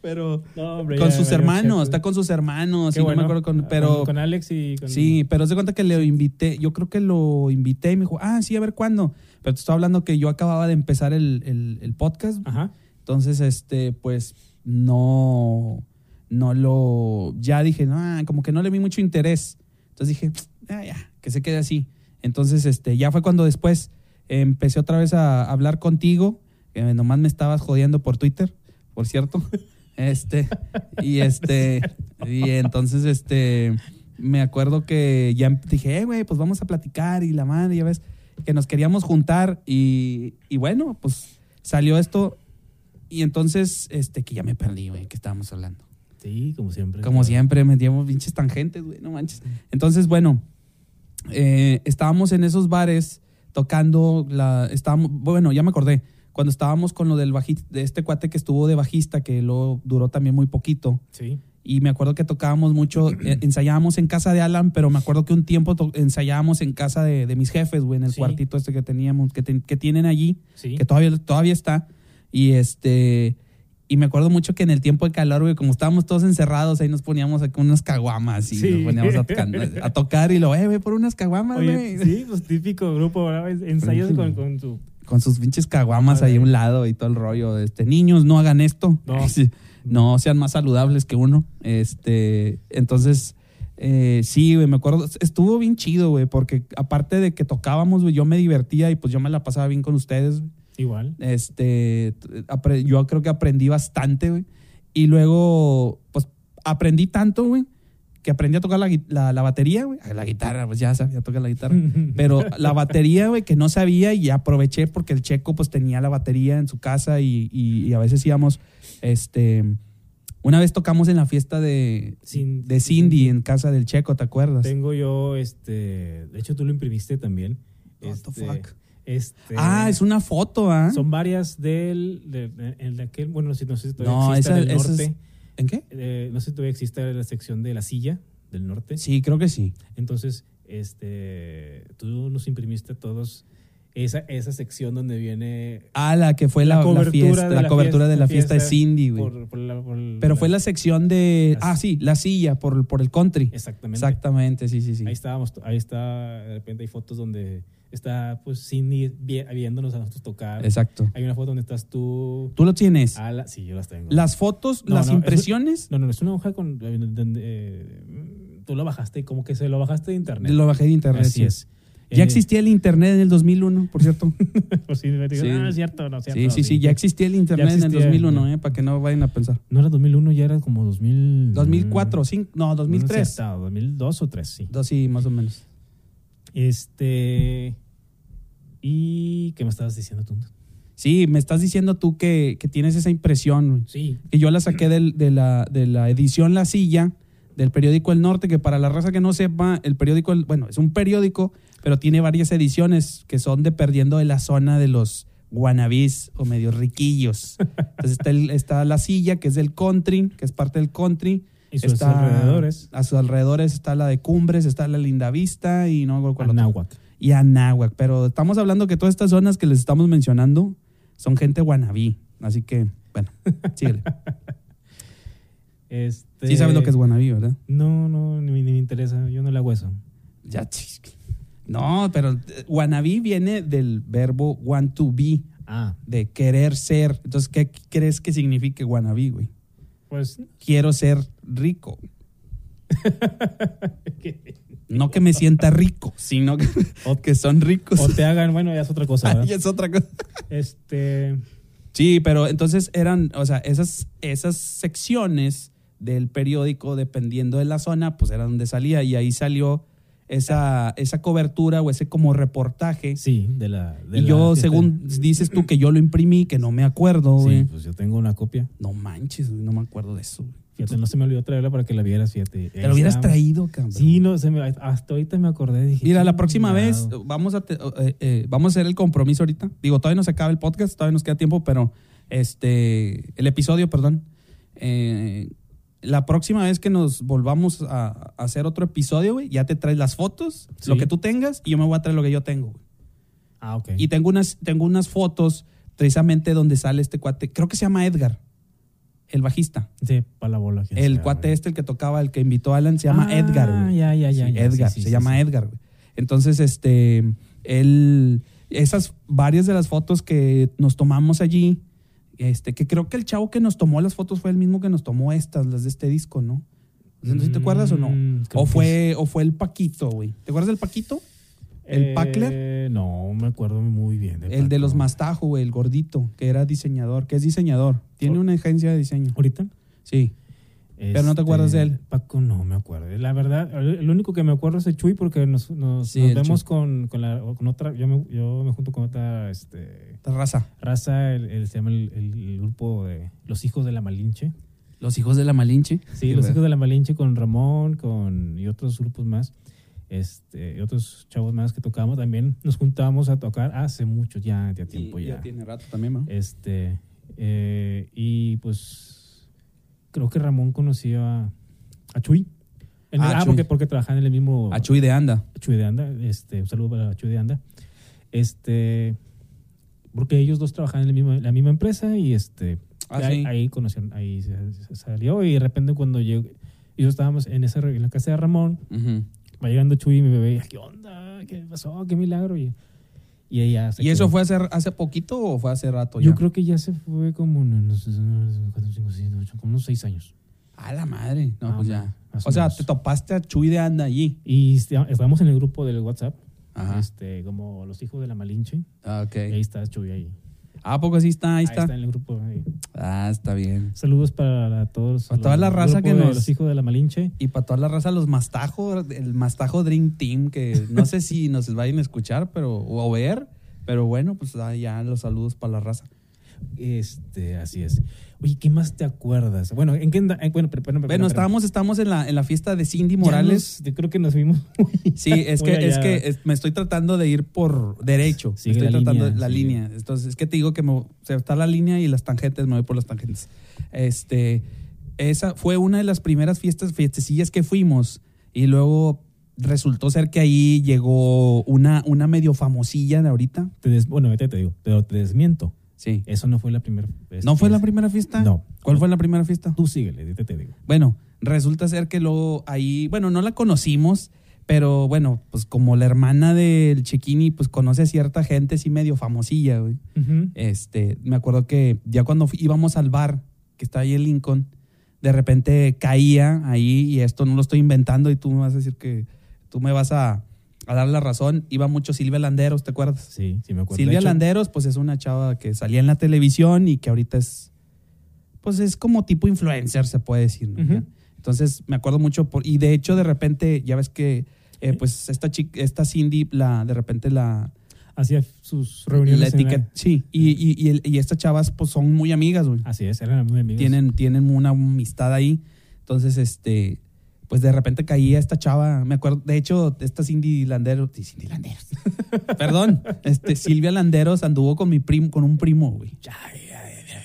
Speaker 3: pero
Speaker 2: No, hombre,
Speaker 3: con
Speaker 2: ya,
Speaker 3: sus
Speaker 2: ya, ya,
Speaker 3: hermanos,
Speaker 2: ya.
Speaker 3: está con sus hermanos,
Speaker 2: Qué
Speaker 3: y no
Speaker 2: bueno.
Speaker 3: me acuerdo con,
Speaker 2: Ah,
Speaker 3: pero
Speaker 2: Con Alex y con.
Speaker 3: Sí, pero se cuenta que le invité, yo creo que lo invité y me dijo, ah, sí, a ver cuándo. Pero te estoy hablando que yo acababa de empezar el, el- el podcast,
Speaker 2: Ajá.
Speaker 3: entonces, este, pues, no, no lo, ya dije, no, ah, como que no le vi mucho interés. Entonces dije, ah, ya, que se quede así. Entonces, este, ya fue cuando después empecé otra vez a hablar contigo, que nomás me estabas jodiendo por Twitter, por cierto. Este, y este, y entonces, este, me acuerdo que ya dije, eh, güey, pues vamos a platicar y la madre, ya ves, que nos queríamos juntar y, y bueno, pues salió esto y entonces, este, que ya me perdí, güey, que estábamos hablando.
Speaker 2: Sí, como siempre.
Speaker 3: Como siempre, me llevo pinches tangentes, güey, no manches. Entonces, bueno, eh, estábamos en esos bares tocando la. Estábamos, bueno, ya me acordé. Cuando estábamos con lo del bajista, de este cuate que estuvo de bajista, que lo duró también muy poquito.
Speaker 2: Sí.
Speaker 3: Y me acuerdo que tocábamos mucho, eh, ensayábamos en casa de Alan, pero me acuerdo que un tiempo to- ensayábamos en casa de, de mis jefes, güey, en el
Speaker 2: Sí.
Speaker 3: cuartito este que teníamos, que, ten- que tienen allí
Speaker 2: Sí.
Speaker 3: que todavía, todavía está. Y este. Y me acuerdo mucho que en el tiempo de calor, güey, como estábamos todos encerrados, ahí nos poníamos aquí unas caguamas y
Speaker 2: Sí.
Speaker 3: nos poníamos a, tocar- a tocar y lo, eh, ve por unas caguamas,
Speaker 2: Oye,
Speaker 3: güey.
Speaker 2: sí, pues típico grupo, ¿verdad? Ensayos con, con su...
Speaker 3: Con sus pinches caguamas ahí a un lado y todo el rollo. Este, niños, no hagan esto.
Speaker 2: No.
Speaker 3: Sí. No sean más saludables que uno. Este, entonces, eh, sí, güey, me acuerdo. Estuvo bien chido, güey, porque aparte de que tocábamos, güey, yo me divertía y pues yo me la pasaba bien con ustedes. güey.
Speaker 2: Igual.
Speaker 3: Este, apre- yo creo que aprendí bastante, güey. Y luego, pues, aprendí tanto, güey, que aprendí a tocar la, gui- la- la batería, güey. La guitarra, pues ya sabía tocar la guitarra. Pero la batería, güey, que no sabía y aproveché porque el checo, pues, tenía la batería en su casa y, y- y a veces íbamos, este... Una vez tocamos en la fiesta de,
Speaker 2: Cin-
Speaker 3: de Cindy en casa del checo, ¿te acuerdas?
Speaker 2: Tengo yo, este... De hecho, tú lo imprimiste también.
Speaker 3: What the fuck?
Speaker 2: Este,
Speaker 3: Ah, es una foto, ¿ah?
Speaker 2: Son varias del... De, de- el de aquel... Bueno, no sé, no sé si todavía
Speaker 3: No,
Speaker 2: existe
Speaker 3: esa-
Speaker 2: del
Speaker 3: esa
Speaker 2: norte.
Speaker 3: es- ¿En qué?
Speaker 2: Eh, no sé si todavía existe la sección de la silla del norte.
Speaker 3: Sí, creo que sí.
Speaker 2: Entonces, este... Tú nos imprimiste todos esa, esa sección donde viene...
Speaker 3: Ah, la que fue la, la fiesta,
Speaker 2: de
Speaker 3: la, cobertura de la fiesta, de Cindy, güey.
Speaker 2: por- por la- por
Speaker 3: Pero fue la sección de.
Speaker 2: Las-
Speaker 3: Ah, sí, la silla por, por el country.
Speaker 2: Exactamente.
Speaker 3: Exactamente, sí, sí, sí.
Speaker 2: Ahí estábamos, to- ahí está, de repente hay fotos donde está pues Cindy vi- viéndonos a nosotros tocar.
Speaker 3: Exacto.
Speaker 2: Hay una foto donde estás tú.
Speaker 3: Tú lo tienes.
Speaker 2: Ala- sí, yo las tengo.
Speaker 3: Las fotos,
Speaker 2: Ah, No,
Speaker 3: las
Speaker 2: no, eso-
Speaker 3: impresiones,
Speaker 2: No, no, no, es una hoja con eh, mm, donde, eh, tú lo bajaste y como que se lo bajaste de internet.
Speaker 3: lo bajé de internet.
Speaker 2: Así
Speaker 3: sí.
Speaker 2: es. Eh,
Speaker 3: Ya existía el internet en el 2001, por cierto.
Speaker 2: Pues sí, me digo,
Speaker 3: Sí.
Speaker 2: "Ah, no es cierto, no es cierto.
Speaker 3: Sí, sí, sí, ya existía el internet
Speaker 2: Ya existía,
Speaker 3: en el 2001,
Speaker 2: ya.
Speaker 3: eh, para que no vayan a pensar.
Speaker 2: No era 2001, ya era como 2000...
Speaker 3: 2004, cinco- no, 2003.
Speaker 2: Mm. No, 2002 o 3, sí.
Speaker 3: Dos, sí, más o menos.
Speaker 2: Este... ¿Y qué me estabas diciendo tú?
Speaker 3: Sí, me estás diciendo tú que, que tienes esa impresión, güey.
Speaker 2: Sí.
Speaker 3: que yo la saqué del- de, la, de la edición La Silla del periódico El Norte, que para la raza que no sepa, el periódico, El- bueno, es un periódico, pero tiene varias ediciones que son de perdiendo de la zona de los guanabís o medio riquillos. Entonces está, el- está La Silla, que es del country, que es parte del country.
Speaker 2: Y sus
Speaker 3: Está-
Speaker 2: alrededores.
Speaker 3: A sus alrededores está la de Cumbres, está la Lindavista y no me acuerdo cuál otra
Speaker 2: Anáhuac.
Speaker 3: y Anáhuac. Pero estamos hablando que todas estas zonas que les estamos mencionando son gente guanabí. Así que, bueno, síguele.
Speaker 2: Este...
Speaker 3: Sí sabes lo que es guanabí, ¿verdad?
Speaker 2: No, no, ni, ni me interesa. Yo no le hago eso.
Speaker 3: Ya, chis. No, pero eh, guanabí viene del verbo want to be,
Speaker 2: Ah,
Speaker 3: de querer ser. Entonces, ¿qué crees que signifique guanabí, güey?
Speaker 2: pues...
Speaker 3: Quiero ser rico. No que me sienta rico, sino que,
Speaker 2: O-
Speaker 3: que son ricos.
Speaker 2: O te hagan... Bueno, ya es otra cosa,
Speaker 3: Ahí
Speaker 2: ¿verdad?
Speaker 3: es otra cosa.
Speaker 2: Este...
Speaker 3: Sí, pero entonces eran, o sea, esas, esas secciones del periódico, dependiendo de la zona, pues era donde salía y ahí salió esa, esa cobertura o ese como reportaje.
Speaker 2: Sí, de la... de
Speaker 3: y
Speaker 2: la
Speaker 3: yo,
Speaker 2: fiesta.
Speaker 3: según dices tú, que yo lo imprimí, que no me acuerdo,
Speaker 2: Sí,
Speaker 3: güey.
Speaker 2: pues yo tengo una copia.
Speaker 3: No manches, güey, no me acuerdo de eso. güey.
Speaker 2: Fíjate, no se me olvidó traerla para que la vieras, fíjate.
Speaker 3: Te lo hubieras traído, cabrón.
Speaker 2: Sí, no, se me, hasta ahorita me acordé. Dije,
Speaker 3: Mira, la próxima
Speaker 2: "Chingado".
Speaker 3: vez vamos a, te- eh, eh, vamos a hacer el compromiso ahorita. Digo, todavía no se acaba el podcast, todavía nos queda tiempo, pero este, el episodio, perdón. Eh, la próxima vez que nos volvamos a, a hacer otro episodio, güey, ya te traes las fotos,
Speaker 2: Sí.
Speaker 3: lo que tú tengas, y yo me voy a traer lo que yo tengo. güey.
Speaker 2: Ah, ok.
Speaker 3: Y tengo unas, tengo unas fotos precisamente donde sale este cuate, creo que se llama Edgar, el bajista.
Speaker 2: Sí, pa' la bola. quién
Speaker 3: El
Speaker 2: sabe.
Speaker 3: cuate este, el que tocaba, el que invitó a Alan, se llama
Speaker 2: Ah,
Speaker 3: Edgar, güey.
Speaker 2: ya, ya, ya,
Speaker 3: Sí,
Speaker 2: ya,
Speaker 3: Edgar,
Speaker 2: sí, sí,
Speaker 3: se
Speaker 2: sí,
Speaker 3: llama
Speaker 2: sí.
Speaker 3: Edgar, güey. Entonces, este, él, esas varias de las fotos que nos tomamos allí, este, que creo que el chavo que nos tomó las fotos fue el mismo que nos tomó estas, las de este disco, ¿no? No sé si te
Speaker 2: Mm,
Speaker 3: acuerdas o no.
Speaker 2: creo
Speaker 3: O
Speaker 2: que
Speaker 3: fue, o fue el Paquito, güey. ¿Te acuerdas del Paquito? el Packler.
Speaker 2: Eh, No, me acuerdo muy bien.
Speaker 3: el de los
Speaker 2: Paco.
Speaker 3: Mastajo, güey, el gordito, que era diseñador, que es diseñador. Tiene
Speaker 2: Oh.
Speaker 3: una agencia de diseño.
Speaker 2: ¿Ahorita?
Speaker 3: Sí. Pero no te acuerdas de él.
Speaker 2: Este, Paco, no me acuerdo. La verdad, el el único que me acuerdo es el Chuy porque nos, nos,
Speaker 3: Sí,
Speaker 2: nos
Speaker 3: el
Speaker 2: vemos
Speaker 3: Chuy.
Speaker 2: con, con, la, con otra. Yo me, yo me junto con otra este,
Speaker 3: Terraza.
Speaker 2: raza, el, el- se llama el, el- el grupo de Los Hijos de la Malinche.
Speaker 3: Los hijos de la Malinche.
Speaker 2: Sí,
Speaker 3: Qué
Speaker 2: Los
Speaker 3: raro.
Speaker 2: Hijos de la Malinche con Ramón con, y otros grupos más. Este, y otros chavos más que tocamos también nos juntábamos a tocar hace mucho ya, ya tiempo
Speaker 3: Y
Speaker 2: ya.
Speaker 3: tiene rato también, ¿no?
Speaker 2: Este, eh, y pues creo que Ramón conoció a, a Chuy. En el-
Speaker 3: Ah,
Speaker 2: ah,
Speaker 3: Chuy.
Speaker 2: porque, porque trabajaban en el mismo
Speaker 3: A Chuy de Anda.
Speaker 2: Chuy de Anda. Este, un saludo para Chuy de Anda. Este, porque ellos dos trabajaban en la misma, la misma empresa y este,
Speaker 3: Ah,
Speaker 2: ahí,
Speaker 3: sí.
Speaker 2: ahí conocieron, ahí se, se salió y de repente cuando llegó, yo estábamos en, esa, re- en la casa de Ramón,
Speaker 3: Ujú.
Speaker 2: va llegando Chuy y mi bebé, ¿qué onda? ¿Qué pasó? ¿Qué milagro? Y, y ella se
Speaker 3: ¿Y eso
Speaker 2: quedó.
Speaker 3: fue hace, hace poquito o fue hace rato ya?
Speaker 2: Yo creo que ya se fue como en- en los- en los cuatro, cinco, seis, ocho, como unos seis años.
Speaker 3: A la madre. No,
Speaker 2: Ah,
Speaker 3: pues ya.
Speaker 2: más
Speaker 3: O sea,
Speaker 2: menos.
Speaker 3: te topaste a Chuy de Anda allí.
Speaker 2: Y esta- estábamos en el grupo del WhatsApp,
Speaker 3: Ajá.
Speaker 2: este, como los hijos de la Malinche.
Speaker 3: Ah,
Speaker 2: Y ahí
Speaker 3: ok.
Speaker 2: está Chuy ahí.
Speaker 3: ¿A poco sí está? Ahí
Speaker 2: Ahí
Speaker 3: está.
Speaker 2: en el grupo. ahí.
Speaker 3: Ah, está bien.
Speaker 2: Saludos para la- todos.
Speaker 3: Para toda
Speaker 2: los-
Speaker 3: la
Speaker 2: el
Speaker 3: raza
Speaker 2: grupo
Speaker 3: que
Speaker 2: de
Speaker 3: nos-
Speaker 2: Los hijos de la Malinche.
Speaker 3: Y para toda la raza, los Mastajo, el Mastajo Dream Team, que no sé si nos vayan a escuchar pero, o ver, pero bueno, pues ah, ya los saludos para la raza.
Speaker 2: Este, así es. Oye, ¿qué más te acuerdas? Bueno, ¿en qué anda- eh, Bueno, pero, pero- pero-
Speaker 3: Bueno,
Speaker 2: pero-
Speaker 3: estábamos, estamos en la, en la fiesta de Cindy
Speaker 2: ya
Speaker 3: Morales.
Speaker 2: nos- yo creo que nos vimos. muy-
Speaker 3: Sí, es
Speaker 2: muy
Speaker 3: que, es
Speaker 2: allá.
Speaker 3: que es- me estoy tratando de ir por derecho. Me
Speaker 2: Sigue
Speaker 3: estoy
Speaker 2: la
Speaker 3: tratando
Speaker 2: línea,
Speaker 3: la
Speaker 2: sigue.
Speaker 3: línea. Entonces, es que te digo que me, o sea, está la línea y las tangentes, me voy por las tangentes. Este, esa fue una de las primeras fiestas, fiestecillas que fuimos. Y luego resultó ser que ahí llegó una, una medio famosilla de ahorita.
Speaker 2: Te des- bueno, ahorita te digo, pero te desmiento.
Speaker 3: Sí.
Speaker 2: Eso no fue la primera vez.
Speaker 3: ¿No fue la primera fiesta?
Speaker 2: Este, No.
Speaker 3: ¿Cuál fue la primera fiesta?
Speaker 2: Tú síguele, ahorita te digo.
Speaker 3: Bueno, resulta ser que luego ahí, bueno, no la conocimos, pero bueno, pues como la hermana del Chiquini, pues conoce a cierta gente así medio famosilla, güey.
Speaker 2: Ujú.
Speaker 3: Este, me acuerdo que ya cuando fu- íbamos al bar, que está ahí en Lincoln, de repente caía ahí, y esto no lo estoy inventando, y tú me vas a decir que tú me vas a, a dar la razón, iba mucho Silvia Landeros, ¿te acuerdas?
Speaker 2: Sí, sí me acuerdo. De
Speaker 3: Silvia
Speaker 2: hecho,
Speaker 3: Landeros, pues es una chava que salía en la televisión y que ahorita es, pues es como tipo influencer, se puede decir. ¿no?
Speaker 2: Ujú.
Speaker 3: Entonces me acuerdo mucho, por, y de hecho de repente, ya ves que, eh, pues esta chica, esta Cindy, la, de repente la,
Speaker 2: Hacía sus
Speaker 3: la
Speaker 2: reuniones. en la-
Speaker 3: etiqueta, sí, y, y- y el- y estas chavas pues son muy amigas, güey.
Speaker 2: Así es, eran muy amigos.
Speaker 3: Tienen, tienen una amistad ahí. Entonces, este, pues de repente caía esta chava, me acuerdo, de hecho, esta Cindy Landeros, sí, Cindy Landeros, perdón, este, Silvia Landeros anduvo con mi primo, con un primo, güey.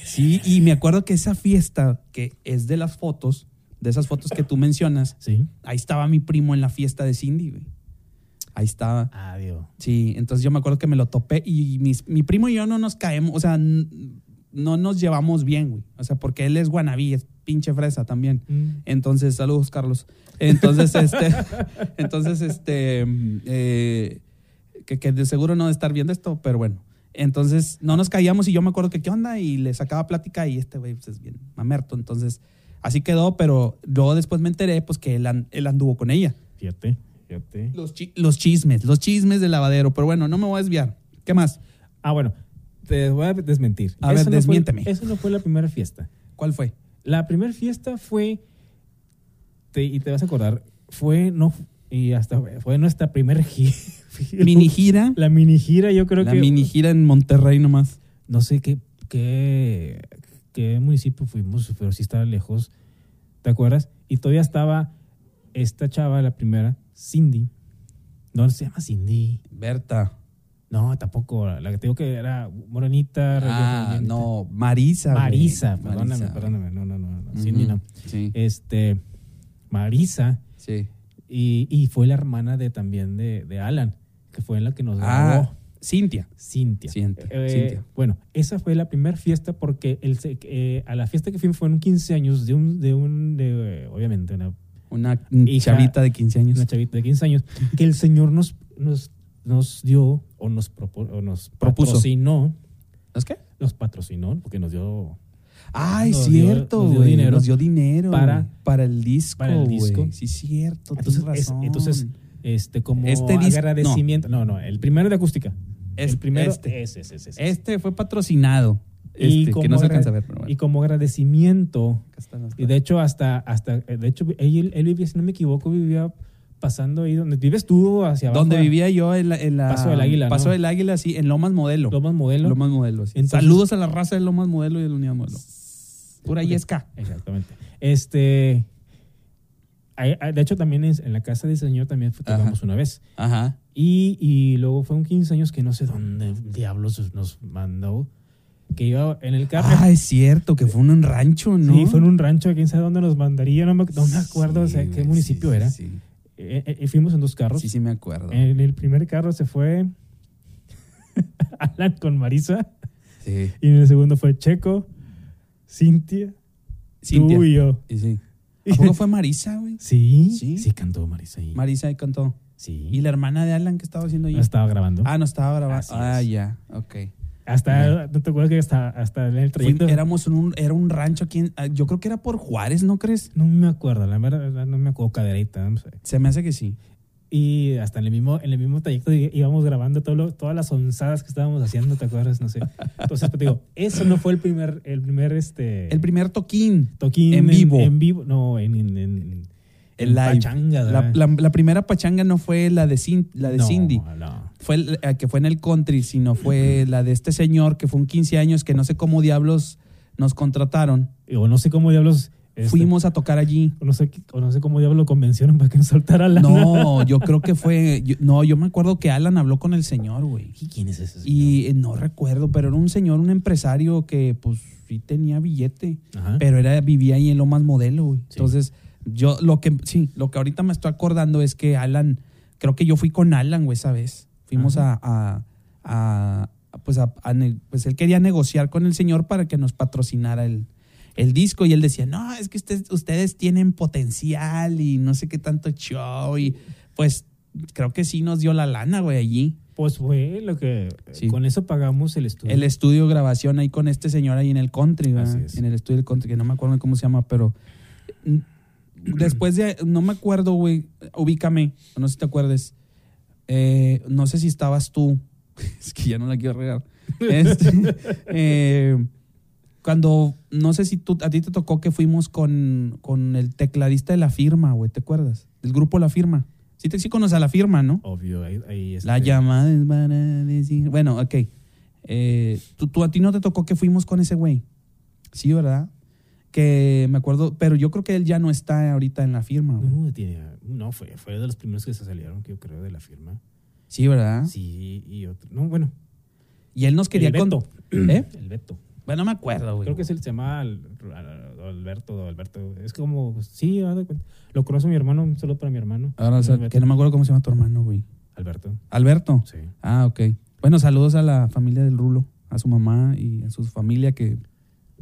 Speaker 3: Sí, y me acuerdo que esa fiesta, que es de las fotos, de esas fotos que tú mencionas,
Speaker 2: Sí.
Speaker 3: ahí estaba mi primo en la fiesta de Cindy, güey. Ahí estaba.
Speaker 2: Adiós.
Speaker 3: Sí, entonces yo me acuerdo que me lo topé y mis- mi primo y yo no nos caemos, o sea, n- no nos llevamos bien, güey. O sea, porque él es guanabí, es pinche fresa también. Entonces, saludos, Carlos. Entonces, este, entonces, este, mm, eh, que, que de seguro no de estar viendo esto, pero bueno. Entonces, no nos caíamos y yo me acuerdo que qué onda y le sacaba plática y este güey pues, es bien mamerto. Entonces, así quedó, pero luego después me enteré pues que él, an- él anduvo con ella.
Speaker 2: Fíjate, fíjate.
Speaker 3: Los, chi- los chismes, los chismes del lavadero, pero bueno, no me voy a desviar. ¿Qué más?
Speaker 2: Ah, bueno, te voy a desmentir.
Speaker 3: A ver,
Speaker 2: Esa no fue-
Speaker 3: desmiénteme.
Speaker 2: Esa no fue la primera fiesta.
Speaker 3: ¿Cuál fue?
Speaker 2: La primera fiesta fue, te- y te vas a acordar, fue, no, y hasta fue nuestra primer gira.
Speaker 3: Mini gira.
Speaker 2: La mini gira, yo creo
Speaker 3: La
Speaker 2: que.
Speaker 3: mini gira en Monterrey nomás.
Speaker 2: No sé qué, qué, qué municipio fuimos, pero sí estaba lejos. ¿Te acuerdas? Y todavía estaba esta chava, la primera, Cindy. No se llama Cindy.
Speaker 3: Berta.
Speaker 2: No, tampoco. La que te digo que era morenita.
Speaker 3: Ah,
Speaker 2: rellenita.
Speaker 3: no, Marisa. güey.
Speaker 2: Marisa, perdóname,
Speaker 3: Marisa.
Speaker 2: perdóname. No, no, no. no,
Speaker 3: Ujú,
Speaker 2: Cindy no.
Speaker 3: Sí,
Speaker 2: Este, Marisa.
Speaker 3: sí.
Speaker 2: Y, y fue la hermana de también de, de Alan, que fue la que nos grabó.
Speaker 3: Ah, Cintia.
Speaker 2: Cintia.
Speaker 3: Cintia,
Speaker 2: Eh,
Speaker 3: Cintia.
Speaker 2: Bueno, esa fue la primera fiesta porque el, se- eh, a la fiesta que fui fue en 15 años de un, de un de, eh, obviamente, una,
Speaker 3: Una
Speaker 2: Hija-
Speaker 3: chavita de 15 años.
Speaker 2: una chavita de 15 años, que el señor nos, nos, nos dio o nos, propo- o nos
Speaker 3: Propuso.
Speaker 2: patrocinó,
Speaker 3: ¿Es qué?
Speaker 2: nos patrocinó porque nos dio
Speaker 3: Ay,
Speaker 2: Nos dio-
Speaker 3: cierto,
Speaker 2: nos dio
Speaker 3: güey.
Speaker 2: dinero
Speaker 3: Nos dio dinero.
Speaker 2: para-
Speaker 3: güey, para el disco.
Speaker 2: para el
Speaker 3: güey.
Speaker 2: disco.
Speaker 3: Sí, cierto.
Speaker 2: Entonces,
Speaker 3: tienes
Speaker 2: es-
Speaker 3: razón.
Speaker 2: entonces, este como
Speaker 3: Este disc-
Speaker 2: agradecimiento. No. no, el primero de acústica.
Speaker 3: Es-
Speaker 2: el primero
Speaker 3: este.
Speaker 2: ese, ese, ese, ese.
Speaker 3: este fue patrocinado.
Speaker 2: Y
Speaker 3: Este,
Speaker 2: como
Speaker 3: que no se
Speaker 2: agra-
Speaker 3: alcanza a ver, pero bueno.
Speaker 2: Y como agradecimiento,
Speaker 3: Acá está, no está.
Speaker 2: y de hecho hasta hasta eh, de hecho él, él vivía si no me equivoco vivía pasando ahí donde vives tú hacia abajo. Ah, eh?
Speaker 3: Donde vivía yo en la, en la-
Speaker 2: Paso del Águila,
Speaker 3: Paso
Speaker 2: ¿no?
Speaker 3: del Águila, sí, en Lomas Modelo.
Speaker 2: Lomas Modelo.
Speaker 3: Lomas Modelo, sí.
Speaker 2: Entonces-
Speaker 3: Saludos a la raza de Lomas Modelo y de la Unidad Modelo. Pura
Speaker 2: Ok.
Speaker 3: yesca.
Speaker 2: Exactamente. Este ahí- ah, de hecho también es- en la casa del señor también fue- tocamos
Speaker 3: Ajá.
Speaker 2: una vez.
Speaker 3: Ajá.
Speaker 2: Y, y luego fue un 15 años que no sé dónde diablos nos mandó. Que iba en el carro.
Speaker 3: Ah, es cierto, que fue en un rancho, ¿no?
Speaker 2: Sí, fue en un rancho, quién sabe dónde nos mandaría, no me, no me acuerdo o sea,
Speaker 3: Sí,
Speaker 2: qué
Speaker 3: güey,
Speaker 2: municipio
Speaker 3: sí,
Speaker 2: era.
Speaker 3: Sí,
Speaker 2: Eh, eh, fuimos en dos carros.
Speaker 3: sí, sí me acuerdo.
Speaker 2: En el primer carro se fue Alan con Marisa
Speaker 3: Sí.
Speaker 2: y en el segundo fue Checo, Cintia, tú y
Speaker 3: Cintia.
Speaker 2: yo.
Speaker 3: Y sí. ¿A poco fue Marisa, güey?
Speaker 2: Sí,
Speaker 3: Sí.
Speaker 2: sí, cantó Marisa ahí.
Speaker 3: Marisa ahí cantó.
Speaker 2: sí.
Speaker 3: ¿Y la hermana de Alan que estaba haciendo ahí?
Speaker 2: la estaba grabando.
Speaker 3: Ah, no estaba grabando.
Speaker 2: Así
Speaker 3: Ah,
Speaker 2: es.
Speaker 3: ya, ok.
Speaker 2: Hasta, ¿no te acuerdas que hasta, hasta en el trayecto?
Speaker 3: Fui- éramos en un, era un rancho aquí, en- ah, yo creo que era por Juárez, ¿no crees?
Speaker 2: No me acuerdo, la verdad, no me acuerdo, caderita, no sé.
Speaker 3: Se me hace que sí.
Speaker 2: Y hasta en el mismo, en el mismo trayecto í- íbamos grabando todo lo- todas las onzadas que estábamos haciendo, ¿te acuerdas? No sé. Entonces, pues, te digo, eso no fue el primer, el primer este,
Speaker 3: El primer toquín,
Speaker 2: toquín
Speaker 3: en vivo.
Speaker 2: En vivo, no, en, en, en,
Speaker 3: el
Speaker 2: en
Speaker 3: live.
Speaker 2: pachanga,
Speaker 3: la,
Speaker 2: ¿verdad?
Speaker 3: la- la primera pachanga no fue la de, Cin- la de
Speaker 2: No,
Speaker 3: Cindy.
Speaker 2: no.
Speaker 3: fue el- eh, que fue en el country, sino fue la de este señor que fue un 15 años que no sé cómo diablos nos contrataron.
Speaker 2: O no sé cómo diablos. este,
Speaker 3: Fuimos a tocar allí.
Speaker 2: O no, sé, qué- o no sé cómo diablos lo convencieron para que nos soltara la.
Speaker 3: No, yo creo que fue. yo- no, yo me acuerdo que Alan habló con el señor, güey.
Speaker 2: ¿Y quién es ese?
Speaker 3: Y eh, no recuerdo, pero era un señor, un empresario que pues sí tenía billete,
Speaker 2: Ajá.
Speaker 3: pero era vivía ahí en Lomas Modelo, güey.
Speaker 2: Sí.
Speaker 3: Entonces, yo lo que sí, lo que ahorita me estoy acordando es que Alan, creo que yo fui con Alan, güey, esa vez. Fuimos a, a- a- a- pues a, a ne- pues él quería negociar con el señor para que nos patrocinara el el disco y él decía, no, es que ustedes, ustedes tienen potencial y no sé qué tanto show y pues creo que sí nos dio la lana, güey, allí.
Speaker 2: Pues fue lo que.
Speaker 3: Sí.
Speaker 2: Con eso pagamos el estudio.
Speaker 3: el estudio de grabación ahí con este señor ahí en el country, ¿verdad?
Speaker 2: Así es.
Speaker 3: En el estudio del country, que no me acuerdo cómo se llama, pero mm, después de, no me acuerdo, güey, ubícame, no sé si te acuerdes, eh, no sé si estabas tú, es que ya no la quiero regar. Este, eh, cuando, no sé si tú, a ti te tocó que fuimos con, con el tecladista de La Firma, güey, ¿te acuerdas? Del grupo La Firma. Sí, te, sí conoces a La Firma, ¿no?
Speaker 2: Obvio, ahí, ahí, este,
Speaker 3: La llamada es para decir... Bueno, ok. Eh, ¿tú, tú- a ti no te tocó que fuimos con ese güey. Sí, ¿verdad? Que me acuerdo, pero yo creo que él ya no está ahorita en la firma. güey.
Speaker 2: No, tiene- no, fue, fue de los primeros que se salieron, que yo creo, de la firma.
Speaker 3: Sí, ¿verdad?
Speaker 2: Sí, y otro. No, bueno.
Speaker 3: Y él nos Ah. quería
Speaker 2: el Beto.
Speaker 3: contar. ¿Eh?
Speaker 2: El Beto.
Speaker 3: Bueno, no me acuerdo, güey.
Speaker 2: Creo que es el, se llama Al- Al- Alberto, don Alberto. Es como, sí, haz de cuenta. lo conoce mi hermano, un saludo para mi hermano.
Speaker 3: Ahora, o sea,
Speaker 2: Alberto.
Speaker 3: que no me acuerdo cómo se llama tu hermano, güey.
Speaker 2: Alberto,
Speaker 3: Alberto.
Speaker 2: sí.
Speaker 3: Ah, ok. Bueno, saludos a la familia del Rulo, a su mamá y a su familia que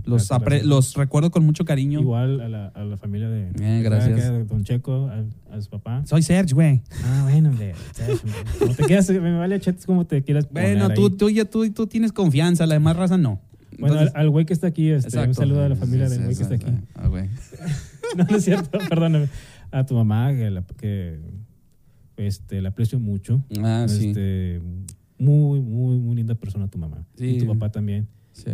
Speaker 3: los,
Speaker 2: Gracias,
Speaker 3: apre-
Speaker 2: gracias.
Speaker 3: los recuerdo con mucho cariño.
Speaker 2: Igual a la, a la familia de
Speaker 3: Eh, gracias.
Speaker 2: de Don Checo, al- a, su papá.
Speaker 3: Soy Serge, güey.
Speaker 2: Ah, bueno, hombre. Como te quieras, me vale chetes como te quieras. poner
Speaker 3: Bueno, tú,
Speaker 2: ahí.
Speaker 3: tú ya tú, tú tienes confianza, la demás raza no.
Speaker 2: Bueno,
Speaker 3: Entonces-
Speaker 2: al- al güey que está aquí, este, un
Speaker 3: Exacto.
Speaker 2: saludo a la familia
Speaker 3: Sí,
Speaker 2: del güey
Speaker 3: sí,
Speaker 2: que está
Speaker 3: sí,
Speaker 2: aquí.
Speaker 3: sí. Ah, güey.
Speaker 2: No, no es cierto, perdóname. A tu mamá, que la, que, este, la aprecio mucho.
Speaker 3: Ah, sí.
Speaker 2: este, Muy, muy, muy linda persona tu mamá.
Speaker 3: Sí.
Speaker 2: Y tu papá también.
Speaker 3: Sí.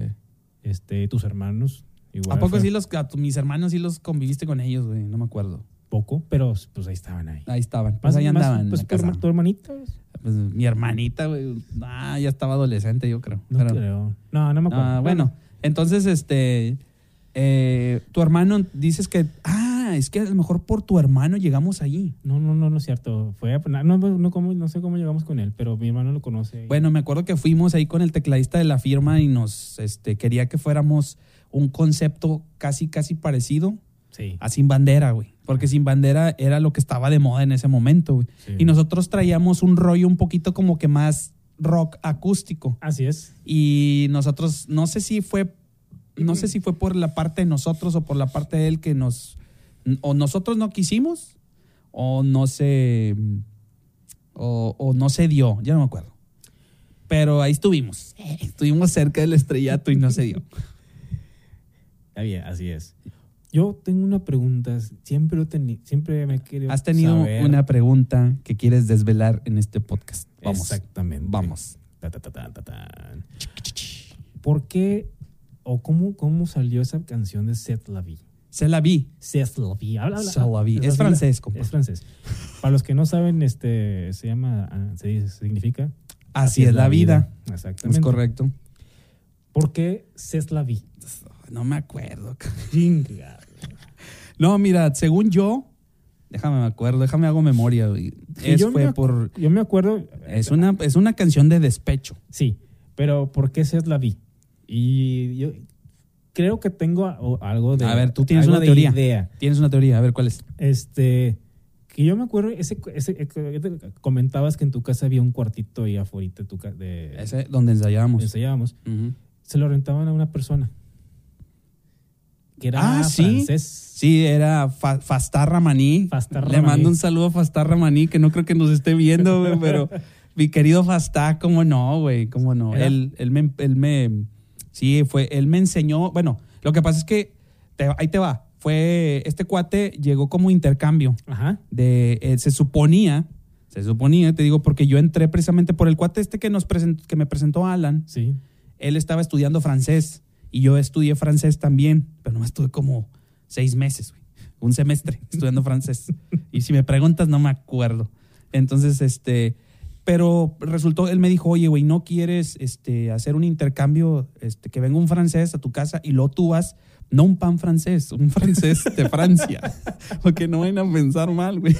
Speaker 2: Este, tus hermanos. Igual,
Speaker 3: ¿A poco
Speaker 2: fue
Speaker 3: sí los, a tu- mis hermanos sí los conviviste con ellos, güey? No me acuerdo.
Speaker 2: Poco, pero pues ahí estaban ahí.
Speaker 3: Ahí estaban. Pues ahí andaban. en
Speaker 2: Pues
Speaker 3: la
Speaker 2: tu,
Speaker 3: casa.
Speaker 2: herma- tu hermanita.
Speaker 3: Pues, mi hermanita, güey. Ah, ya estaba adolescente, yo creo.
Speaker 2: No
Speaker 3: Pero-
Speaker 2: creo. No, no me acuerdo.
Speaker 3: Ah, bueno, entonces, este. eh, tu hermano dices que. Ah, es que a lo mejor por tu hermano llegamos ahí.
Speaker 2: No, no, no, no es cierto. Fue, a- no, no, no, cómo- no sé cómo llegamos con él, pero mi hermano lo conoce.
Speaker 3: Bueno, me acuerdo que fuimos ahí con el tecladista de la firma y nos este, quería que fuéramos un concepto casi, casi parecido
Speaker 2: Sí.
Speaker 3: a Sin Bandera, güey. Porque Sin Bandera era lo que estaba de moda en ese momento, güey.
Speaker 2: Sí.
Speaker 3: Y nosotros traíamos un rollo un poquito como que más rock acústico.
Speaker 2: Así es.
Speaker 3: Y nosotros, no sé si fue, no sé si fue por la parte de nosotros o por la parte de él que nos, o nosotros no quisimos, o no se, o, o no se dio, ya no me acuerdo. Pero ahí estuvimos, estuvimos cerca del estrellato y no se dio.
Speaker 2: Está bien, así es. Yo tengo una pregunta. Siempre, lo he teni- siempre me he querido
Speaker 3: Has tenido
Speaker 2: saber-
Speaker 3: una pregunta que quieres desvelar en este podcast. Vamos.
Speaker 2: Exactamente.
Speaker 3: Vamos.
Speaker 2: Ta, ta, ta, ta, ta, tan. ¿Por qué o cómo, cómo salió esa canción de Seth Lavi?
Speaker 3: Se la vi.
Speaker 2: Seth Lavi. Habla, habla.
Speaker 3: C'est la vie.
Speaker 2: habla.
Speaker 3: Es francés, compa.
Speaker 2: Es francés. Para los que no saben, este se llama, ah, se dice- significa.
Speaker 3: Así, es la vida.
Speaker 2: Exactamente.
Speaker 3: Es correcto.
Speaker 2: ¿Por qué Seth Lavi?
Speaker 3: No me acuerdo.
Speaker 2: Chinga.
Speaker 3: No, mira, según yo, déjame me acuerdo, déjame hago memoria. güey.
Speaker 2: Sí,
Speaker 3: Es
Speaker 2: yo me
Speaker 3: fue
Speaker 2: ac-
Speaker 3: por
Speaker 2: Yo me acuerdo.
Speaker 3: es una es una canción de despecho.
Speaker 2: Sí, pero ¿por qué Seth Lavi? Y yo creo que tengo a- o algo de.
Speaker 3: A ver, tú tienes
Speaker 2: algo
Speaker 3: una
Speaker 2: de
Speaker 3: teoría.
Speaker 2: idea.
Speaker 3: Tienes una teoría, a ver cuál es.
Speaker 2: Este, que yo me acuerdo, ese, ese- eh, comentabas que en tu casa había un cuartito ahí afuera de tu ca- de
Speaker 3: Ese donde ensayábamos.
Speaker 2: ensayábamos.
Speaker 3: Ujú.
Speaker 2: Se lo rentaban a una persona. Que era
Speaker 3: Ah, sí.
Speaker 2: francés.
Speaker 3: Sí, era Fa- Fastarra Maní.
Speaker 2: Fastarra
Speaker 3: Le
Speaker 2: Maní.
Speaker 3: mando un saludo a Fastarra Maní, que no creo que nos esté viendo, güey, pero mi querido Fastá, cómo no, güey, cómo no.
Speaker 2: Era-
Speaker 3: Él, él, me, él me- Sí, fue. Él me enseñó. Bueno, lo que pasa es que. te- ahí te va. Fue. Este cuate llegó como intercambio.
Speaker 2: Ajá.
Speaker 3: de eh, se suponía, se suponía, te digo, porque yo entré precisamente por el cuate este que nos presentó, que me presentó Alan,
Speaker 2: Sí.
Speaker 3: él estaba estudiando francés y yo estudié francés también, pero no estuve como seis meses, güey, un semestre estudiando francés. Y si me preguntas, no me acuerdo. Entonces, este, pero resultó, él me dijo, oye, güey, ¿no quieres este, hacer un intercambio, este, que venga un francés a tu casa y luego tú vas, no un pan francés, un francés de Francia, porque no vayan a pensar mal, güey.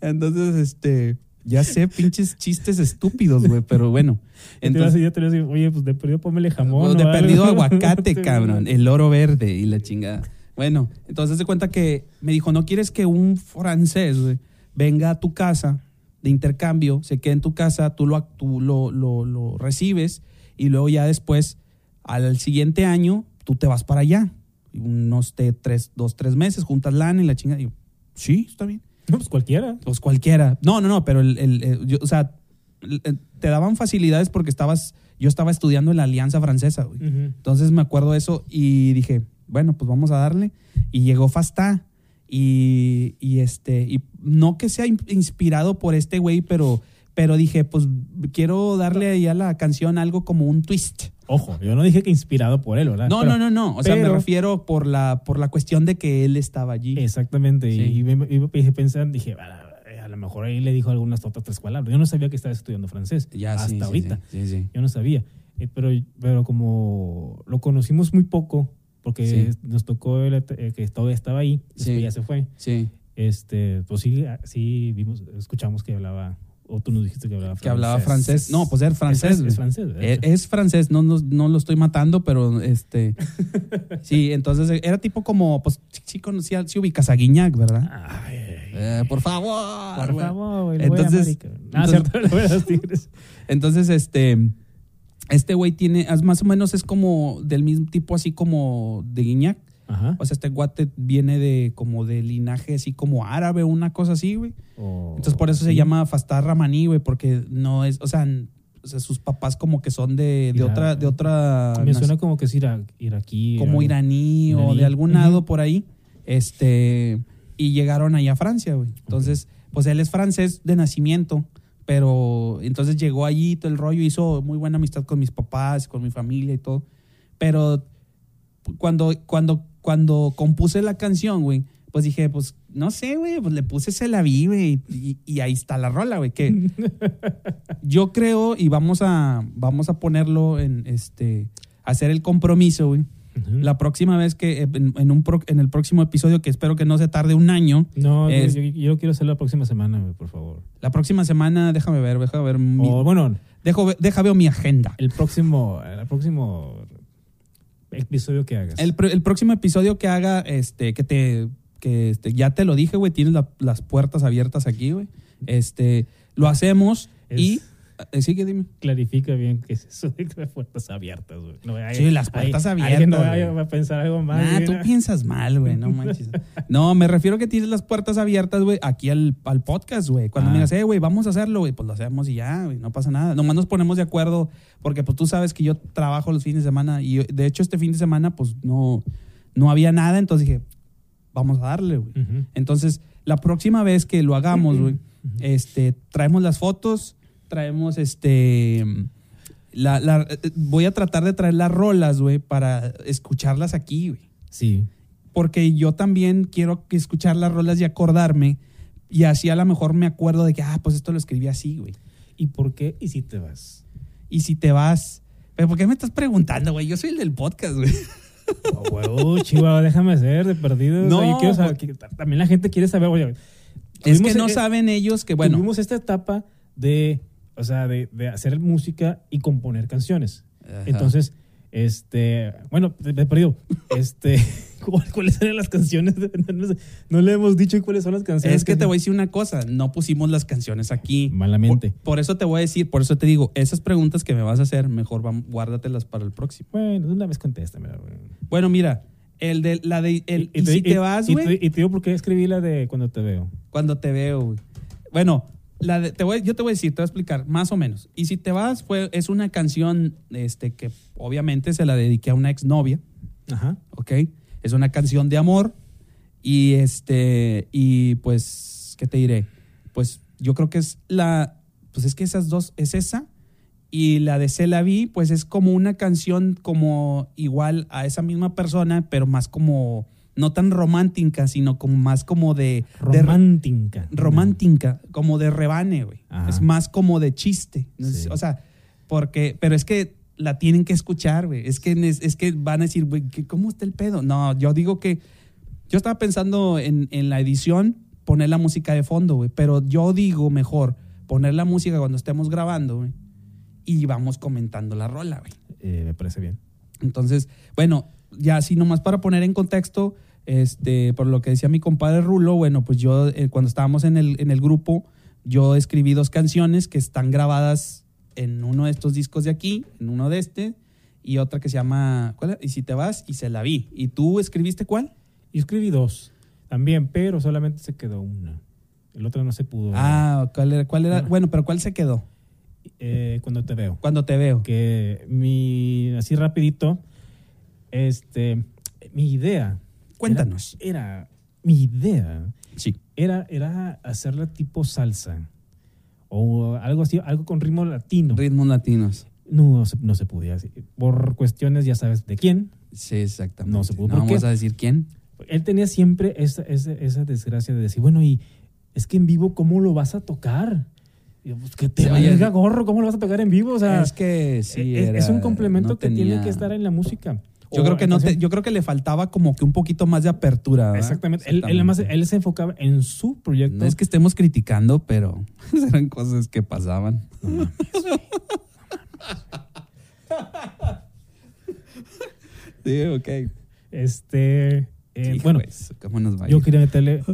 Speaker 3: Entonces, este, ya sé, pinches chistes estúpidos, güey, pero bueno.
Speaker 2: Entonces, yo te iba a decir, oye, pues de perdido pómele jamón.
Speaker 3: O
Speaker 2: o
Speaker 3: de
Speaker 2: algo.
Speaker 3: perdido aguacate,
Speaker 2: Sí.
Speaker 3: cabrón. Eh. El oro verde y la chingada. Bueno, entonces se cuenta que me dijo, ¿no quieres que un francés güey, venga a tu casa de intercambio, se quede en tu casa, tú lo, tú lo, lo- lo recibes y luego ya después, al siguiente año, tú te vas para allá? Y Unos te- tres, dos, tres meses, juntas lana y la chingada. Y yo, sí, está bien.
Speaker 2: No, pues cualquiera.
Speaker 3: Pues cualquiera. No, no, no, pero el, el- el- yo- o sea, el- el- te daban facilidades porque estabas, yo estaba estudiando en la Alianza Francesa, güey.
Speaker 2: Ujú.
Speaker 3: Entonces me acuerdo de eso y dije, bueno, pues vamos a darle. Y llegó Fasta. Y, y este, y no que sea in- inspirado por este güey, pero Pero dije, pues quiero darle ahí a la canción algo como un twist.
Speaker 2: Ojo, yo no dije que inspirado por él, ¿verdad?
Speaker 3: No,
Speaker 2: Ah, Pero-
Speaker 3: no, no, no. O sea, me
Speaker 2: pero-
Speaker 3: refiero por la, por la cuestión de que él estaba allí.
Speaker 2: Exactamente. y-
Speaker 3: Sí.
Speaker 2: Y, me, y me dije pensar, dije, a, a lo mejor ahí le dijo algunas otras tres palabras. Yo no sabía que estaba estudiando francés. hasta
Speaker 3: sí, sí,
Speaker 2: ahorita.
Speaker 3: Sí, sí.
Speaker 2: Yo no sabía. Eh, pero, pero como lo conocimos muy poco, porque
Speaker 3: Sí.
Speaker 2: nos tocó el- eh, que todavía estaba ahí, después
Speaker 3: Sí.
Speaker 2: ya se fue.
Speaker 3: sí.
Speaker 2: Este, pues sí, ah, sí vimos, escuchamos que hablaba, o tú nos dijiste que hablaba francés.
Speaker 3: Que hablaba francés. No, pues era francés.
Speaker 2: Es,
Speaker 3: güey. Eh,
Speaker 2: es francés. de
Speaker 3: Es,
Speaker 2: hecho.
Speaker 3: es francés, no, no, no lo estoy matando, pero este. sí, entonces eh, era tipo como, pues sí, sí conocía, sí ubicas a Guiñac, ¿verdad?
Speaker 2: Ay, ay, ay.
Speaker 3: Eh, por favor.
Speaker 2: Por
Speaker 3: güey.
Speaker 2: favor, güey, le voy a
Speaker 3: Entonces,
Speaker 2: América. Ah, cierto, le voy a los Tigres.
Speaker 3: entonces este. Este güey tiene, as- más o menos es como del mismo tipo, así como de Guiñac.
Speaker 2: Ajá.
Speaker 3: O sea, este guate viene de como de linaje así como árabe, una cosa así, güey.
Speaker 2: O-
Speaker 3: Entonces por eso se
Speaker 2: sí.
Speaker 3: llama Fastar Ramani, güey, porque no es, o sea, n- o sea, sus papás como que son de, de
Speaker 2: Ira-
Speaker 3: otra, de otra,
Speaker 2: Me
Speaker 3: nac-
Speaker 2: suena como que es ira- iraquí.
Speaker 3: como
Speaker 2: algo.
Speaker 3: iraní, o
Speaker 2: iraní.
Speaker 3: de algún
Speaker 2: Ujú.
Speaker 3: lado por ahí, este, y llegaron ahí a Francia, güey. Entonces, pues él es francés de nacimiento, pero entonces llegó allí todo el rollo, hizo muy buena amistad con mis papás, con mi familia y todo, pero cuando, cuando, cuando compuse la canción, güey, pues dije, pues no sé, güey, pues le puse se la vi, güey, y, y ahí está la rola, güey, que yo creo y vamos a, vamos a ponerlo en este, hacer el compromiso, güey.
Speaker 2: Ujú.
Speaker 3: La próxima vez que eh, en, en un pro- en el próximo episodio, que espero que no se tarde un año,
Speaker 2: No,
Speaker 3: es-
Speaker 2: yo, yo lo quiero hacer la próxima semana, güey, por favor.
Speaker 3: la próxima semana, déjame ver, déjame ver, mi,
Speaker 2: O Oh, bueno,
Speaker 3: dejo, deja veo mi agenda.
Speaker 2: el próximo, el próximo episodio que hagas.
Speaker 3: El, pr- el próximo episodio que haga, este, que te, que este, ya te lo dije, güey, tienes la- las puertas abiertas aquí, güey. Este, lo hacemos
Speaker 2: Es-
Speaker 3: y eh, sí que dime.
Speaker 2: Clarifica bien que es eso de las puertas abiertas, güey. No, hay-
Speaker 3: Sí, las puertas
Speaker 2: hay-
Speaker 3: abiertas,
Speaker 2: Alguien no
Speaker 3: güey.
Speaker 2: vaya- va a pensar algo más.
Speaker 3: Nah,
Speaker 2: güey,
Speaker 3: tú
Speaker 2: ¿no?
Speaker 3: piensas mal, güey, no manches. No, me refiero que tienes las puertas abiertas, güey, aquí al, al podcast, güey. Cuando
Speaker 2: Ah.
Speaker 3: me digas, eh, güey, vamos a hacerlo, güey, pues lo hacemos y ya, güey, no pasa nada. Nomás nos ponemos de acuerdo, porque pues tú sabes que yo trabajo los fines de semana y de hecho este fin de semana, pues no, no había nada, entonces dije, vamos a darle, güey.
Speaker 2: Ujú.
Speaker 3: Entonces, la próxima vez que lo hagamos, güey, este, traemos las fotos, traemos este. La, la- eh, voy a tratar de traer las rolas, güey, para escucharlas aquí, güey.
Speaker 2: Sí.
Speaker 3: Porque yo también quiero que escuchar las rolas y acordarme. Y así a lo mejor me acuerdo de que, ah, pues esto lo escribí así, güey.
Speaker 2: ¿Y por qué? ¿Y si te vas?
Speaker 3: Y si te vas. Pero ¿por qué me estás preguntando, güey? Yo soy el del podcast, güey.
Speaker 2: Oh, huevo, chihuahua, déjame ser de perdido.
Speaker 3: No,
Speaker 2: No, yo quiero saber,
Speaker 3: güey.
Speaker 2: que- también la gente quiere saber, oye,
Speaker 3: Es
Speaker 2: tuvimos
Speaker 3: que no
Speaker 2: e-
Speaker 3: saben ellos que, bueno.
Speaker 2: Tuvimos esta etapa de, o sea, de, de hacer música y componer canciones.
Speaker 3: Ajá.
Speaker 2: Entonces, este, bueno, me he perdido. Este, ¿cuál- ¿cuáles eran las canciones? No, sé, no le hemos dicho cuáles son las canciones.
Speaker 3: Es que te voy a decir una cosa, no pusimos las canciones aquí.
Speaker 2: Malamente.
Speaker 3: Por, por eso te voy a decir, por eso te digo, esas preguntas que me vas a hacer, mejor vam- guárdatelas para el próximo.
Speaker 2: Bueno, de una vez contéstamela, güey.
Speaker 3: Bueno, mira, el de la de el, y,
Speaker 2: te-
Speaker 3: si te vas,
Speaker 2: y
Speaker 3: güey,
Speaker 2: te- Y te digo por qué escribí la de cuando te veo.
Speaker 3: cuando te veo. güey. Bueno, la de- te voy, yo te voy a decir, te voy a explicar más o menos. Y si te vas fue es una canción este que obviamente se la dediqué a una exnovia.
Speaker 2: Ajá.
Speaker 3: ¿ok? Es una canción de amor y este y pues qué te diré, pues yo creo que es la pues es que esas dos es esa y la de Se la vi pues es como una canción como igual a esa misma persona, pero más como no tan romántica, sino como más como de de-
Speaker 2: Romántica.
Speaker 3: romántica, como de rebane, güey.
Speaker 2: Ajá.
Speaker 3: Es más como de chiste. No sé,
Speaker 2: Sí.
Speaker 3: O sea, porque, pero es que la tienen que escuchar, güey. Es que, es, es que van a decir, güey, ¿qué- ¿cómo está el pedo? No, yo digo que yo estaba pensando en, en la edición poner la música de fondo, güey. Pero yo digo mejor poner la música cuando estemos grabando, güey. Y vamos comentando la rola, güey.
Speaker 2: Eh, me parece bien.
Speaker 3: Entonces, bueno, ya así nomás para poner en contexto, este, por lo que decía mi compadre Rulo, bueno, pues yo eh, cuando estábamos en el, en el grupo, yo escribí dos canciones que están grabadas en uno de estos discos de aquí, en uno de este, y otra que se llama, ¿cuál era? Y si te vas, y se la vi. ¿Y tú escribiste cuál?
Speaker 2: Yo escribí dos también, pero solamente se quedó una. El otro no se pudo.
Speaker 3: Ah, ¿cuál era? ¿Cuál era?
Speaker 2: No.
Speaker 3: Bueno, pero ¿cuál se quedó?
Speaker 2: Eh, cuando te veo.
Speaker 3: Cuando te veo.
Speaker 2: Que mi, así rapidito, este, mi idea.
Speaker 3: Cuéntanos.
Speaker 2: Era, era- mi idea
Speaker 3: Sí.
Speaker 2: era, era hacerla tipo salsa. o algo así, algo con ritmo latino.
Speaker 3: Ritmos latinos.
Speaker 2: No, se- no se podía. así. Por cuestiones, ya sabes, de quién.
Speaker 3: Sí, exactamente.
Speaker 2: No se pudo,
Speaker 3: No
Speaker 2: ¿por qué?
Speaker 3: vamos a decir quién.
Speaker 2: Él tenía siempre esa, esa- esa desgracia de decir, bueno, y es que en vivo, ¿cómo lo vas a tocar? Y yo, pues que te
Speaker 3: Sí, oye,
Speaker 2: valga gorro, ¿cómo lo vas a tocar en vivo? O sea, e,
Speaker 3: es que sí.
Speaker 2: es,
Speaker 3: era-
Speaker 2: es un complemento
Speaker 3: no
Speaker 2: que tiene
Speaker 3: tenía-
Speaker 2: que estar en la música.
Speaker 3: Yo
Speaker 2: O
Speaker 3: creo que no
Speaker 2: entonces-
Speaker 3: te- yo creo que le faltaba como que un poquito más de apertura. ¿verdad?
Speaker 2: Exactamente. Él, eh, él además- él se enfocaba en su proyecto.
Speaker 3: No es que estemos criticando, pero eran cosas que pasaban. Sí, ok.
Speaker 2: Este. eh,
Speaker 3: Hijo
Speaker 2: bueno,
Speaker 3: eso, ¿cómo nos va a
Speaker 2: yo
Speaker 3: ir?
Speaker 2: quería meterle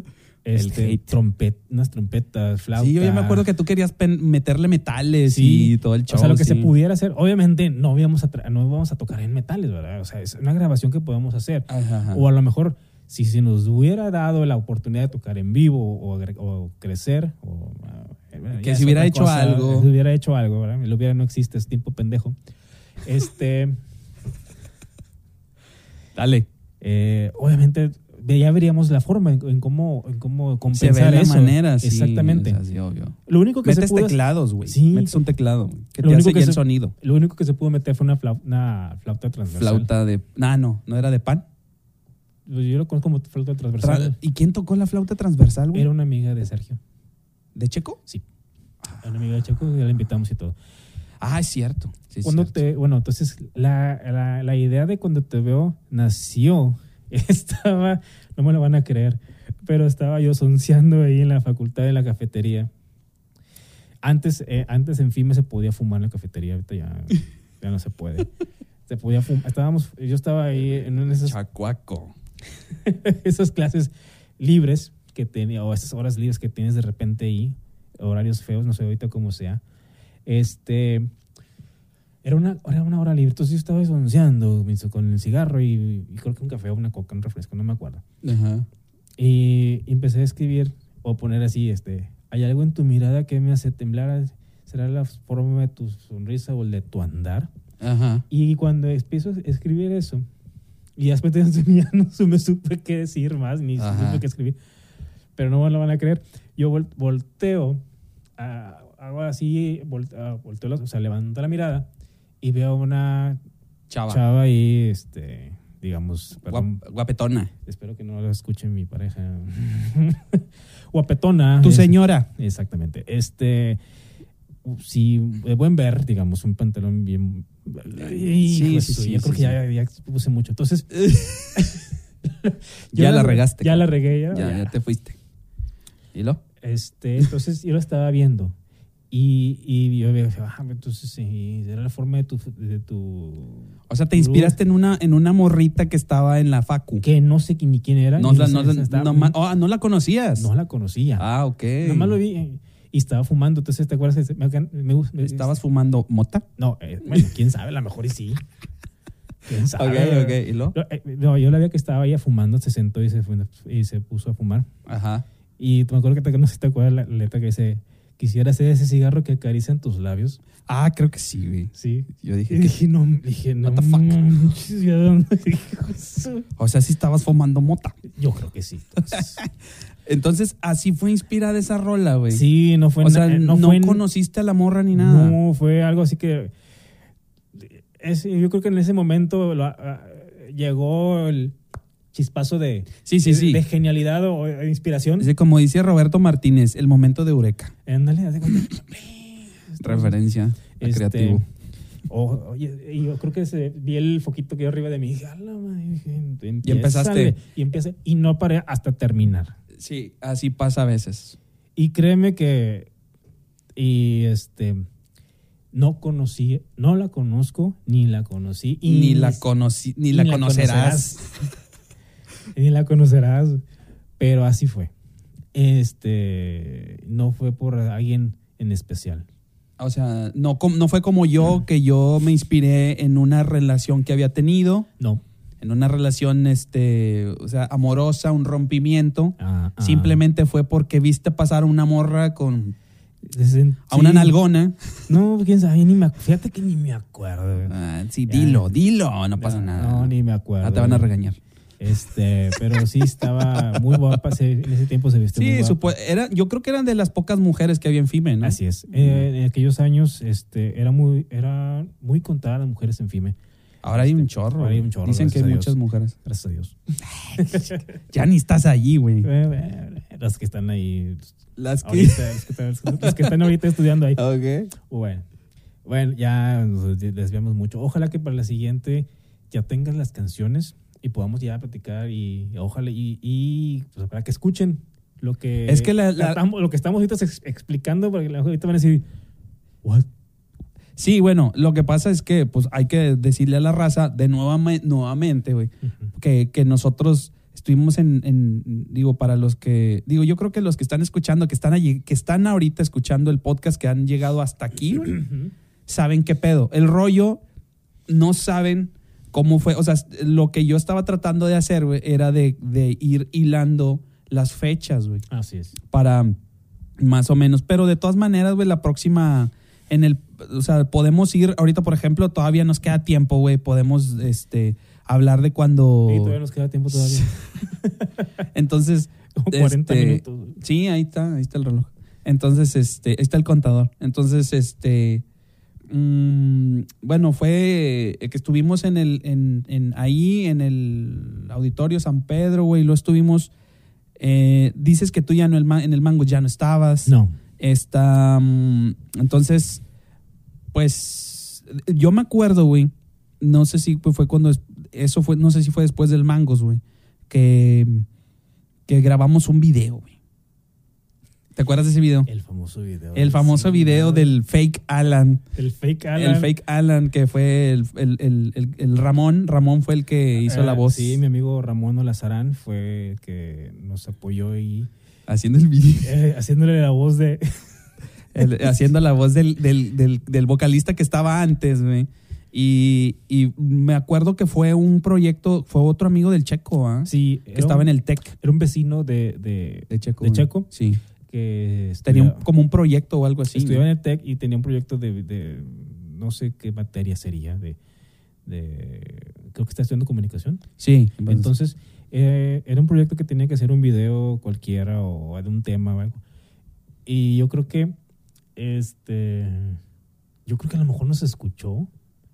Speaker 2: este,
Speaker 3: pues, hate.
Speaker 2: trompet, unas trompetas, flautas.
Speaker 3: Sí, yo ya me acuerdo que tú querías pen- meterle metales y todo el show.
Speaker 2: O sea, lo que
Speaker 3: sí.
Speaker 2: se pudiera hacer. Obviamente no íbamos, a tra- no íbamos a tocar en metales, ¿verdad? O sea, es una grabación que podemos hacer.
Speaker 3: Ajá, ajá.
Speaker 2: O a lo mejor, si se nos hubiera dado la oportunidad de tocar en vivo o, agre- o crecer, o, ah, bueno,
Speaker 3: Que
Speaker 2: ya
Speaker 3: si
Speaker 2: es
Speaker 3: hubiera
Speaker 2: otra
Speaker 3: hecho algo.
Speaker 2: Si hubiera hecho algo, ¿verdad? Lo hubiera no existe, es tiempo pendejo. Este,
Speaker 3: Dale.
Speaker 2: eh, obviamente, ve- ya veríamos la forma en, en cómo, en cómo
Speaker 3: Se
Speaker 2: compensar
Speaker 3: ve la
Speaker 2: eso.
Speaker 3: manera, sí.
Speaker 2: Exactamente.
Speaker 3: es así, obvio.
Speaker 2: lo único que se
Speaker 3: Metes
Speaker 2: pudo es-
Speaker 3: teclados, güey.
Speaker 2: Sí.
Speaker 3: Metes un teclado, güey, Que
Speaker 2: Lo
Speaker 3: te
Speaker 2: único
Speaker 3: hace
Speaker 2: que
Speaker 3: ya el
Speaker 2: se-
Speaker 3: sonido.
Speaker 2: Lo único que se pudo meter fue una, flau- una flauta transversal. Pues
Speaker 3: Flauta de. Ah, no, no era de pan.
Speaker 2: Yo lo conozco como flauta
Speaker 3: Tra-
Speaker 2: transversal.
Speaker 3: ¿Y quién tocó la flauta transversal, güey?
Speaker 2: Era una amiga de Sergio.
Speaker 3: ¿De Checo?
Speaker 2: Sí. Era Una amiga de Checo, ya la invitamos y todo.
Speaker 3: Ah, es cierto. Sí, es
Speaker 2: cuando
Speaker 3: cierto.
Speaker 2: te, bueno, entonces la, la- la idea de cuando te veo nació. Estaba, no me lo van a creer, pero estaba yo sonceando ahí en la facultad de la cafetería. Antes, eh, antes en FIME se podía fumar en la cafetería, ahorita ya, ya no se puede. Se podía fumar. Estábamos, yo estaba ahí en una de esas
Speaker 3: Chacuaco.
Speaker 2: esas clases libres que tenía, o esas horas libres que tienes de repente ahí, horarios feos, no sé ahorita cómo sea, este, era una, era una hora libre. Entonces yo estaba sonceando me hizo con el cigarro y, y creo que un café o una coca, un refresco, no me acuerdo.
Speaker 3: Ajá.
Speaker 2: Y empecé a escribir o poner así, este, hay algo en tu mirada que me hace temblar, será la forma de tu sonrisa o el de tu andar.
Speaker 3: Ajá.
Speaker 2: Y cuando empiezo a escribir eso, y después de eso ya no su- me supe qué decir más, ni
Speaker 3: Ajá.
Speaker 2: supe qué escribir, pero no me lo van a creer. Yo vol- volteo, a- hago así, vol- ah, volteo, los- o sea, levanto la mirada y veo una
Speaker 3: Chava.
Speaker 2: chava ahí, este, digamos, perdón,
Speaker 3: Guap- guapetona.
Speaker 2: espero que no lo escuche mi pareja, guapetona. este,
Speaker 3: Tu
Speaker 2: es-
Speaker 3: señora.
Speaker 2: Exactamente. Este, sí, de buen ver, digamos, un pantalón bien. eh,
Speaker 3: Sí,
Speaker 2: Hijo de
Speaker 3: sí,
Speaker 2: su-
Speaker 3: sí,
Speaker 2: yo creo
Speaker 3: sí,
Speaker 2: que ya, ya puse mucho. Entonces. yo
Speaker 3: Ya la regaste,
Speaker 2: Ya
Speaker 3: cabrón.
Speaker 2: la regué. Ya,
Speaker 3: Ya, ya te fuiste. ¿Y lo?
Speaker 2: Este, entonces yo la estaba viendo. Y, y yo dije, ah, entonces sí, era la forma de tu, de tu.
Speaker 3: O sea, te inspiraste en una, en una morrita que estaba en la facu.
Speaker 2: Que no sé ni quién era.
Speaker 3: No,
Speaker 2: ni
Speaker 3: la-
Speaker 2: sé-
Speaker 3: no, la-
Speaker 2: estaba-
Speaker 3: no ma- oh, ah, ¿no la conocías.
Speaker 2: no la conocía.
Speaker 3: Ah, ok.
Speaker 2: Nomás lo vi eh, y estaba fumando. Entonces, ¿te acuerdas? Me, me, me-
Speaker 3: ¿Estabas fumando mota?
Speaker 2: No, eh, bueno, quién sabe, a lo mejor y sí. ¿Quién sabe?
Speaker 3: ¿Y lo?
Speaker 2: No, eh, no, yo la veía que estaba ella fumando, se sentó y se, fue- y se puso a fumar.
Speaker 3: Ajá.
Speaker 2: Y me acuerdo que te- no sé si te acuerdas la letra que dice, quisiera ser ese cigarro que acaricia en tus labios.
Speaker 3: Ah, creo que sí, güey.
Speaker 2: Sí.
Speaker 3: Yo
Speaker 2: Y
Speaker 3: dije que...
Speaker 2: dije, no, dije, no.
Speaker 3: What the fuck?
Speaker 2: manches, ya, dije, "Joder".
Speaker 3: O sea, sí estabas fumando mota.
Speaker 2: Yo creo que sí. Entonces,
Speaker 3: Entonces, así fue inspirada esa rola, güey.
Speaker 2: sí, no fue
Speaker 3: O sea,
Speaker 2: na-
Speaker 3: no,
Speaker 2: fue en-
Speaker 3: conociste a la morra ni nada.
Speaker 2: No, fue algo así que. es- yo creo que en ese momento lo- ah, llegó el chispazo de,
Speaker 3: Sí, sí, sí.
Speaker 2: de genialidad o de inspiración.
Speaker 3: Dice, como dice Roberto Martínez, el momento de Eureka.
Speaker 2: Ándale, haz de cuenta.
Speaker 3: Referencia a
Speaker 2: Este,
Speaker 3: creativo.
Speaker 2: o- oye, y yo creo que se- vi el foquito que yo arriba de mí y dije, "A la madre", dije, "Empiézale".
Speaker 3: empezaste.
Speaker 2: Y empecé, y no paré hasta terminar.
Speaker 3: Sí, así pasa a veces.
Speaker 2: Y créeme que. Y este. No conocí, no la conozco, ni la conocí. Y
Speaker 3: ni la conocí, ni, la, conocerás.
Speaker 2: conocerás. ni la conocerás. Pero así fue. Este. No fue por alguien en especial.
Speaker 3: O sea, no, com- no fue como
Speaker 2: Ah.
Speaker 3: yo que yo me inspiré en una relación que había tenido,
Speaker 2: No.
Speaker 3: en una relación este, o sea, amorosa, un rompimiento.
Speaker 2: Ah, ah.
Speaker 3: Simplemente fue porque viste pasar a una morra con
Speaker 2: Desen-
Speaker 3: a una
Speaker 2: sí.
Speaker 3: nalgona.
Speaker 2: No, quién sabe, ni me, ac- fíjate que ni me acuerdo.
Speaker 3: Ah, sí, Ah, dilo, dilo, no pasa nada.
Speaker 2: No, ni me acuerdo.
Speaker 3: Ah, te van a regañar.
Speaker 2: Este, pero sí estaba muy guapa. se- en ese tiempo se vestía muy
Speaker 3: Sí,
Speaker 2: guapa.
Speaker 3: supo- era, yo creo que eran de las pocas mujeres que había en FIME, ¿no?
Speaker 2: Así es. Eh, en aquellos años este, era muy, era muy contada las mujeres en FIME.
Speaker 3: Ahora hay un
Speaker 2: Este,
Speaker 3: chorro.
Speaker 2: ahora hay
Speaker 3: güey.
Speaker 2: un chorro,
Speaker 3: Dicen que hay
Speaker 2: gracias a
Speaker 3: muchas
Speaker 2: Dios.
Speaker 3: mujeres.
Speaker 2: Gracias a Dios.
Speaker 3: Ya ni estás allí, güey.
Speaker 2: Eh, eh, las que están ahí
Speaker 3: Las
Speaker 2: ahorita, las que están, las que están ahorita estudiando ahí.
Speaker 3: Ok.
Speaker 2: Bueno, bueno, ya nos desviamos mucho. Ojalá que para la siguiente ya tengas las canciones y podamos ya platicar y ojalá y, y, pues, para que escuchen lo que
Speaker 3: Es que la- la-
Speaker 2: tratamos- lo que estamos ahorita ex- explicando porque la- ahorita van a decir what
Speaker 3: Sí, bueno, lo que pasa es que pues hay que decirle a la raza de nuevame- nuevamente, güey, que, que nosotros estuvimos en, en- digo, para los que, digo, yo creo que los que están escuchando, que están allí, que están ahorita escuchando el podcast, que han llegado hasta aquí, güey, saben qué pedo. El rollo, no saben cómo fue. O sea, lo que yo estaba tratando de hacer, güey, era de, de ir hilando las fechas, güey,
Speaker 2: así es
Speaker 3: para más o menos. Pero de todas maneras, güey, la próxima, en el, o sea, podemos ir, ahorita, por ejemplo, todavía nos queda tiempo, güey, podemos, este, hablar de cuando...
Speaker 2: y todavía nos queda tiempo todavía
Speaker 3: Entonces,
Speaker 2: como 40
Speaker 3: este,
Speaker 2: minutos
Speaker 3: Sí, ahí está, ahí está el reloj. Entonces, este, ahí está el contador. Entonces, este, mm, bueno, fue eh, que estuvimos en el, en, en- ahí en el auditorio San Pedro, güey, lo estuvimos. eh, dices que tú ya no el ma- en el mango ya no estabas.
Speaker 2: no
Speaker 3: Está, mm, entonces, pues, yo me acuerdo, güey, no sé si fue cuando, es- eso fue, no sé si fue después del Mangos, güey, que, que grabamos un video, güey. ¿Te acuerdas de ese video?
Speaker 2: el famoso video
Speaker 3: El famoso
Speaker 2: Eh, Sí,
Speaker 3: video del fake Alan.
Speaker 2: el fake Alan
Speaker 3: El fake Alan, que fue el, el- el- el- el Ramón. Ramón fue el que hizo
Speaker 2: Eh,
Speaker 3: la voz
Speaker 2: sí mi amigo Ramón Olazarán fue el que nos apoyó y
Speaker 3: haciendo el video.
Speaker 2: eh, haciéndole la voz de
Speaker 3: El- haciendo la voz del, del- del- del vocalista que estaba antes, güey. Y, y me acuerdo que fue un proyecto, fue otro amigo del Checo, ¿ah?
Speaker 2: sí
Speaker 3: que estaba en el TEC
Speaker 2: Era un vecino de, de-
Speaker 3: de Checo.
Speaker 2: ¿De
Speaker 3: güey.
Speaker 2: Checo?
Speaker 3: Sí.
Speaker 2: que
Speaker 3: Tenía un-
Speaker 2: estudia-
Speaker 3: como un proyecto o algo así.
Speaker 2: estudiaba
Speaker 3: güey.
Speaker 2: en el TEC y tenía un proyecto de, de- no sé qué materia sería de, de- creo que está estudiando comunicación.
Speaker 3: Sí.
Speaker 2: Entonces eh, era un proyecto que tenía que hacer un video cualquiera o de un tema o algo. Y yo creo que este, yo creo que a lo mejor nos escuchó.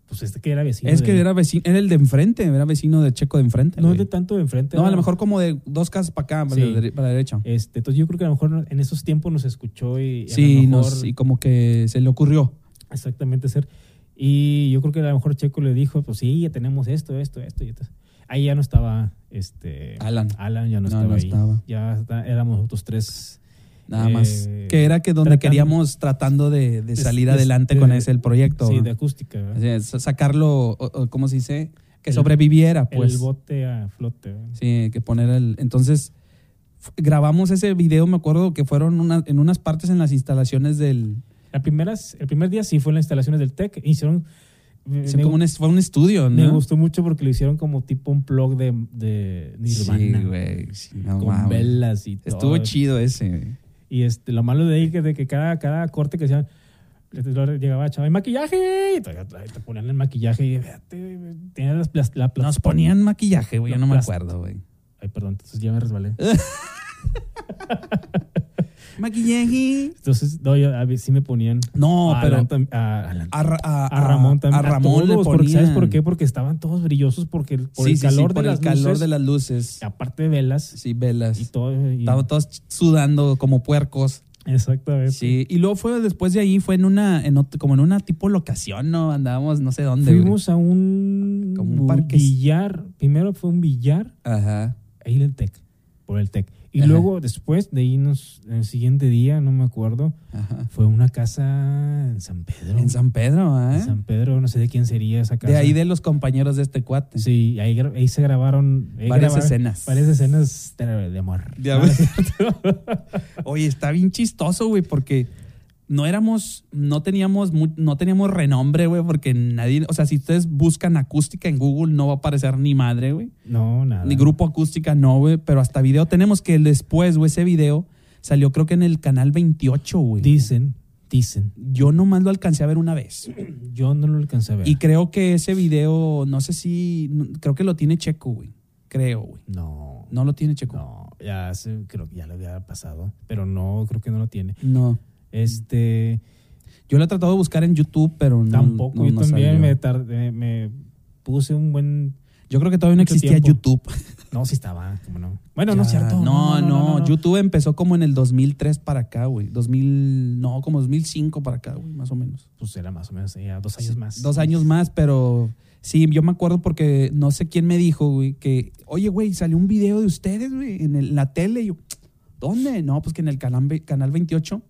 Speaker 2: Pues este que era vecino.
Speaker 3: es que
Speaker 2: de-
Speaker 3: era vecino, era el de enfrente, era vecino de Checo de enfrente.
Speaker 2: no
Speaker 3: güey.
Speaker 2: de tanto de enfrente.
Speaker 3: No, a
Speaker 2: era-
Speaker 3: lo mejor como de dos casas para acá, para,
Speaker 2: Sí.
Speaker 3: la, dere- para la derecha.
Speaker 2: Este, entonces yo creo que a lo mejor en esos tiempos nos escuchó y a
Speaker 3: Sí,
Speaker 2: lo mejor-
Speaker 3: nos- y como que se le ocurrió.
Speaker 2: Exactamente, ser. Y yo creo que a lo mejor Checo le dijo, pues sí, ya tenemos esto, esto, esto. Y esto. Ahí ya no estaba este,
Speaker 3: Alan.
Speaker 2: ya no,
Speaker 3: No,
Speaker 2: estaba
Speaker 3: no
Speaker 2: ahí.
Speaker 3: estaba.
Speaker 2: Ya está- éramos otros tres.
Speaker 3: Nada
Speaker 2: Eh,
Speaker 3: más. Que era que donde
Speaker 2: tratando-
Speaker 3: queríamos tratando de, de salir
Speaker 2: de-
Speaker 3: adelante
Speaker 2: de-
Speaker 3: con ese el proyecto.
Speaker 2: sí,
Speaker 3: ¿no?
Speaker 2: de acústica. ¿verdad?
Speaker 3: O sea, sa- sacarlo, o- o, ¿cómo se dice? Que
Speaker 2: El-
Speaker 3: sobreviviera, pues.
Speaker 2: El bote a flote. ¿verdad?
Speaker 3: Sí, que poner el... Entonces, f- grabamos ese video, me acuerdo que fueron una- en unas partes en las instalaciones del...
Speaker 2: La primeras, el primer día sí fue en las instalaciones del TEC. Hicieron. me-
Speaker 3: sí,
Speaker 2: Eh, me-
Speaker 3: como un es- fue un estudio, ¿no?
Speaker 2: me gustó mucho porque lo hicieron como tipo un blog de, de Nirvana.
Speaker 3: Sí, güey. sí, no
Speaker 2: con
Speaker 3: mames.
Speaker 2: velas y todo.
Speaker 3: Estuvo chido ese. güey.
Speaker 2: Y este, lo malo de ahí que de que cada, cada corte que hacían luego llegaba chava y maquillaje y te, te ponían el maquillaje y vete, tenían las, las- la- las-
Speaker 3: Nos ponían maquillaje, güey. Yo no me
Speaker 2: Plas-
Speaker 3: acuerdo, güey.
Speaker 2: ay perdón entonces ya me resbalé
Speaker 3: Maquillaje.
Speaker 2: entonces no yo a mí sí me ponían
Speaker 3: No,
Speaker 2: a
Speaker 3: pero...
Speaker 2: Alan tam- a, Alan.
Speaker 3: A, Ra- a-
Speaker 2: Ah, A Ramón también
Speaker 3: A Ramón
Speaker 2: todos,
Speaker 3: le
Speaker 2: porque, ¿sabes por
Speaker 3: ponían.
Speaker 2: qué? porque estaban todos brillosos porque el- por
Speaker 3: Sí,
Speaker 2: el
Speaker 3: sí, sí,
Speaker 2: calor,
Speaker 3: por
Speaker 2: de,
Speaker 3: el
Speaker 2: las
Speaker 3: calor
Speaker 2: luces,
Speaker 3: de las luces.
Speaker 2: aparte de velas
Speaker 3: Sí, velas.
Speaker 2: y todo y-
Speaker 3: Estaban todos sudando como puercos.
Speaker 2: exactamente
Speaker 3: Sí, y luego fue después de ahí, fue en una, en ot- como en una tipo locación, ¿no? Andábamos no sé dónde. güey.
Speaker 2: fuimos a un,
Speaker 3: Como un parque.
Speaker 2: billar primero fue un billar
Speaker 3: Ajá.
Speaker 2: ahí en el TEC, por el TEC. Y
Speaker 3: Ajá.
Speaker 2: luego después de irnos, el siguiente día, no me acuerdo,
Speaker 3: Ajá.
Speaker 2: fue una casa en San Pedro.
Speaker 3: En San Pedro, ¿ah?
Speaker 2: En San Pedro, no sé de quién sería esa casa.
Speaker 3: De ahí de los compañeros de este cuate.
Speaker 2: Sí, ahí, gra- ahí se grabaron... ahí
Speaker 3: Varias
Speaker 2: grabaron
Speaker 3: escenas.
Speaker 2: Varias escenas de, de amor.
Speaker 3: De amor. Oye, está bien chistoso, güey, porque no éramos, no teníamos, mu- no teníamos renombre, güey, porque nadie, o sea, si ustedes buscan acústica en Google, no va a aparecer ni madre, güey.
Speaker 2: No, nada.
Speaker 3: Ni grupo acústica, no, güey, pero hasta video tenemos que después, güey, ese video salió creo que en el canal 28, güey.
Speaker 2: Dicen, dicen.
Speaker 3: Yo nomás lo alcancé a ver una vez.
Speaker 2: Yo no lo alcancé a ver.
Speaker 3: Y creo que ese video, no sé si, no- creo que lo tiene Checo, güey. Creo, güey.
Speaker 2: No.
Speaker 3: No lo tiene Checo.
Speaker 2: No, ya se- creo que ya le había pasado, pero no, creo que no lo tiene.
Speaker 3: No.
Speaker 2: Este,
Speaker 3: Yo lo he tratado de buscar en YouTube, pero Mm, no.
Speaker 2: tampoco,
Speaker 3: no-
Speaker 2: yo
Speaker 3: no
Speaker 2: también
Speaker 3: salió.
Speaker 2: me, tardé- me puse un buen...
Speaker 3: Yo creo que todavía no
Speaker 2: mucho
Speaker 3: existía
Speaker 2: tiempo.
Speaker 3: YouTube.
Speaker 2: No, sí estaba, como no. Bueno, no es
Speaker 3: Ya,
Speaker 2: cierto.
Speaker 3: No no, YouTube empezó como en el 2003 para acá, güey. 2000, no, como 2005 para acá, güey, más o menos.
Speaker 2: Pues era más o menos, ya dos años más.
Speaker 3: Dos años más, pero sí, yo me acuerdo porque no sé quién me dijo, güey, que, oye, güey, salió un video de ustedes, güey, en el- la tele. Y yo, ¿dónde? No, pues que en el canal, ve- canal 28.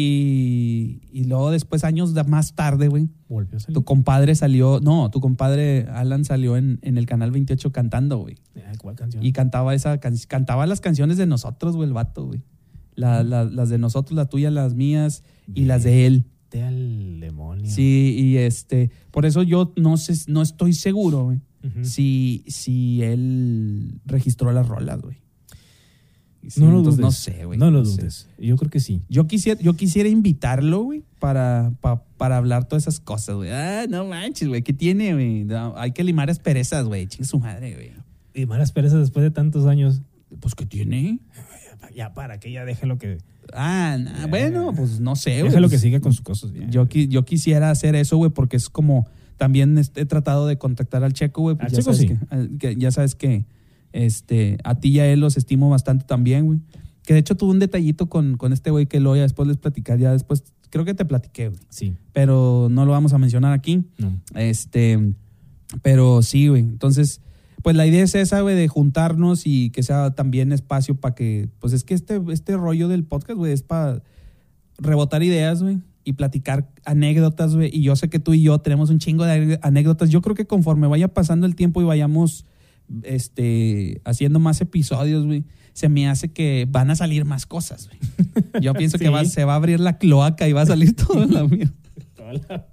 Speaker 3: Y, y luego después, años da- más tarde, güey,
Speaker 2: Volvió a salir.
Speaker 3: tu compadre salió, no, tu compadre Alan salió en, en el canal 28 cantando, güey.
Speaker 2: Ah, ¿Cuál canción?
Speaker 3: Y cantaba esa can- cantaba las canciones de nosotros, güey, el vato, güey. La- la- las de nosotros, la tuya, las mías y las de él.
Speaker 2: Vete al demonio.
Speaker 3: Sí, y este, por eso yo no sé, no estoy seguro, güey,
Speaker 2: Ujú.
Speaker 3: si, si él registró las rolas, güey. Sí,
Speaker 2: no lo dudes.
Speaker 3: entonces No sé, güey.
Speaker 2: No lo
Speaker 3: sé.
Speaker 2: dudes. Yo creo que sí.
Speaker 3: Yo quisiera, yo quisiera invitarlo, güey, para, pa- para hablar todas esas cosas, güey. Ah, no manches, güey, ¿qué tiene, güey? No, hay que limar asperezas, güey. Chingue su madre, güey.
Speaker 2: Y malas perezas después de tantos años.
Speaker 3: Pues, ¿qué tiene?
Speaker 2: Ya para, que ya deje lo que...
Speaker 3: Ah, na- bueno, pues no sé, güey.
Speaker 2: Deje Eh, lo que
Speaker 3: Pues,
Speaker 2: siga con sus cosas. ya.
Speaker 3: Yo, qui- yo quisiera hacer eso, güey, porque es como también este, he tratado de contactar al Checo, güey. pues
Speaker 2: Al
Speaker 3: ya
Speaker 2: Checo
Speaker 3: sabes
Speaker 2: sí.
Speaker 3: que- al- que, ya sabes que este, a ti y a él los estimo bastante también, güey. Que de hecho tuve un detallito con, con este güey que lo voy a después les platicar, ya después creo que te platiqué, güey.
Speaker 2: Sí.
Speaker 3: Pero no lo vamos a mencionar aquí.
Speaker 2: No.
Speaker 3: Este, pero sí, güey. Entonces, pues la idea es esa, güey, de juntarnos y que sea también espacio para que, pues es que este, este rollo del podcast, güey, es para rebotar ideas, güey, y platicar anécdotas, güey. Y yo sé que tú y yo tenemos un chingo de anécdotas. Yo creo que conforme vaya pasando el tiempo y vayamos, este, haciendo más episodios, güey, se me hace que van a salir más cosas, güey. Yo pienso que
Speaker 2: Sí.
Speaker 3: va- se va a abrir la cloaca y va a salir toda la mierda
Speaker 2: Hola.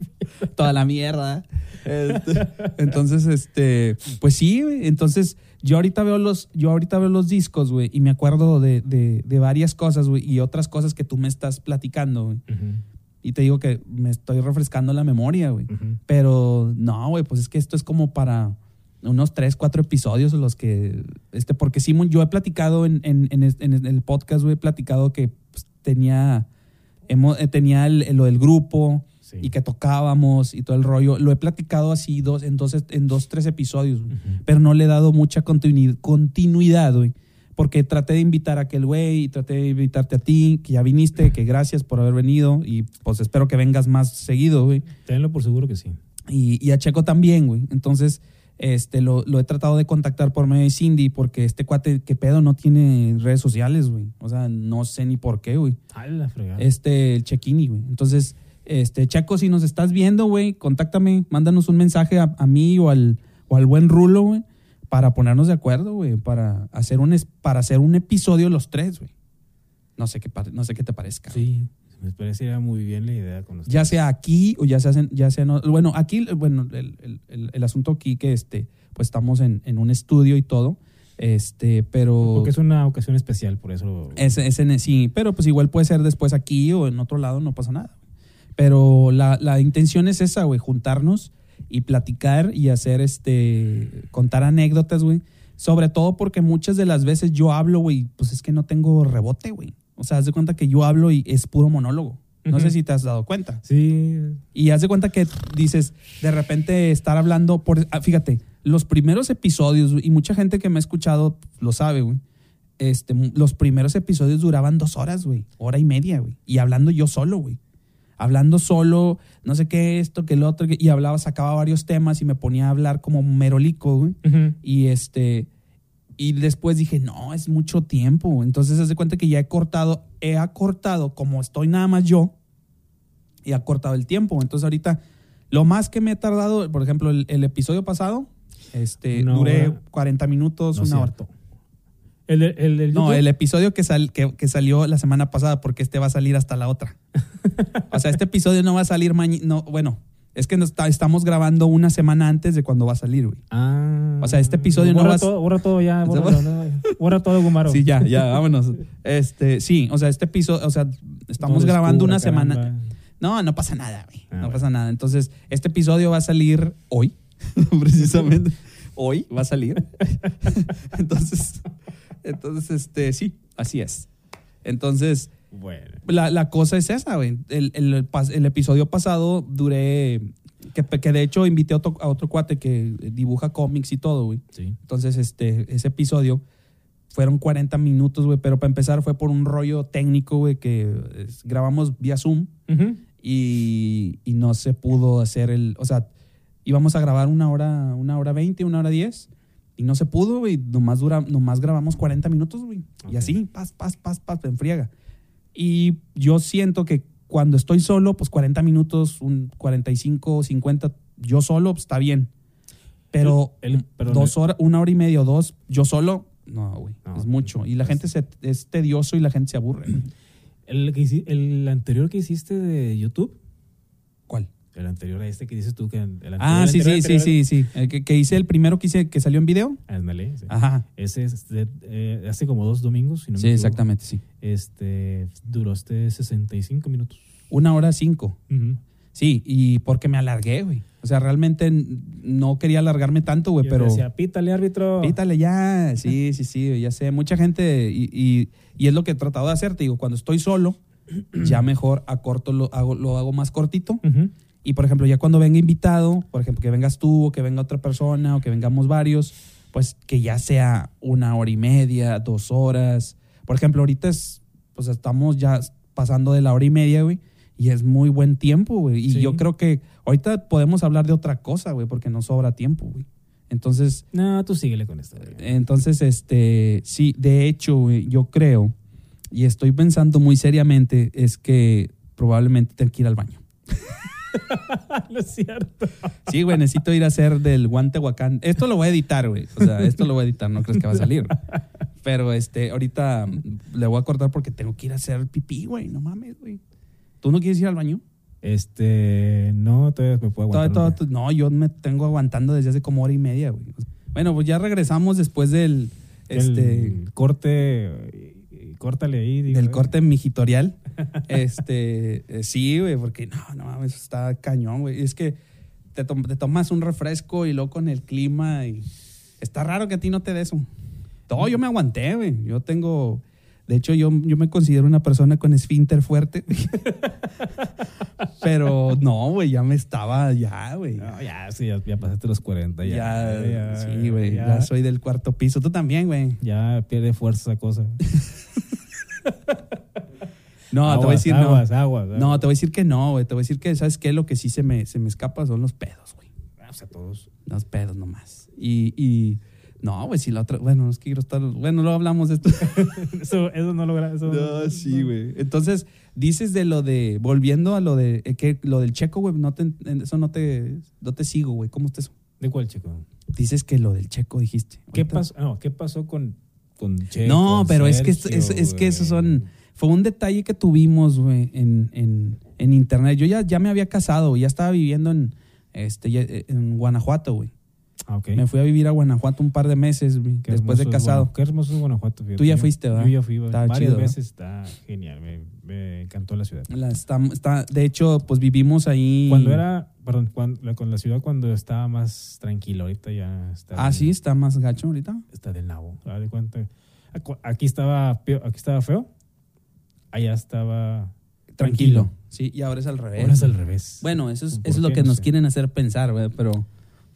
Speaker 3: toda la mierda. Este, entonces, este, pues sí, güey. entonces yo ahorita veo los, yo ahorita veo los discos, güey, y me acuerdo de, de- de varias cosas, güey, y otras cosas que tú me estás platicando, güey.
Speaker 2: Ujú,
Speaker 3: Y te digo que me estoy refrescando la memoria, güey.
Speaker 2: ujú.
Speaker 3: Pero no, güey, pues es que esto es como para unos tres, cuatro episodios en los que, este, porque Simon, yo he platicado en, en- en es- en el podcast, güey, he platicado que pues, tenía, hemos, eh, tenía el- lo del grupo,
Speaker 2: Sí.
Speaker 3: y que tocábamos y todo el rollo. Lo he platicado así dos, en, dos, en dos, tres episodios, güey.
Speaker 2: Ujú.
Speaker 3: pero no le he dado mucha continui- continuidad, güey. Porque traté de invitar a aquel güey y traté de invitarte a ti, que ya viniste, que gracias por haber venido y pues espero que vengas más seguido, güey.
Speaker 2: Tenlo por seguro que sí.
Speaker 3: Y, y a Checo también, güey. Entonces, este, lo, lo he tratado de contactar por medio de Cindy porque este cuate, que pedo, no tiene redes sociales, güey. O sea, no sé ni por qué, güey
Speaker 2: A la fregada.
Speaker 3: este, el Chequini, güey. Entonces, este, Chaco, si nos estás viendo, güey, contáctame, mándanos un mensaje a, a mí o al, o al buen Rulo, güey, para ponernos de acuerdo, güey, para hacer un, es- para hacer un episodio los tres, güey. No sé qué, par- no sé qué te parezca. güey.
Speaker 2: Sí. Me pareciera muy bien la idea con los
Speaker 3: Ya sea aquí o ya sea, en- ya sea en o- bueno, aquí, bueno, el, el- el- el asunto aquí que este, pues estamos en, en un estudio y todo, este, pero...
Speaker 2: Porque es una ocasión especial, por eso.
Speaker 3: Es, es en- sí, pero pues igual puede ser después aquí o en otro lado, no pasa nada. Pero la, la intención es esa, güey, juntarnos y platicar y hacer este, contar anécdotas, güey. Sobre todo porque muchas de las veces yo hablo, güey, pues es que no tengo rebote, güey. O sea, haz de cuenta que yo hablo y es puro monólogo. No sé
Speaker 2: Ujú.
Speaker 3: si te has dado cuenta.
Speaker 2: Sí.
Speaker 3: Y haz de cuenta que dices, de repente estar hablando por... ah, Fíjate, los primeros episodios, güey, y mucha gente que me ha escuchado lo sabe, güey. Este, mu- los primeros episodios duraban dos horas, güey. Hora y media, güey. Y hablando yo solo, güey. Hablando solo, no sé qué, esto, que el otro. que- Y hablaba, sacaba varios temas y me ponía a hablar como merolico, güey. Y este. Y después dije, no, es mucho tiempo. Entonces, haz de cuenta que ya he cortado, he acortado, como estoy nada más yo, y ha cortado el tiempo. Entonces, ahorita, lo más que me he tardado, por ejemplo, el, el episodio pasado, este,
Speaker 2: Una
Speaker 3: duré
Speaker 2: hora.
Speaker 3: 40 minutos,
Speaker 2: No es
Speaker 3: una hora.
Speaker 2: cierto. El, de- el, del
Speaker 3: No,
Speaker 2: YouTube?
Speaker 3: el episodio que, sal- que, que salió la semana pasada, porque este va a salir hasta la otra. o sea, este episodio no va a salir mañana. No, bueno, es que nos está- estamos grabando una semana antes de cuando va a salir, güey.
Speaker 2: Ah.
Speaker 3: O sea, este episodio no
Speaker 2: borra
Speaker 3: vas-
Speaker 2: Todo, borra todo ya. Borra,
Speaker 3: borra-
Speaker 2: todo, no, borra todo, Gumaro.
Speaker 3: Sí, ya, ya, vámonos. Este, sí, o sea, este episodio, o sea, estamos
Speaker 2: No
Speaker 3: grabando
Speaker 2: descubra,
Speaker 3: una semana.
Speaker 2: caramba.
Speaker 3: No, no pasa nada, güey.
Speaker 2: Ah,
Speaker 3: no
Speaker 2: bueno.
Speaker 3: pasa nada. Entonces, este episodio va a salir hoy, precisamente. hoy va a salir. entonces, entonces, este, sí, así es. Entonces,
Speaker 2: Bueno.
Speaker 3: la, la cosa es esa, güey. El, el pas- el episodio pasado duré. Que, que de hecho invité a otro, a otro cuate que dibuja cómics y todo, güey.
Speaker 2: Sí.
Speaker 3: Entonces, este, ese episodio fueron 40 minutos, güey. Pero para empezar fue por un rollo técnico, güey, que es- grabamos vía Zoom y, y no se pudo hacer el. O sea, íbamos a grabar una hora, una hora 20, una hora 10. Y no se pudo, güey. Nomás, dura, nomás grabamos 40 minutos, güey.
Speaker 2: Ok.
Speaker 3: Y así, paz, paz, paz, paz, en friega. Y yo siento que cuando estoy solo, pues 40 minutos, un 45, 50, yo solo, pues, está bien. Pero
Speaker 2: El- el- perdón,
Speaker 3: dos horas, una hora y media o dos, yo solo, no, güey.
Speaker 2: No,
Speaker 3: es mucho. Y la
Speaker 2: es-
Speaker 3: gente se, es tedioso y la gente se aburre. güey.
Speaker 2: El, que hici- el anterior que hiciste de YouTube,
Speaker 3: ¿Cuál?
Speaker 2: el anterior a este que dices tú que el anterior,
Speaker 3: Ah,
Speaker 2: el
Speaker 3: sí, sí,
Speaker 2: anterior,
Speaker 3: sí,
Speaker 2: anterior-
Speaker 3: sí, sí. El que, que hice el primero que hice que salió en video.
Speaker 2: Ándale, sí.
Speaker 3: Ajá.
Speaker 2: Ese es de- eh, hace como dos domingos, si no me
Speaker 3: Ah. Sí,
Speaker 2: equivoco.
Speaker 3: exactamente, sí.
Speaker 2: Este, duró este 65 minutos.
Speaker 3: Una hora cinco.
Speaker 2: Ujú.
Speaker 3: Sí, y porque me alargué, güey. O sea, realmente n- no quería alargarme tanto, güey,
Speaker 2: Yo
Speaker 3: pero.
Speaker 2: decía, "Oh". pítale árbitro.
Speaker 3: Pítale ya. Sí, sí, sí, ya sé. Mucha gente, y, y- y es lo que he tratado de hacer, te digo, cuando estoy solo, ya mejor acorto, lo hago, lo hago más cortito.
Speaker 2: Ujú.
Speaker 3: Y por ejemplo, ya cuando venga invitado, por ejemplo, que vengas tú o que venga otra persona o que vengamos varios, pues que ya sea una hora y media, dos horas. Por ejemplo, ahorita es, pues estamos ya pasando de la hora y media, güey. Y es muy buen tiempo, güey. Y
Speaker 2: Sí.
Speaker 3: yo creo que ahorita podemos hablar de otra cosa, güey, porque no sobra tiempo, güey. Entonces,
Speaker 2: No, tú síguele con esto.
Speaker 3: Eh.
Speaker 2: güey.
Speaker 3: entonces, este, sí, de hecho, güey, yo creo, y estoy pensando muy seriamente, es que probablemente tenga que ir al baño.
Speaker 2: no es cierto.
Speaker 3: Sí, güey, necesito ir a hacer del guante Huacán. Esto lo voy a editar, güey. O sea, esto lo voy a editar, no crees que va a salir. Pero este, ahorita mm, le voy a cortar porque tengo que ir a hacer pipí, güey. No mames, güey. ¿Tú no quieres ir al baño?
Speaker 2: Este, no, todavía me puedo aguantar.
Speaker 3: Todo- todo-
Speaker 2: ¿no?
Speaker 3: todo- no, yo me tengo aguantando desde hace como hora y media, güey. Bueno, pues ya regresamos después del,
Speaker 2: El
Speaker 3: este,
Speaker 2: corte, eh, eh, córtale ahí. digo,
Speaker 3: del
Speaker 2: eh.
Speaker 3: corte mijitorial. este, eh, sí, güey, porque no, no mames, está cañón, güey. Es que te, tom- te tomas un refresco y luego con el clima y está raro que a ti no te des un. No, yo me aguanté, güey. Yo tengo, de hecho, yo, yo me considero una persona con esfínter fuerte. Pero no, güey, ya me estaba, ya, güey.
Speaker 2: No, ya, sí, ya, ya pasaste los 40. Ya,
Speaker 3: eh. Ya,
Speaker 2: ya,
Speaker 3: sí, güey,
Speaker 2: Ya,
Speaker 3: ya soy del cuarto piso. Tú también, güey.
Speaker 2: ya pierde fuerza esa cosa.
Speaker 3: No,
Speaker 2: aguas,
Speaker 3: te voy a decir no.
Speaker 2: aguas, aguas, aguas.
Speaker 3: No, te voy a decir que no, güey. Te voy a decir que, ¿sabes qué? Lo que sí se me, se me escapa son los pedos, güey.
Speaker 2: Vamos a todos.
Speaker 3: Los pedos nomás. Y, y no, güey, si la otra. Bueno, es que quiero estar. Bueno, luego hablamos de esto.
Speaker 2: Eso, eso no logra. Eso
Speaker 3: no, sí, güey. Entonces, dices de lo de. Volviendo a lo de. eh, que, lo del checo, güey. No te, en- eso no te, no te sigo, güey. ¿Cómo estás?
Speaker 2: ¿De cuál, chico?
Speaker 3: Dices que lo del checo dijiste.
Speaker 2: ¿Qué
Speaker 3: Ahorita-
Speaker 2: pasó? No, ¿qué pasó con, con Che?
Speaker 3: No,
Speaker 2: con
Speaker 3: pero es que, es,
Speaker 2: Sergio,
Speaker 3: es- es que esos
Speaker 2: güey?
Speaker 3: son. Fue un detalle que tuvimos, güey, en, en- en internet. Yo ya, ya me había casado, güey, ya estaba viviendo en, este, ya- en Guanajuato, güey.
Speaker 2: Ah, ok.
Speaker 3: Me fui a vivir a Guanajuato un par de meses, güey,
Speaker 2: Qué
Speaker 3: después de
Speaker 2: hermoso es
Speaker 3: casado.
Speaker 2: Guana- qué hermoso es Guanajuato. fíjate.
Speaker 3: Tú ya
Speaker 2: Yo-
Speaker 3: fuiste, ¿verdad?
Speaker 2: Yo ya fui
Speaker 3: Está
Speaker 2: varias
Speaker 3: chido, ¿verdad?
Speaker 2: veces. Está genial. Me, me encantó la ciudad.
Speaker 3: La estam- está- de hecho, pues vivimos ahí.
Speaker 2: Cuando era, perdón, cuando, la- con la ciudad cuando estaba más tranquilo, ahorita ya está.
Speaker 3: Ah,
Speaker 2: del-
Speaker 3: sí, está más gacho ahorita.
Speaker 2: Está del nabo. haz de cuenta. Acu- Aquí estaba, peo- aquí estaba feo, allá estaba.
Speaker 3: Tranquilo.
Speaker 2: Tranquilo.
Speaker 3: Sí, y ahora es al revés.
Speaker 2: Ahora es al revés.
Speaker 3: Bueno, eso es,
Speaker 2: ¿Por
Speaker 3: eso es lo
Speaker 2: qué?
Speaker 3: que
Speaker 2: No
Speaker 3: nos
Speaker 2: sé.
Speaker 3: quieren hacer pensar, güey, pero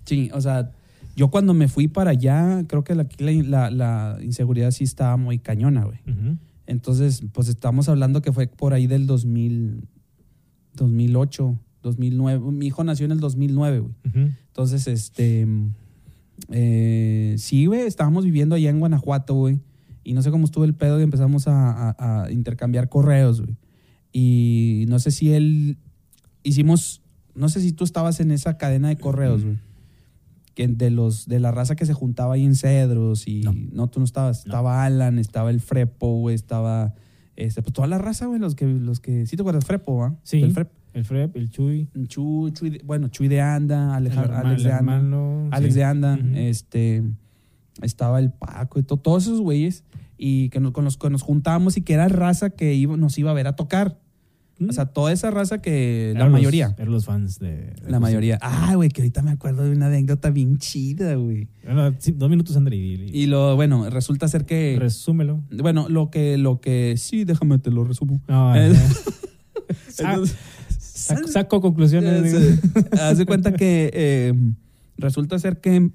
Speaker 3: sí, o sea, yo cuando me fui para allá, creo que la, la- la inseguridad sí estaba muy cañona, güey.
Speaker 2: Ujú.
Speaker 3: Entonces, pues estamos hablando que fue por ahí del 2000, 2008, 2009. Mi hijo nació en el 2009, güey.
Speaker 2: Ujú.
Speaker 3: Entonces, este. eh, sí, güey, estábamos viviendo allá en Guanajuato, güey. Y no sé cómo estuvo el pedo y empezamos a, a- a intercambiar correos, güey. Y no sé si él. Hicimos. No sé si tú estabas en esa cadena de correos, güey. Que de, los, de la raza que se juntaba ahí en Cedros y...
Speaker 2: No.
Speaker 3: No, tú no estabas.
Speaker 2: No.
Speaker 3: Estaba Alan, estaba el Frepo, güey, estaba... Este, pues toda la raza, güey, los que, los que... ¿Sí te acuerdas? Frepo, ¿ah?
Speaker 2: Sí.
Speaker 3: El Frep.
Speaker 2: El Frep, el Chuy,
Speaker 3: Chu, Chuy de- bueno, Chuy de Anda,
Speaker 2: el,
Speaker 3: Alejandro,
Speaker 2: herma-
Speaker 3: Alex
Speaker 2: el
Speaker 3: de Anda.
Speaker 2: hermano.
Speaker 3: Alex
Speaker 2: sí.
Speaker 3: de Anda,
Speaker 2: Ujú.
Speaker 3: este, estaba el Paco y to- todos esos güeyes y que nos, con los que nos juntábamos y que era raza que iba- nos iba a ver a tocar. O sea, toda esa raza que
Speaker 2: Mm.
Speaker 3: la
Speaker 2: Eran los-
Speaker 3: mayoría.
Speaker 2: Eran los fans de. de
Speaker 3: La
Speaker 2: José.
Speaker 3: mayoría. Ah, güey, que ahorita me acuerdo de una anécdota bien chida, güey.
Speaker 2: Bueno, sí, dos minutos, André. Y,
Speaker 3: Y lo, bueno, resulta ser
Speaker 2: y
Speaker 3: que.
Speaker 2: resúmelo.
Speaker 3: bueno, lo que, lo que. Sí, déjame, te lo resumo.
Speaker 2: No,
Speaker 3: Eh,
Speaker 2: sa-
Speaker 3: Entonces-
Speaker 2: saco, saco conclusiones. digo.
Speaker 3: Ya sé. Haz de cuenta que eh, resulta ser que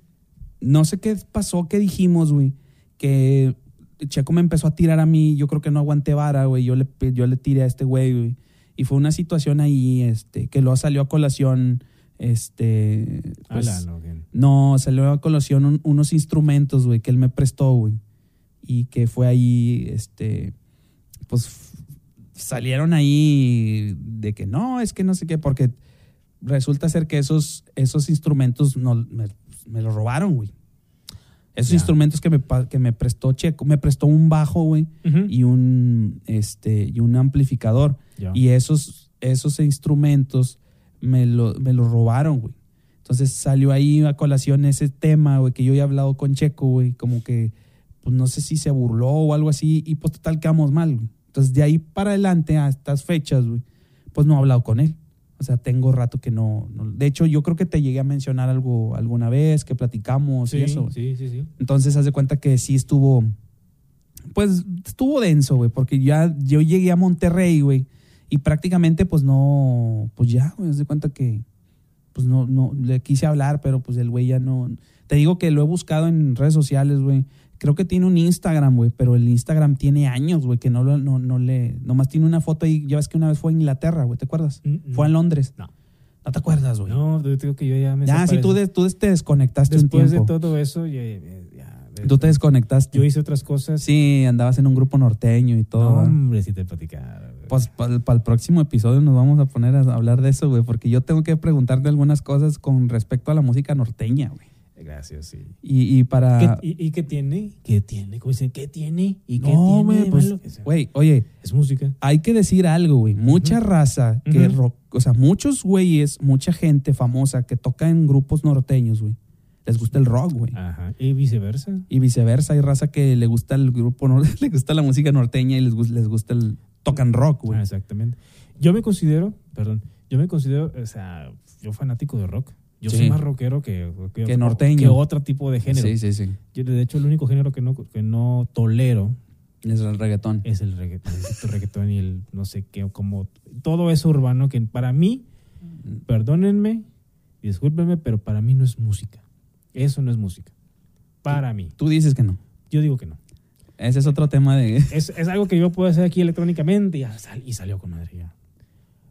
Speaker 3: no sé qué pasó, qué dijimos, güey, que Checo me empezó a tirar a mí, yo creo que no aguanté vara, güey, yo le, yo le tiré a este güey, güey. Y fue una situación ahí, este, que luego salió a colación, este, pues,
Speaker 2: Ala, no, que-
Speaker 3: no, salió a colación un- unos instrumentos, güey, que él me prestó, güey. Y que fue ahí, este, pues f- salieron ahí de que no, es que no sé qué, porque resulta ser que esos, esos instrumentos no, me, me los robaron, güey. Esos
Speaker 2: Ya.
Speaker 3: instrumentos que me, pa- que me prestó Checo, me prestó un bajo, güey,
Speaker 2: Ujú.
Speaker 3: y un, este, y un amplificador.
Speaker 2: Ya.
Speaker 3: Y esos, esos instrumentos me lo, me lo robaron, güey. Entonces salió ahí a colación ese tema, güey, que yo ya he hablado con Checo, güey, como que, pues no sé si se burló o algo así, y pues total quedamos mal, güey. Entonces de ahí para adelante a estas fechas, güey, pues no he hablado con él. O sea, tengo rato que no, no- De hecho, yo creo que te llegué a mencionar algo alguna vez, que platicamos y
Speaker 2: sí,
Speaker 3: eso. güey.
Speaker 2: sí, sí, sí.
Speaker 3: Entonces, haz de cuenta que sí estuvo. Pues estuvo denso, güey, porque ya yo llegué a Monterrey, güey, y prácticamente, pues no. Pues ya, güey, haz de cuenta que. Pues no, no, le quise hablar, pero pues el güey ya no. Te digo que lo he buscado en redes sociales, güey. Creo que tiene un Instagram, güey, pero el Instagram tiene años, güey, que no, lo- no, no le. Nomás tiene una foto ahí. Ya ves que una vez fue a Inglaterra, güey, ¿te acuerdas?
Speaker 2: Mm, mm.
Speaker 3: Fue a Londres.
Speaker 2: No.
Speaker 3: ¿No te acuerdas, güey?
Speaker 2: No, yo digo que yo ya me.
Speaker 3: ya, sí, tú,
Speaker 2: desaparecí.
Speaker 3: de- tú te desconectaste un
Speaker 2: Después de
Speaker 3: tiempo.
Speaker 2: todo eso, ya. ya- ya-
Speaker 3: tú te desconectaste.
Speaker 2: Yo hice otras cosas.
Speaker 3: Sí, andabas en un grupo norteño y
Speaker 2: No,
Speaker 3: todo. ¿verdad?
Speaker 2: hombre, sí te platicara. güey.
Speaker 3: Pues para el próximo episodio nos vamos a poner a hablar de eso, güey, porque yo tengo que preguntarte algunas cosas con respecto a la música norteña, güey.
Speaker 2: eh, Gracias, sí.
Speaker 3: Y, y
Speaker 2: ¿Qué-
Speaker 3: para...
Speaker 2: y, y qué tiene? ¿Qué tiene? ¿Cómo dicen? ¿Qué tiene? ¿Y qué
Speaker 3: no,
Speaker 2: tiene?
Speaker 3: güey,
Speaker 2: de
Speaker 3: pues,
Speaker 2: malo? Es-
Speaker 3: güey, oye,
Speaker 2: Es música.
Speaker 3: hay que decir algo, güey. Mucha
Speaker 2: Ujú.
Speaker 3: raza que...
Speaker 2: Ujú.
Speaker 3: ro- o sea, muchos güeyes, mucha gente famosa que toca en grupos norteños, güey. Les gusta el rock, güey.
Speaker 2: Ajá. Y viceversa.
Speaker 3: Y viceversa, hay raza que le gusta el grupo, nor- le gusta la música norteña y les, gus- les gusta el... Tocan rock, güey.
Speaker 2: Ah, exactamente. Yo me considero, perdón, yo me considero, o sea, yo fanático de rock. Yo
Speaker 3: Sí.
Speaker 2: soy más rockero que,
Speaker 3: Que norteño.
Speaker 2: Que otro tipo de género.
Speaker 3: Sí, sí, sí.
Speaker 2: Yo, de hecho, el único género que no, que no tolero
Speaker 3: Es el reggaetón.
Speaker 2: es el reggaetón, el reggaetón y el no sé qué, como todo eso urbano que para mí, Mm. perdónenme, discúlpenme, pero para mí no es música. Eso no es música. Para mí.
Speaker 3: Tú dices que no.
Speaker 2: Yo digo que no.
Speaker 3: Ese es otro tema de...
Speaker 2: Es, es algo que yo puedo hacer aquí electrónicamente y, ya sal- y salió con madre ya.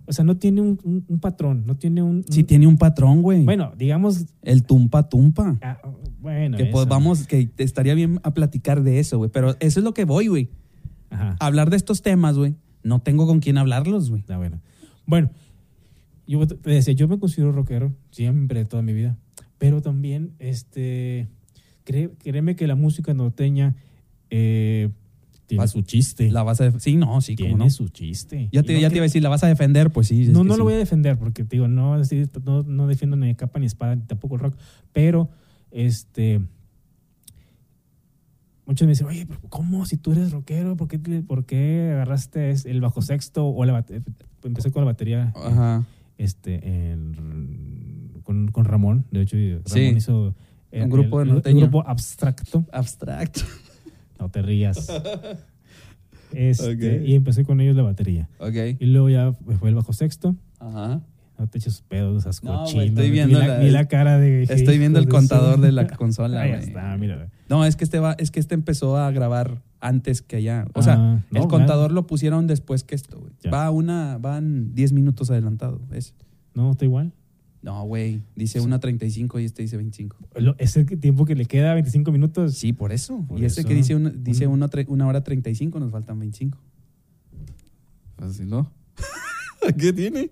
Speaker 2: O sea, no tiene un, un- un patrón, no tiene un...
Speaker 3: Sí
Speaker 2: un-
Speaker 3: tiene un patrón, güey.
Speaker 2: Bueno, digamos...
Speaker 3: El tumpa tumpa.
Speaker 2: ah, bueno,
Speaker 3: que pues
Speaker 2: eso.
Speaker 3: vamos, que te estaría bien a platicar de eso, güey. Pero eso es lo que voy, güey.
Speaker 2: Ajá.
Speaker 3: A Hablar de estos temas, güey. No tengo con quién hablarlos, güey.
Speaker 2: Ah, bueno. Bueno, yo te decía, yo me considero rockero siempre, toda mi vida. Pero también, este, cre- créeme que la música norteña eh, tiene
Speaker 3: Va-
Speaker 2: su chiste.
Speaker 3: La vas a... def- Sí, no, sí,
Speaker 2: tiene
Speaker 3: como no.
Speaker 2: su chiste.
Speaker 3: Ya te,
Speaker 2: Y no
Speaker 3: ya
Speaker 2: cre-
Speaker 3: te iba a decir, la vas a defender, pues sí. es
Speaker 2: No,
Speaker 3: que
Speaker 2: no
Speaker 3: sí.
Speaker 2: lo voy a defender porque te digo, no, así, no, no defiendo ni capa ni espada, ni tampoco el rock. Pero, este. Muchos me dicen, oye, pero ¿cómo? Si tú eres rockero, ¿por qué, te- por qué agarraste es- el bajo sexto o la bate- Empecé con la batería
Speaker 3: Ajá.
Speaker 2: este, en- con, con Ramón. De hecho, Ramón
Speaker 3: Sí.
Speaker 2: hizo
Speaker 3: Un grupo
Speaker 2: el-
Speaker 3: de
Speaker 2: el
Speaker 3: norteño.
Speaker 2: grupo abstracto.
Speaker 3: Abstracto.
Speaker 2: No te rías. Este,
Speaker 3: Ok.
Speaker 2: Y empecé con ellos la batería.
Speaker 3: Ok.
Speaker 2: Y luego ya fue el bajo sexto.
Speaker 3: Ajá.
Speaker 2: No te eches pedos, esas
Speaker 3: No, güey,
Speaker 2: cochinas.
Speaker 3: estoy
Speaker 2: Vi
Speaker 3: viendo
Speaker 2: la,
Speaker 3: la-
Speaker 2: vi la cara de.
Speaker 3: Estoy viendo el
Speaker 2: hijo su-
Speaker 3: contador de la consola,
Speaker 2: Ahí
Speaker 3: güey.
Speaker 2: está, mira.
Speaker 3: No, es que este va, es que este empezó a grabar antes que allá. O sea,
Speaker 2: Ah, no,
Speaker 3: el contador lo pusieron después que esto, güey.
Speaker 2: Ya.
Speaker 3: Va una, van 10 minutos adelantado. Es,
Speaker 2: No, está igual.
Speaker 3: no, güey. Dice una 35 y este dice 25.
Speaker 2: Lo- Es el tiempo que le queda, 25 minutos.
Speaker 3: Sí, por eso.
Speaker 2: Por
Speaker 3: y este
Speaker 2: eso.
Speaker 3: que dice, una, dice una, tre- una hora 35, nos faltan 25. Así no. ¿Qué tiene?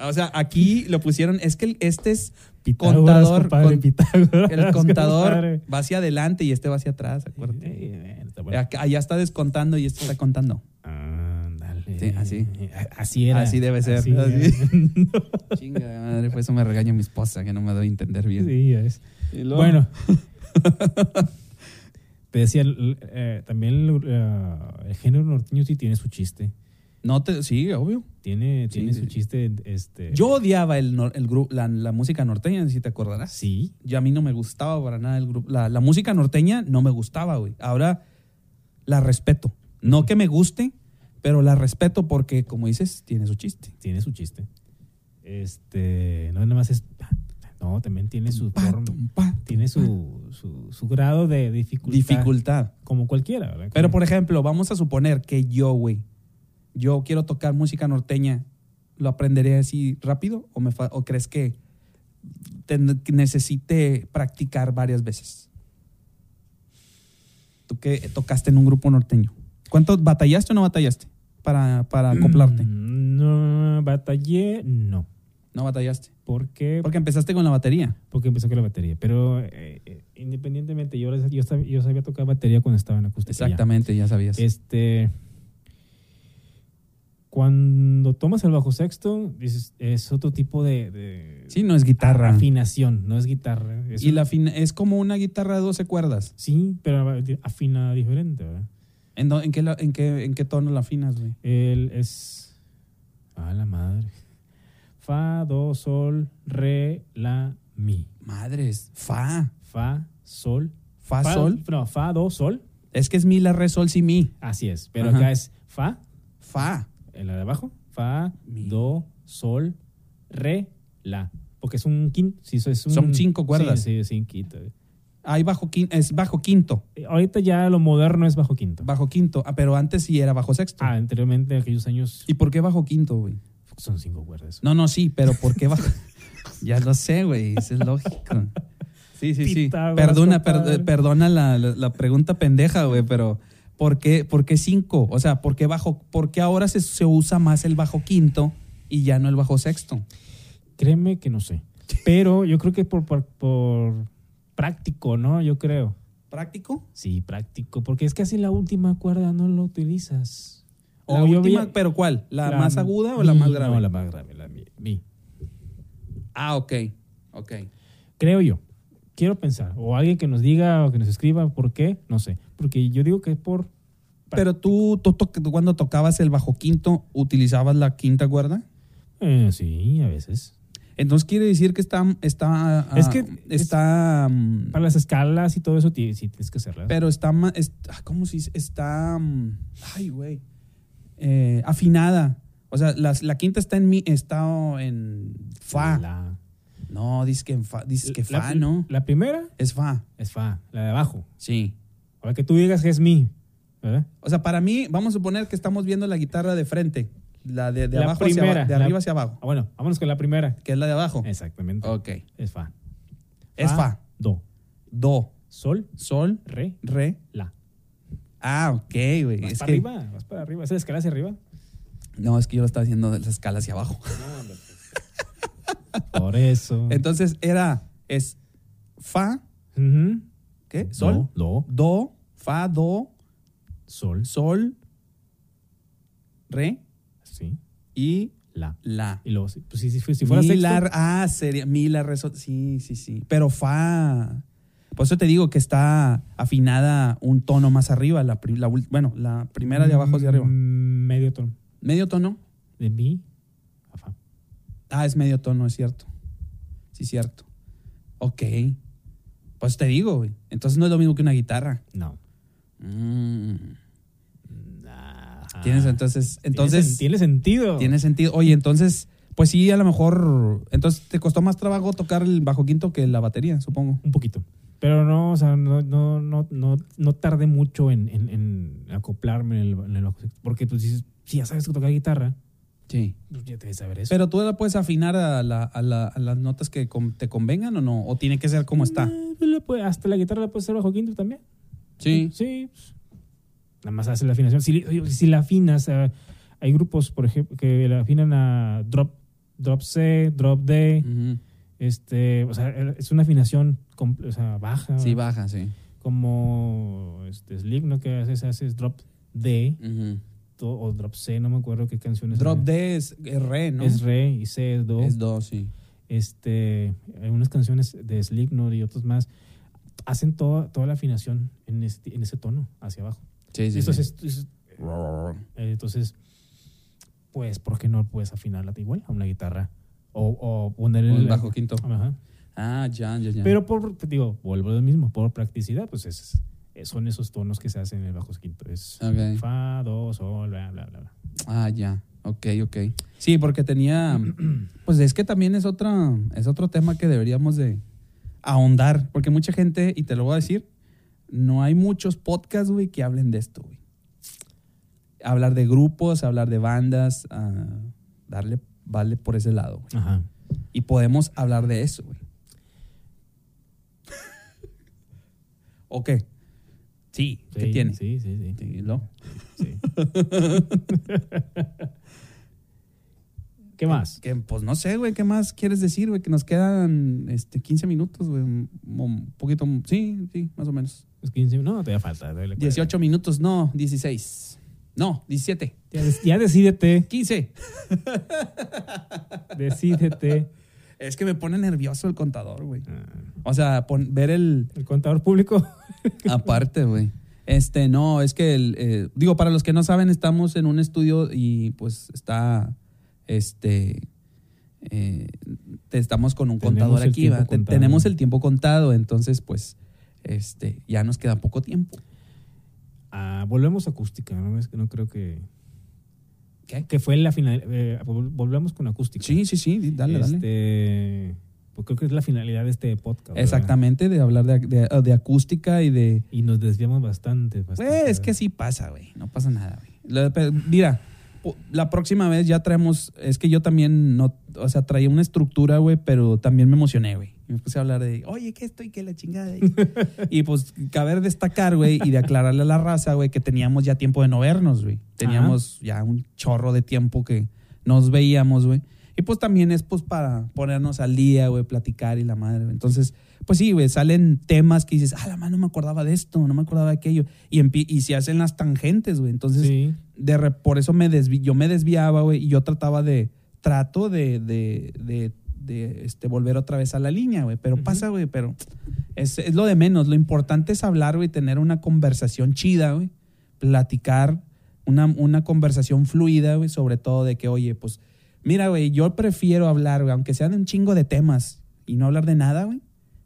Speaker 3: O sea, aquí lo pusieron. Es que el- este es
Speaker 2: Pitágoras,
Speaker 3: contador,
Speaker 2: compadre,
Speaker 3: con-
Speaker 2: Pitágoras,
Speaker 3: el contador
Speaker 2: compadre.
Speaker 3: va hacia adelante y este va hacia atrás, acuérdate.
Speaker 2: Eh, eh, está bueno.
Speaker 3: Acá- Allá está descontando y este está contando.
Speaker 2: Ándale.
Speaker 3: Sí, así.
Speaker 2: A- Así era.
Speaker 3: Así debe ser.
Speaker 2: Así era.
Speaker 3: Así. Chinga de madre, por eso me regaña mi esposa que no me doy a entender bien.
Speaker 2: Sí, ya es. Bueno. uh, Te decía, el- el- eh, también el, eh, el género norteño sí tiene su chiste.
Speaker 3: No te, sí, obvio.
Speaker 2: Tiene, tiene
Speaker 3: sí,
Speaker 2: su
Speaker 3: sí.
Speaker 2: chiste. Este,
Speaker 3: Yo odiaba el, nor- el gru- la, la música norteña, si te acordarás.
Speaker 2: Sí.
Speaker 3: Yo a mí no me gustaba para nada el grupo. La, la música norteña no me gustaba, güey. Ahora la respeto. No que me guste, pero la respeto porque, como dices, tiene su chiste.
Speaker 2: tiene su chiste. Este, no nada más es no, también tiene su
Speaker 3: Pa,
Speaker 2: forma,
Speaker 3: tum, pa, tum,
Speaker 2: tiene su, su, su grado de
Speaker 3: pa.
Speaker 2: dificultad,
Speaker 3: dificultad.
Speaker 2: como cualquiera, ¿verdad?
Speaker 3: Pero,
Speaker 2: Como-
Speaker 3: por ejemplo, vamos a suponer que yo, güey, yo quiero tocar música norteña. ¿Lo aprenderé así rápido o, me fa- o crees que, ten- que necesite practicar varias veces? Tú que tocaste en un grupo norteño. ¿Cuánto batallaste o no batallaste para, para
Speaker 2: Mm.
Speaker 3: acoplarte?
Speaker 2: No batallé, no,
Speaker 3: No batallaste.
Speaker 2: porque
Speaker 3: Porque empezaste con la batería.
Speaker 2: porque empezó con la batería, pero eh, eh, independientemente yo les- yo sabía, yo sabía tocar batería cuando estaba en acústica. ya.
Speaker 3: Exactamente, ya sabías.
Speaker 2: Este cuando tomas el bajo sexto, dices, es otro tipo de, de
Speaker 3: sí, no es guitarra.
Speaker 2: afinación, no es guitarra. Ah, es
Speaker 3: Y la fin- es como una guitarra de 12 cuerdas.
Speaker 2: Sí, pero afina diferente, ¿verdad?
Speaker 3: ¿En, do- en qué, la- en, qué, ¿En qué tono la afinas, güey?
Speaker 2: Él es. A la madre. Fa, do, sol, re, la, mi.
Speaker 3: Madres, fa,
Speaker 2: Fa, sol.
Speaker 3: fa, sol.
Speaker 2: No, fa, do, sol.
Speaker 3: Es que es mi, la, re, sol, si, mi.
Speaker 2: Así es. Pero
Speaker 3: Ajá.
Speaker 2: acá es fa,
Speaker 3: Fa.
Speaker 2: en la de abajo. Fa,
Speaker 3: Mi.
Speaker 2: do, sol, re, la. Porque es un quinto. Sí, eso es un-
Speaker 3: Son cinco cuerdas.
Speaker 2: Sí, sí, es quinto.
Speaker 3: Ahí bajo quinto, es bajo quinto.
Speaker 2: Ahorita ya lo moderno es bajo quinto.
Speaker 3: Bajo quinto. Ah, pero antes sí era bajo sexto.
Speaker 2: Ah, anteriormente, en aquellos años,
Speaker 3: ¿Y por qué bajo quinto, güey?
Speaker 2: son cinco cuerdas.
Speaker 3: No, no, sí, pero ¿por qué bajo? ya lo sé, güey. Eso es lógico. Sí, sí, sí.
Speaker 2: Pitágoras,
Speaker 3: Perdona, per-
Speaker 2: compadre.
Speaker 3: eh, perdona la, la- la pregunta pendeja, güey, pero ¿por qué, ¿por qué cinco? O sea, ¿por qué bajo? ¿Por qué ahora se, se usa más el bajo quinto y ya no el bajo sexto?
Speaker 2: Créeme que no sé. Pero yo creo que por, por, por práctico, ¿no? Yo creo.
Speaker 3: ¿Práctico?
Speaker 2: Sí, práctico. Porque es que así la última cuerda no la utilizas.
Speaker 3: ¿O
Speaker 2: yo
Speaker 3: última,
Speaker 2: vi-
Speaker 3: pero cuál? ¿La,
Speaker 2: la
Speaker 3: más aguda o la
Speaker 2: mi,
Speaker 3: más grave?
Speaker 2: No, la más grave, la mi. mi.
Speaker 3: Ah, ok. Ok.
Speaker 2: Creo yo. Quiero pensar. O alguien que nos diga o que nos escriba por qué, no sé. Porque yo digo que es por.
Speaker 3: Pero tú, tú to- tú cuando tocabas el bajo quinto, ¿utilizabas la quinta cuerda?
Speaker 2: Eh, sí, a veces.
Speaker 3: Entonces quiere decir que está... está ah,
Speaker 2: Es que-
Speaker 3: Está... mm,
Speaker 2: Para las escalas y todo eso ti- sí tienes que hacerlas.
Speaker 3: pero está más... ¿Cómo se dice? Está... mm, Ay, güey. Eh, afinada. O sea, las- la quinta está en mi... Está en fa.
Speaker 2: La,
Speaker 3: No, dice que en fa, dice que
Speaker 2: la-
Speaker 3: fa, ¿no?
Speaker 2: La primera
Speaker 3: es fa.
Speaker 2: es fa, la de abajo.
Speaker 3: Sí.
Speaker 2: Ahora que tú digas que es mi, ¿verdad?
Speaker 3: O sea, para mí, vamos a suponer que estamos viendo la guitarra de frente, la de, de
Speaker 2: La
Speaker 3: abajo hacia
Speaker 2: primera,
Speaker 3: abajo, de
Speaker 2: la-
Speaker 3: arriba hacia abajo,
Speaker 2: Ah, bueno, vámonos con la primera.
Speaker 3: que es la de abajo.
Speaker 2: Exactamente.
Speaker 3: Ok.
Speaker 2: Es fa.
Speaker 3: Es fa.
Speaker 2: Do.
Speaker 3: Do,
Speaker 2: Sol,
Speaker 3: sol,
Speaker 2: re,
Speaker 3: re.
Speaker 2: la.
Speaker 3: Ah, ok, güey.
Speaker 2: Vas
Speaker 3: Es
Speaker 2: para
Speaker 3: que-
Speaker 2: arriba, vas para arriba. ¿Es la escala hacia arriba?
Speaker 3: No, es que yo lo estaba haciendo de la escala hacia abajo.
Speaker 2: Ah. Por eso.
Speaker 3: Entonces era, es fa,
Speaker 2: Ujú.
Speaker 3: ¿qué? Sol,
Speaker 2: Do, do,
Speaker 3: do, fa, do,
Speaker 2: sol,
Speaker 3: sol, re
Speaker 2: sí,
Speaker 3: y
Speaker 2: la.
Speaker 3: la.
Speaker 2: Y luego, sí, pues sí, sí, fue- si fuera
Speaker 3: mi,
Speaker 2: sexto,
Speaker 3: la, ah, sería mi, la, re, sol. Sí, sí, sí. Pero fa. Por eso te digo que está afinada un tono más arriba. La, pri- la ul- bueno, la primera de abajo hacia arriba.
Speaker 2: mm, Medio tono.
Speaker 3: ¿Medio tono?
Speaker 2: De mi a fa.
Speaker 3: Ah, es medio tono, es cierto. Sí, cierto. Ok. Pues te digo, güey. Entonces no es lo mismo que una guitarra.
Speaker 2: No.
Speaker 3: Mm. Ah.
Speaker 2: Ajá.
Speaker 3: Tienes, entonces, entonces
Speaker 2: Tiene, sen- tiene sentido.
Speaker 3: tiene sentido. Oye, entonces, pues sí, a lo mejor. Entonces te costó más trabajo tocar el bajo quinto que la batería, supongo.
Speaker 2: Un poquito. Pero no, o sea, no, no, no, no, no tardé mucho en, en- en acoplarme en el, en el bajo sexto. Porque pues dices, si ya sabes tocar guitarra,
Speaker 3: Sí.
Speaker 2: pues ya debes saber eso.
Speaker 3: Pero tú la puedes afinar a, la- a la- a las notas que com- te convengan o no? ¿O tiene que ser como está?
Speaker 2: Eh, pues, la puede- hasta la guitarra la puedes hacer bajo quinto también. Sí. pues, Nada más hace la afinación. Si, oye, si la afinas, eh, hay grupos, por ejemplo, que la afinan a drop, drop C, drop D.
Speaker 3: Ujú.
Speaker 2: Este, o sea, es una afinación com- o sea, baja.
Speaker 3: Sí, baja, sí.
Speaker 2: Como este, Slick, ¿no? Que haces, haces drop D
Speaker 3: Ujú.
Speaker 2: to- o drop C, no me acuerdo qué canciones.
Speaker 3: Drop
Speaker 2: eran.
Speaker 3: D es, es re, ¿no?
Speaker 2: Es re y C es do.
Speaker 3: Es do, sí.
Speaker 2: este, algunas canciones de Slipknot y otros más hacen toda, toda la afinación en, este, en ese tono hacia abajo.
Speaker 3: Sí, sí, sí. este.
Speaker 2: entonces, entonces, eh, entonces, pues, ¿por qué no puedes afinarla igual a una guitarra? O, o poner
Speaker 3: O
Speaker 2: el,
Speaker 3: el bajo quinto.
Speaker 2: Ajá.
Speaker 3: Ah, ya, ya, ya.
Speaker 2: Pero por, te digo, vuelvo a lo mismo, por practicidad, pues es- es- son esos tonos que se hacen en el bajo quinto. Es
Speaker 3: Ok.
Speaker 2: fa, do, sol, bla, bla, bla. bla.
Speaker 3: Ah, ya. Ok, ok. Sí, porque tenía. Pues es que también es otra. Es otro tema que deberíamos de ahondar. Porque mucha gente, y te lo voy a decir, no hay muchos podcasts, güey, que hablen de esto, güey. Hablar de grupos, hablar de bandas, ah, darle, vale por ese lado, güey.
Speaker 2: Ajá.
Speaker 3: Y podemos hablar de eso, güey. ok. Sí, ¿qué
Speaker 2: Sí,
Speaker 3: tiene?
Speaker 2: Sí, sí, sí.
Speaker 3: Sí, ¿lo?
Speaker 2: sí. ¿Qué más?
Speaker 3: Que, pues no sé, güey, ¿qué más quieres decir, güey? Que nos quedan este, 15 minutos, güey. Un, un poquito, sí, sí, más o menos.
Speaker 2: Los 15, no, todavía falta. todavía le
Speaker 3: 18 minutos, no, 16. No, 17.
Speaker 2: cuadra. Ya, des- ya decídete,
Speaker 3: 15.
Speaker 2: decídete.
Speaker 3: Es que me pone nervioso el contador, güey.
Speaker 2: Ah,
Speaker 3: O sea, pon- ver el...
Speaker 2: El contador público.
Speaker 3: Aparte, güey. Este, no, es que, el, eh, digo, para los que no saben, estamos en un estudio y pues está, este, eh, te- estamos con un
Speaker 2: Tenemos
Speaker 3: contador
Speaker 2: el
Speaker 3: aquí,
Speaker 2: tiempo
Speaker 3: ¿va? Te-
Speaker 2: contado.
Speaker 3: tenemos el tiempo contado, entonces pues, este, ya nos queda poco tiempo.
Speaker 2: Ah, volvemos a acústica, ¿no? Es que no creo que.
Speaker 3: ¿Qué?
Speaker 2: Que fue la final. eh, vol- volvemos con acústica.
Speaker 3: Sí, sí, sí, di- dale, dale.
Speaker 2: Este, Pues creo que es la finalidad de este podcast. ¿verdad?
Speaker 3: Exactamente, de hablar de, de- de acústica y de...
Speaker 2: Y nos desviamos bastante. bastante
Speaker 3: Güey, Pues, es que sí pasa, güey, no pasa nada, güey. La- pe- Mira, po- la próxima vez ya traemos, es que yo también no, o sea, traía una estructura, güey, pero también me emocioné, güey. Y Me puse a hablar de, oye, ¿qué estoy? ¿Qué la chingada? Y- Y pues cabe destacar, güey, y de aclararle a la raza, güey, que teníamos ya tiempo de no vernos, güey. Teníamos ya un chorro de tiempo que nos veíamos, güey. Y pues también es pues para ponernos al día, güey, platicar y la madre. güey. Entonces, pues sí, güey, salen temas que dices, ah, la mano no me acordaba de esto, no me acordaba de aquello. Y, empie- y se hacen las tangentes, güey. Entonces,
Speaker 2: Sí.
Speaker 3: de re- por eso me desvi- yo me desviaba, güey, y yo trataba de, trato de, de, de- de, este, volver otra vez a la línea, güey, pero
Speaker 2: Ujú.
Speaker 3: pasa, güey, pero es, es lo de menos, lo importante es hablar, güey, tener una conversación chida, güey, platicar, una, una conversación fluida, güey, sobre todo de que, oye, pues, mira, güey, yo prefiero hablar, güey, aunque sean un chingo de temas y no hablar de nada, güey,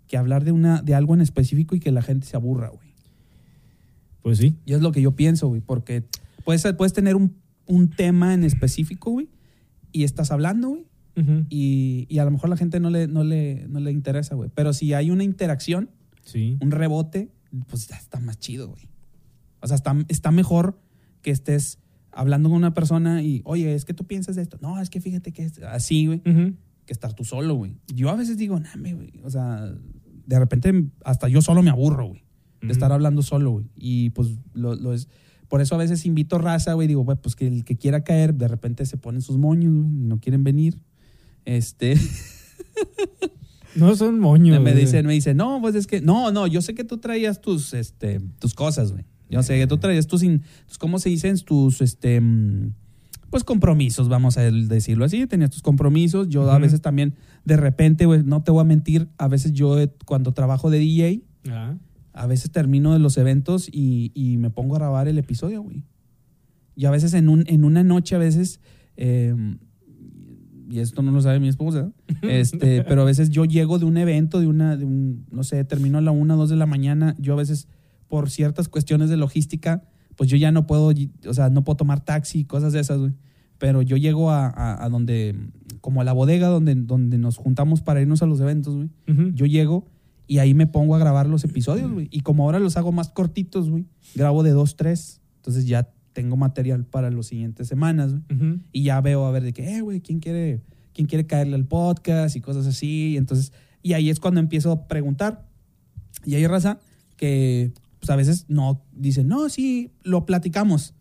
Speaker 3: que hablar de, una, de algo en específico y que la gente se aburra, güey.
Speaker 2: Pues sí.
Speaker 3: Y es lo que yo pienso, güey, porque puedes, puedes tener un, un tema en específico, güey, y estás hablando, güey,
Speaker 2: Ujú.
Speaker 3: y, y a lo mejor la gente no le, no le, no le interesa, güey. Pero si hay una interacción,
Speaker 2: Sí.
Speaker 3: un rebote, pues ya está más chido, güey. O sea, está, está mejor que estés hablando con una persona y, oye, es que tú piensas de esto. No, es que fíjate que es así, güey
Speaker 2: Ujú.
Speaker 3: que estar tú solo, güey. Yo a veces digo, name, güey. O sea, de repente hasta yo solo me aburro, güey. De
Speaker 2: Ujú.
Speaker 3: estar hablando solo, güey. Y pues lo, lo es. Por eso a veces invito raza, güey. Digo, güey, pues que el que quiera caer, de repente se ponen sus moños, güey, y no quieren venir. Este,
Speaker 2: No son moños.
Speaker 3: me
Speaker 2: güey.
Speaker 3: dicen, me dicen, no, pues es que, no, no, yo sé que tú traías tus, este, tus cosas, güey. Yo sé que tú traías tus, in- tus, ¿cómo se dicen? Tus, este, mm, pues compromisos, vamos a el- decirlo así, tenías tus compromisos. Yo a
Speaker 2: Ujú.
Speaker 3: veces también, de repente, güey, no te voy a mentir, a veces yo eh, cuando trabajo de DJ,
Speaker 2: Ah,
Speaker 3: a veces termino de los eventos y, y me pongo a grabar el episodio, güey. Y a veces en, un, en una noche, a veces, eh, y esto no lo sabe mi esposa, este, pero a veces yo llego de un evento, de una, de un, no sé, termino a la una, dos de la mañana, yo a veces por ciertas cuestiones de logística, pues yo ya no puedo, o sea, no puedo tomar taxi y cosas de esas, güey. Pero yo llego a, a- a donde, como a la bodega donde, donde nos juntamos para irnos a los eventos, güey.
Speaker 2: ujú.
Speaker 3: Yo llego y ahí me pongo a grabar los episodios, güey. Y como ahora los hago más cortitos, güey, grabo de dos, tres. Entonces ya tengo material para las siguientes semanas, güey.
Speaker 2: Ujú.
Speaker 3: Y ya veo a ver de que, eh, güey, ¿quién quiere, ¿quién quiere caerle al podcast y cosas así? Y entonces, y ahí es cuando empiezo a preguntar. Y hay raza que, pues a veces no, dicen, no, sí, lo platicamos.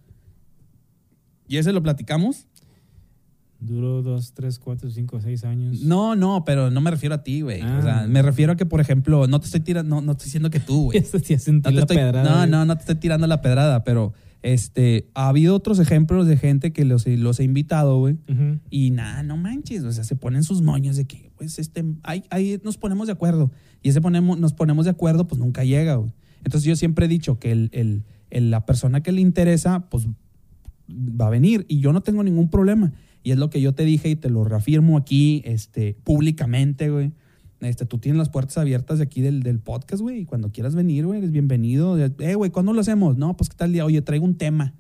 Speaker 3: Y ese lo platicamos
Speaker 2: Duró dos, tres, cuatro, cinco, seis años.
Speaker 3: No, no, pero no me refiero a ti, güey. O sea,
Speaker 2: Ah.
Speaker 3: me refiero a que, por ejemplo, no te estoy tirando, no, no estoy diciendo que tú, güey.
Speaker 2: Eso sí, es sentir
Speaker 3: No, te
Speaker 2: la
Speaker 3: estoy-
Speaker 2: pedrada,
Speaker 3: no,
Speaker 2: güey.
Speaker 3: no, no te estoy tirando la pedrada, pero este, ha habido otros ejemplos de gente que los, los he invitado, güey.
Speaker 2: Ujú.
Speaker 3: Y nada, no manches, o sea, se ponen sus moños de que, pues, este, ahí, ahí nos ponemos de acuerdo. Y ese ponemos, nos ponemos de acuerdo, pues nunca llega, güey. Entonces yo siempre he dicho que el, el- el- la persona que le interesa, pues va a venir y yo no tengo ningún problema. Y es lo que yo te dije y te lo reafirmo aquí este, públicamente, güey. Este, tú tienes las puertas abiertas de aquí del, del podcast, güey. Y cuando quieras venir, güey, eres bienvenido. Eh, güey, ¿cuándo lo hacemos? No, pues qué tal día. Oye, traigo un tema.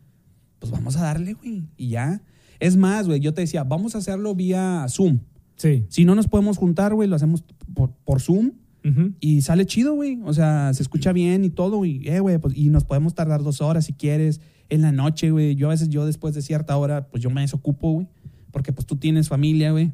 Speaker 3: Pues vamos a darle, güey. Y ya. Es más, güey, yo te decía, vamos a hacerlo vía Zoom.
Speaker 2: Sí.
Speaker 3: Si no nos podemos juntar, güey, lo hacemos por, por Zoom.
Speaker 2: Ujú.
Speaker 3: Y sale chido, güey. O sea, se escucha bien y todo. Y, eh, güey, pues, y nos podemos tardar dos horas si quieres. En la noche, güey. Yo a veces, yo después de cierta hora, pues yo me desocupo, güey. Porque pues tú tienes familia, güey.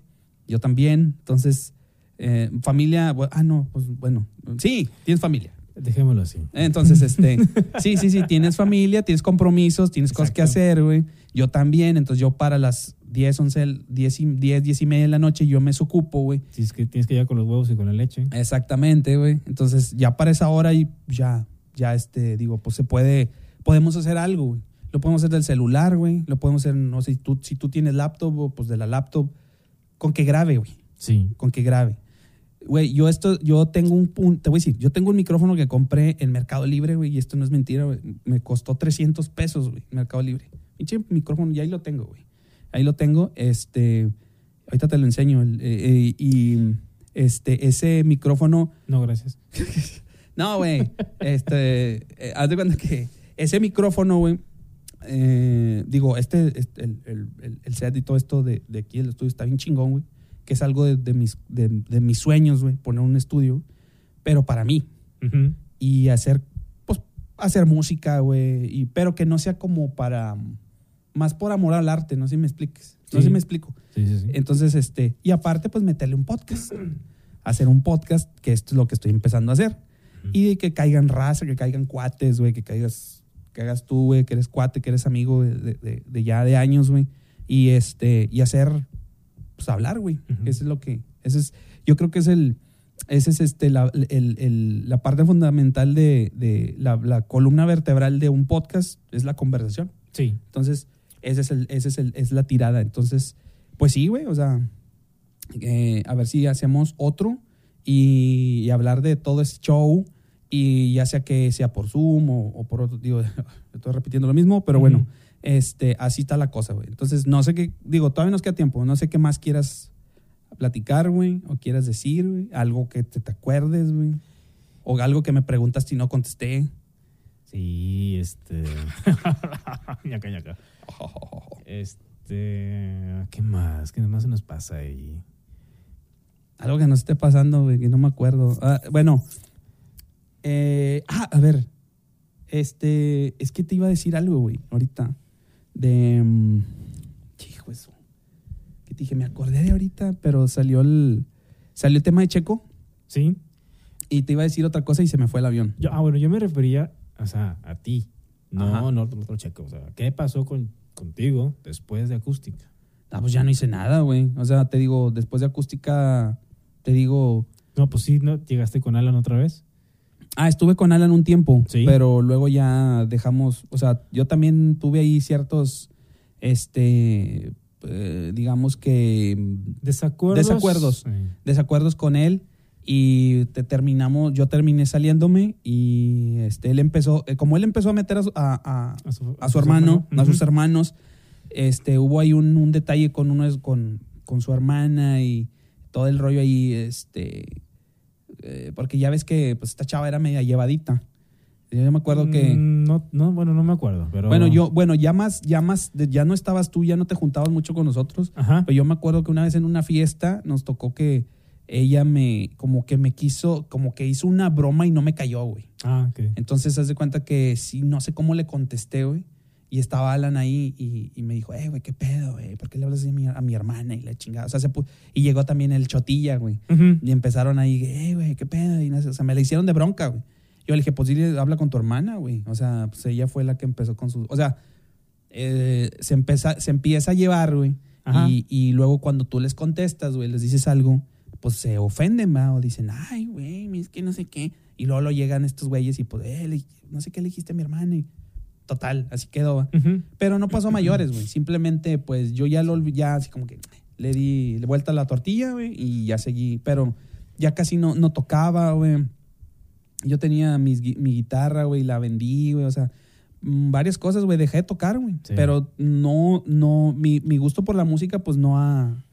Speaker 3: Yo también. Entonces, eh, familia, bu- ah, no, pues bueno. Sí, tienes familia.
Speaker 2: Dejémoslo así.
Speaker 3: Entonces, este, sí, sí, sí, tienes familia, tienes compromisos, tienes cosas que
Speaker 2: Exacto.
Speaker 3: hacer, güey. Yo también, entonces yo para las 10, 11, 10 y, 10, 10 y media de la noche yo me desocupo, güey.
Speaker 2: Si es que tienes que llegar con los huevos y con la leche.
Speaker 3: Exactamente, güey. Entonces, ya para esa hora y ya, ya este, digo, pues se puede, podemos hacer algo, güey. Lo podemos hacer del celular, güey. Lo podemos hacer, no sé, si tú, si tú tienes laptop, o, pues de la laptop, con que grabe, güey.
Speaker 2: Sí.
Speaker 3: Con que grabe. Güey, yo esto, yo tengo un, un- te voy a decir, yo tengo un micrófono que compré en Mercado Libre, güey, y esto no es mentira, güey. Me costó 300 pesos, güey, Mercado Libre. Pinche micrófono, y ahí lo tengo, güey. Ahí lo tengo, este, ahorita te lo enseño. el- eh, eh, y este, ese micrófono,
Speaker 2: No, gracias.
Speaker 3: no, güey. este, eh, haz de cuenta que ese micrófono, güey. eh, digo, este, este, el, el- el- el set y todo esto de, de aquí del estudio está bien chingón, güey. Que es algo de, de mis, de, de mis sueños, güey, poner un estudio, pero para mí.
Speaker 2: Ujú.
Speaker 3: Y hacer, pues, hacer música, güey. y- Pero que no sea como para. Más por amor al arte, no sé si me expliques. No sé
Speaker 2: Sí.
Speaker 3: si me explico.
Speaker 2: Sí, sí, sí.
Speaker 3: Entonces, este, y aparte, pues meterle un podcast. Hacer un podcast, que esto es lo que estoy empezando a hacer. Y de que caigan raza, que caigan cuates, güey, que caigas, que hagas tú, güey, que eres cuate, que eres amigo de, de- de- de ya de años, güey. Y este, y hacer, pues hablar, güey.
Speaker 2: Ujú.
Speaker 3: Eso es lo que, ese es, yo creo que es el, ese es este, la, el- el- la parte fundamental de, de la, la columna vertebral de un podcast, es la conversación.
Speaker 2: sí.
Speaker 3: Entonces, ese es el, ese es el, es la tirada. Entonces, pues sí, güey, o sea, eh, a ver si hacemos otro y, y hablar de todo ese show y ya sea que sea por Zoom o, o por otro, digo, estoy repitiendo lo mismo, pero bueno,
Speaker 2: Ujú.
Speaker 3: este, así está la cosa, güey. Entonces, no sé qué, digo, todavía nos queda tiempo, no sé qué más quieras platicar, güey, o quieras decir, güey, algo que te, te acuerdes, güey, o algo que me preguntas y no contesté.
Speaker 2: Sí, este. ñaca, ñaca. Este. ¿Qué más? ¿Qué más se nos pasa ahí?
Speaker 3: Algo que no esté pasando, güey, que no me acuerdo. Ah, bueno. Eh, ah, a ver. Este, es que te iba a decir algo, güey, ahorita. De... mm, hijo eso. Que te dije, me acordé de ahorita, pero salió el... Salió el tema de Checo
Speaker 2: Sí.
Speaker 3: y te iba a decir otra cosa y se me fue el avión.
Speaker 2: Yo, ah, bueno, yo me refería, o sea, a ti.
Speaker 3: Ajá.
Speaker 2: No, no, no, no, checo. O sea, ¿qué pasó con, contigo después de acústica?
Speaker 3: Ah, pues ya no hice nada, güey. O sea, te digo, después de acústica, te digo...
Speaker 2: No, pues sí, ¿no? ¿Llegaste con Alan otra vez?
Speaker 3: Ah, estuve con Alan un tiempo,
Speaker 2: Sí.
Speaker 3: pero luego ya dejamos, o sea, yo también tuve ahí ciertos, este, eh, digamos que mm,
Speaker 2: Desacuerdos.
Speaker 3: Desacuerdos.
Speaker 2: Sí.
Speaker 3: desacuerdos con él y te terminamos, yo terminé saliéndome y este, él empezó, eh, como él empezó a meter a su, a- a-
Speaker 2: A su,
Speaker 3: a su hermano, a sus
Speaker 2: Ujú.
Speaker 3: hermanos, este, hubo ahí un, un detalle con uno es- con, con su hermana y todo el rollo ahí, este, eh, porque ya ves que pues esta chava era media llevadita. Yo me acuerdo que...
Speaker 2: Mm, No, no, bueno, no me acuerdo, pero.
Speaker 3: Bueno, yo, bueno, ya más, ya más, de- ya no estabas tú, ya no te juntabas mucho con nosotros.
Speaker 2: Ajá.
Speaker 3: Pero yo me acuerdo que una vez en una fiesta nos tocó que ella me, como que me quiso, como que hizo una broma y no me cayó, güey.
Speaker 2: Ah, ok.
Speaker 3: Entonces, haz de cuenta que sí, no sé cómo le contesté, güey. Y estaba Alan ahí y, y me dijo, eh, güey, qué pedo, güey, ¿por qué le hablas así a mi, a mi hermana y la chingada? O sea, se pu- y llegó también el chotilla, güey.
Speaker 2: Ujú.
Speaker 3: Y empezaron ahí, eh, güey, qué pedo. Y no sé, o sea, me la hicieron de bronca, güey. Yo le dije, pues dile, habla con tu hermana, güey. O sea, pues ella fue la que empezó con su. O sea, eh, se, empieza, se empieza a llevar, güey.
Speaker 2: Ajá.
Speaker 3: Y, y luego cuando tú les contestas, güey, les dices algo, pues se ofenden, va. O dicen, ay, güey, es que no sé qué. Y luego lo llegan estos güeyes y pues, eh, le- no sé qué le dijiste a mi hermana. Y total, así quedó, va.
Speaker 2: Ujú.
Speaker 3: Pero no pasó a mayores, güey. Simplemente, pues yo ya lo olvi- ya así como que le di vuelta a la tortilla, güey, y ya seguí. Pero ya casi no, no tocaba, güey. Yo tenía mis gui- mi guitarra, güey, la vendí, güey. O sea, mm, varias cosas, güey. Dejé de tocar, güey.
Speaker 2: Sí.
Speaker 3: Pero no, no, mi, mi gusto por la música, pues no ha,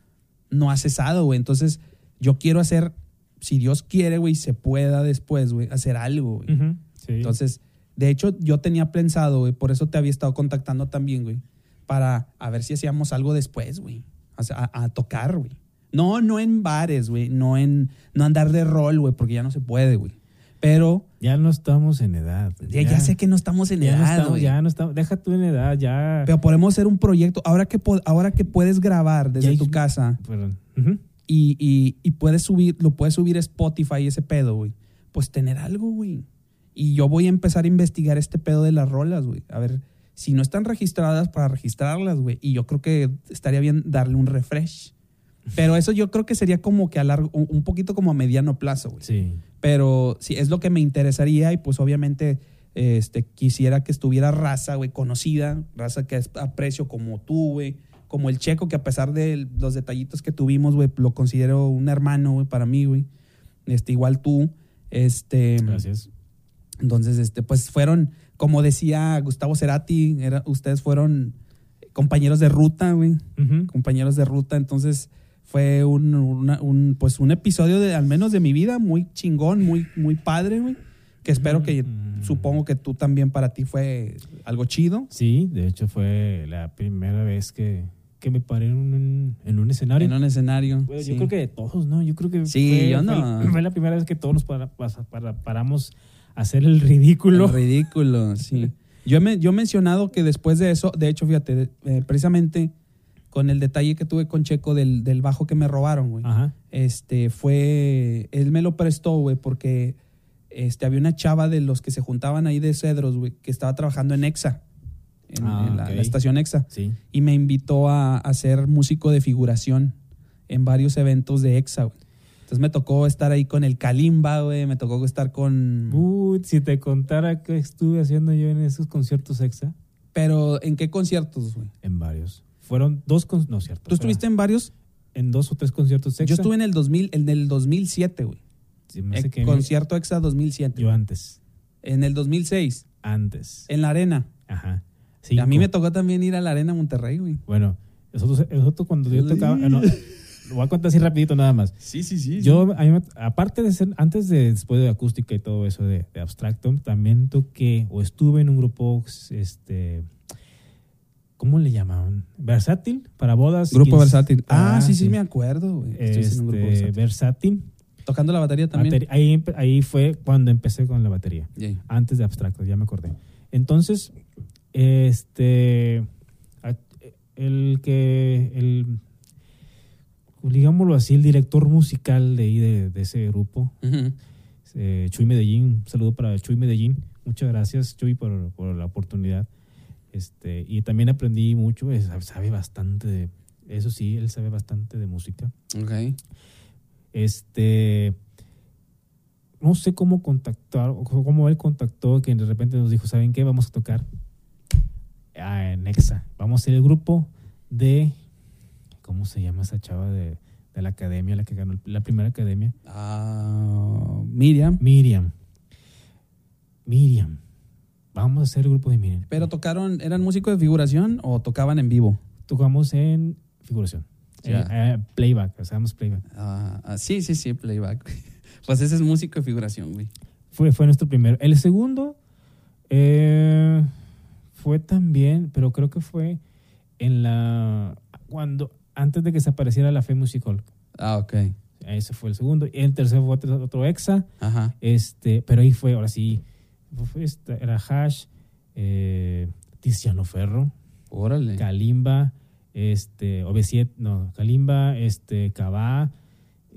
Speaker 3: no ha cesado, güey. Entonces, yo quiero hacer, si Dios quiere, güey, se pueda después, güey, hacer algo, güey.
Speaker 2: Ujú, sí.
Speaker 3: Entonces, de hecho, yo tenía pensado, güey, por eso te había estado contactando también, güey, para a ver si hacíamos algo después, güey. O sea, a, a tocar, güey. No, no en bares, güey, no en no andar de rol, güey, porque ya no se puede, güey. Pero
Speaker 2: ya no estamos en edad.
Speaker 3: ya, ya sé que no estamos en
Speaker 2: ya no
Speaker 3: edad,
Speaker 2: estamos-
Speaker 3: güey.
Speaker 2: ya no estamos. Deja tú en edad, ya.
Speaker 3: Pero podemos hacer un proyecto. Ahora que, po- ahora que puedes grabar desde
Speaker 2: Ya hay-
Speaker 3: tu casa
Speaker 2: Perdón. Ujú.
Speaker 3: y, y- y puedes subir, lo puedes subir a Spotify, ese pedo, güey. Pues tener algo, güey. Y yo voy a empezar a investigar este pedo de las rolas, güey. A ver, si no están registradas, para registrarlas, güey. Y yo creo que estaría bien darle un refresh. Pero eso yo creo que sería como que a largo, un un poquito como a mediano plazo, güey.
Speaker 2: Sí.
Speaker 3: Pero sí, es lo que me interesaría y pues obviamente este, quisiera que estuviera raza, güey, conocida, raza que es- aprecio como tú, güey, como el checo que a pesar de los detallitos que tuvimos, güey, lo considero un hermano, güey, para mí, güey. Este, igual tú, este...
Speaker 2: Gracias.
Speaker 3: Entonces, este, pues fueron, como decía Gustavo Cerati, era, ustedes fueron compañeros de ruta, güey
Speaker 2: Ujú.
Speaker 3: compañeros de ruta. Entonces fue un, una- un, pues un episodio de, al menos de mi vida, muy chingón, muy, muy padre, güey. Que espero que,
Speaker 2: Mm.
Speaker 3: supongo que tú también para ti fue algo chido.
Speaker 2: Sí, de hecho fue la primera vez que, que me paré en un, en un escenario.
Speaker 3: En un escenario.
Speaker 2: Bueno,
Speaker 3: sí.
Speaker 2: Yo creo que de todos, ¿no? Yo creo que
Speaker 3: Sí,
Speaker 2: fue,
Speaker 3: yo
Speaker 2: fue-
Speaker 3: no.
Speaker 2: fue la primera vez que todos nos para- pasa- para- paramos a hacer el ridículo.
Speaker 3: El ridículo, sí. Yo he, men- yo he mencionado que después de eso, de hecho, fíjate, eh, precisamente con el detalle que tuve con Checo del, del bajo que me robaron, güey.
Speaker 2: Ajá.
Speaker 3: este fue él me lo prestó güey porque este había una chava de los que se juntaban ahí de Cedros güey que estaba trabajando en Exa en,
Speaker 2: Ah,
Speaker 3: en la,
Speaker 2: ok.
Speaker 3: la estación Exa
Speaker 2: Sí.
Speaker 3: y me invitó a, a ser músico de figuración en varios eventos de Exa güey entonces me tocó estar ahí con el Kalimba güey me tocó estar con
Speaker 2: Uy, si te contara qué estuve haciendo yo en esos conciertos extra.
Speaker 3: pero en qué conciertos güey
Speaker 2: En varios. Fueron dos conciertos. No, cierto.
Speaker 3: tú estuviste en varios
Speaker 2: en dos o tres conciertos extra.
Speaker 3: yo estuve en el 2000 en el 2007 güey
Speaker 2: Sí, me hace
Speaker 3: Eh,
Speaker 2: que
Speaker 3: concierto Exa 2007
Speaker 2: Yo antes.
Speaker 3: en el 2006
Speaker 2: Antes.
Speaker 3: en la arena
Speaker 2: Ajá. Cinco.
Speaker 3: A mí me tocó también ir a la Arena Monterrey, güey.
Speaker 2: Bueno, nosotros, nosotros cuando yo tocaba. ah, no, lo voy a contar así rapidito nada más.
Speaker 4: Sí, sí, sí.
Speaker 2: Yo, a mí me- aparte de ser, antes de, después de acústica y todo eso de, de abstracto, también toqué o estuve en un grupo, este, ¿cómo le llamaban? Versátil, para bodas. quince-
Speaker 3: Ah, sí, sí, me acuerdo, güey. Estuviste en un grupo
Speaker 2: Este,
Speaker 3: versátil.
Speaker 2: versátil.
Speaker 3: Tocando la batería también.
Speaker 2: Bateri- ahí, empe- ahí fue cuando empecé con la batería.
Speaker 3: Yeah.
Speaker 2: Antes de abstracto, ya me acordé. Entonces, este. a- El que. El, digámoslo así, el director musical de ahí de, de ese grupo,
Speaker 3: Ujú.
Speaker 2: eh, Chuy Medellín. Un saludo para Chuy Medellín. Muchas gracias, Chuy, por, por la oportunidad. Este, y también aprendí mucho, es- sabe bastante de. Eso sí, él sabe bastante de música.
Speaker 3: Ok.
Speaker 2: Este. No sé cómo contactar, o cómo él contactó, que de repente nos dijo: ¿Saben qué? Vamos a tocar ah, en Exa. Vamos a ser el grupo de. ¿Cómo se llama esa chava de, de la academia, la que ganó el- la primera academia?
Speaker 3: Ah, Miriam.
Speaker 2: Miriam. Miriam. Vamos a ser el grupo de Miriam.
Speaker 3: Pero tocaron, ¿eran músicos de figuración o tocaban en vivo?
Speaker 2: Tocamos en figuración.
Speaker 3: Ya.
Speaker 2: Eh, eh, playback, hacíamos playback.
Speaker 3: Ah, ah, sí, sí, sí, playback. Pues ese es músico de figuración, güey.
Speaker 2: Fue, fue nuestro primero. El segundo eh, fue también, pero creo que fue en la. cuando Antes de que se apareciera la Fe Musical.
Speaker 3: Ah, ok.
Speaker 2: Ese fue el segundo. Y el tercero fue otro, otro exa.
Speaker 3: Ajá.
Speaker 2: Este, pero ahí fue, ahora sí. fue esta- era Hash, eh, Tiziano Ferro,
Speaker 3: Órale.
Speaker 2: Kalimba, este, ob no, Kalimba, este, Cabá.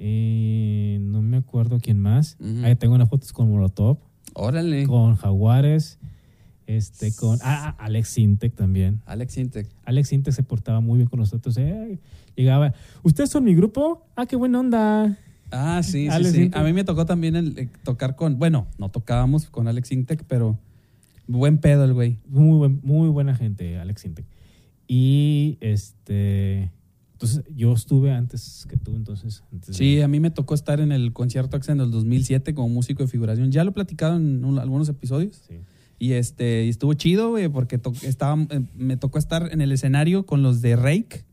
Speaker 2: eh, no me acuerdo quién más.
Speaker 3: Ujú.
Speaker 2: Ahí tengo unas fotos con Molotov
Speaker 3: Órale.
Speaker 2: con Jaguares, este, con ah, ah, Alex Sintec también.
Speaker 3: Alex Intec.
Speaker 2: Alex Sintec se portaba muy bien con nosotros. eh, Llegaba, ¿ustedes son mi grupo? Ah, qué buena onda.
Speaker 3: Ah, sí, sí,
Speaker 2: Alex
Speaker 3: sí.
Speaker 2: Intec.
Speaker 3: A mí me tocó también el, eh, tocar con, bueno, no tocábamos con Alex Intec, pero buen pedo el güey.
Speaker 2: Muy, buen- muy buena gente, Alex Sintec. Y este, entonces yo estuve antes que tú, entonces. antes de-
Speaker 3: Sí, eh. a mí me tocó estar en el concierto AXA en el 2007 como músico de figuración. Ya lo he platicado en un- algunos episodios.
Speaker 2: sí.
Speaker 3: Y este, y estuvo chido, güey, porque to- estaba, eh, me tocó estar en el escenario con los de Rake,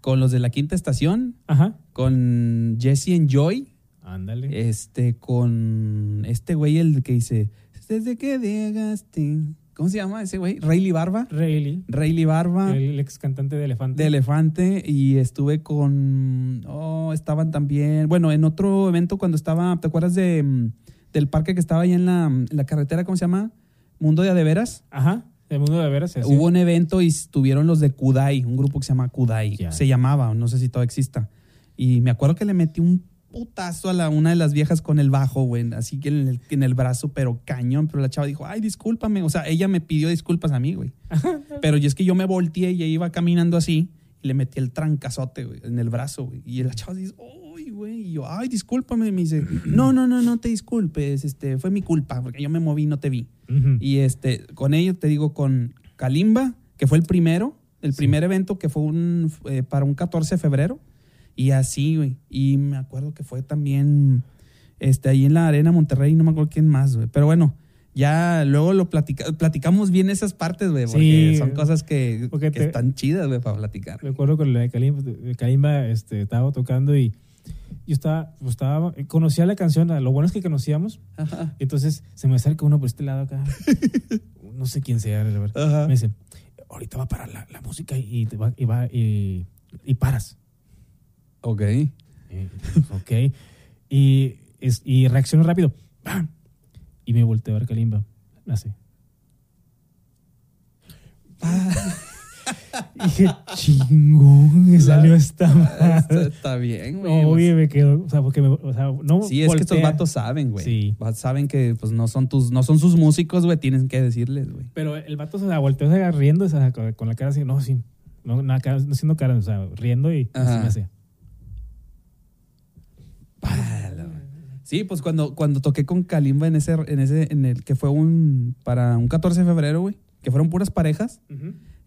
Speaker 3: con los de la quinta estación,
Speaker 2: Ajá.
Speaker 3: con Jesse and Joy,
Speaker 2: Ándale.
Speaker 3: este, con este güey, el que dice, desde que llegaste, ¿cómo se llama ese güey? Rayleigh Barba.
Speaker 2: Rayleigh,
Speaker 3: Rayleigh Barba
Speaker 2: el ex cantante de Elefante.
Speaker 3: Ah. de Elefante y estuve con. Oh, estaban también. Bueno, en otro evento cuando estaba. ¿Te acuerdas de, mm, del parque que estaba ahí en la, en la carretera? ¿Cómo se llama? Mundo de Adeveras.
Speaker 2: Ajá. El mundo de veras. así.
Speaker 3: Hubo un evento y estuvieron los de Kudai, un grupo que se llama Kudai.
Speaker 2: Ya.
Speaker 3: Se llamaba, no sé si todavía exista. Y me acuerdo que le metí un putazo a la, una de las viejas con el bajo, güey. Así que en el, en el brazo, pero cañón. Pero la chava dijo, ay, discúlpame. O sea, ella me pidió disculpas a mí, güey. pero yo es que yo me volteé y ella iba caminando así. Y le metí el trancazote, güey, en el brazo, güey. Y la chava dice, uy, güey. Y yo, ay, discúlpame. Y me dice, no, no, no, no te disculpes. Este, fue mi culpa, porque yo me moví y no te vi.
Speaker 2: Ujú.
Speaker 3: Y este, con ellos, te digo, con Kalimba, que fue el primero, el primer evento que fue un, eh, para un 14 de febrero. Y así, güey. Y me acuerdo que fue también este, ahí en la Arena Monterrey, no me acuerdo quién más, güey. Pero bueno, ya luego lo platica- platicamos bien esas partes, güey, porque
Speaker 2: Sí.
Speaker 3: son cosas que,
Speaker 2: Porque
Speaker 3: que
Speaker 2: te-
Speaker 3: están chidas, güey, para platicar.
Speaker 2: Me acuerdo con la de Kalimba, de Kalimba, este, estaba tocando y yo estaba, pues, estaba, conocía la canción, lo bueno es que conocíamos,
Speaker 3: Ajá.
Speaker 2: entonces se me acerca uno por este lado acá, no sé quién sea, la verdad.
Speaker 3: Ajá.
Speaker 2: Me dice, ahorita va a parar la, la música y, te va, y, va, y, y paras.
Speaker 3: Ok.
Speaker 2: Eh, ok. Y, es- y reacciono rápido. ¡Pam! Y me volteé a ver Kalimba. Así.
Speaker 3: Ah.
Speaker 2: Y dije, chingón, me salió esta
Speaker 3: Está,
Speaker 2: madre.
Speaker 3: Ah, está bien, güey.
Speaker 2: No,
Speaker 3: pues.
Speaker 2: oye, me quedo. O sea, porque me, o sea, no
Speaker 3: Sí, es que estos
Speaker 2: voltea.
Speaker 3: vatos saben, güey.
Speaker 2: Sí.
Speaker 3: Va- Saben que pues no son tus, no son sus músicos, güey. Tienen que decirles, güey.
Speaker 2: Pero el vato se la volteó o sea, riendo o sea, con con la cara así, no, sin, no, nada, cara- no haciendo cara, o sea, riendo y así
Speaker 3: Ajá.
Speaker 2: me hacía.
Speaker 3: Pala, güey. Sí, pues cuando, cuando toqué con Kalimba en ese, en ese, en el que fue un para un 14 de febrero, güey, que fueron puras parejas.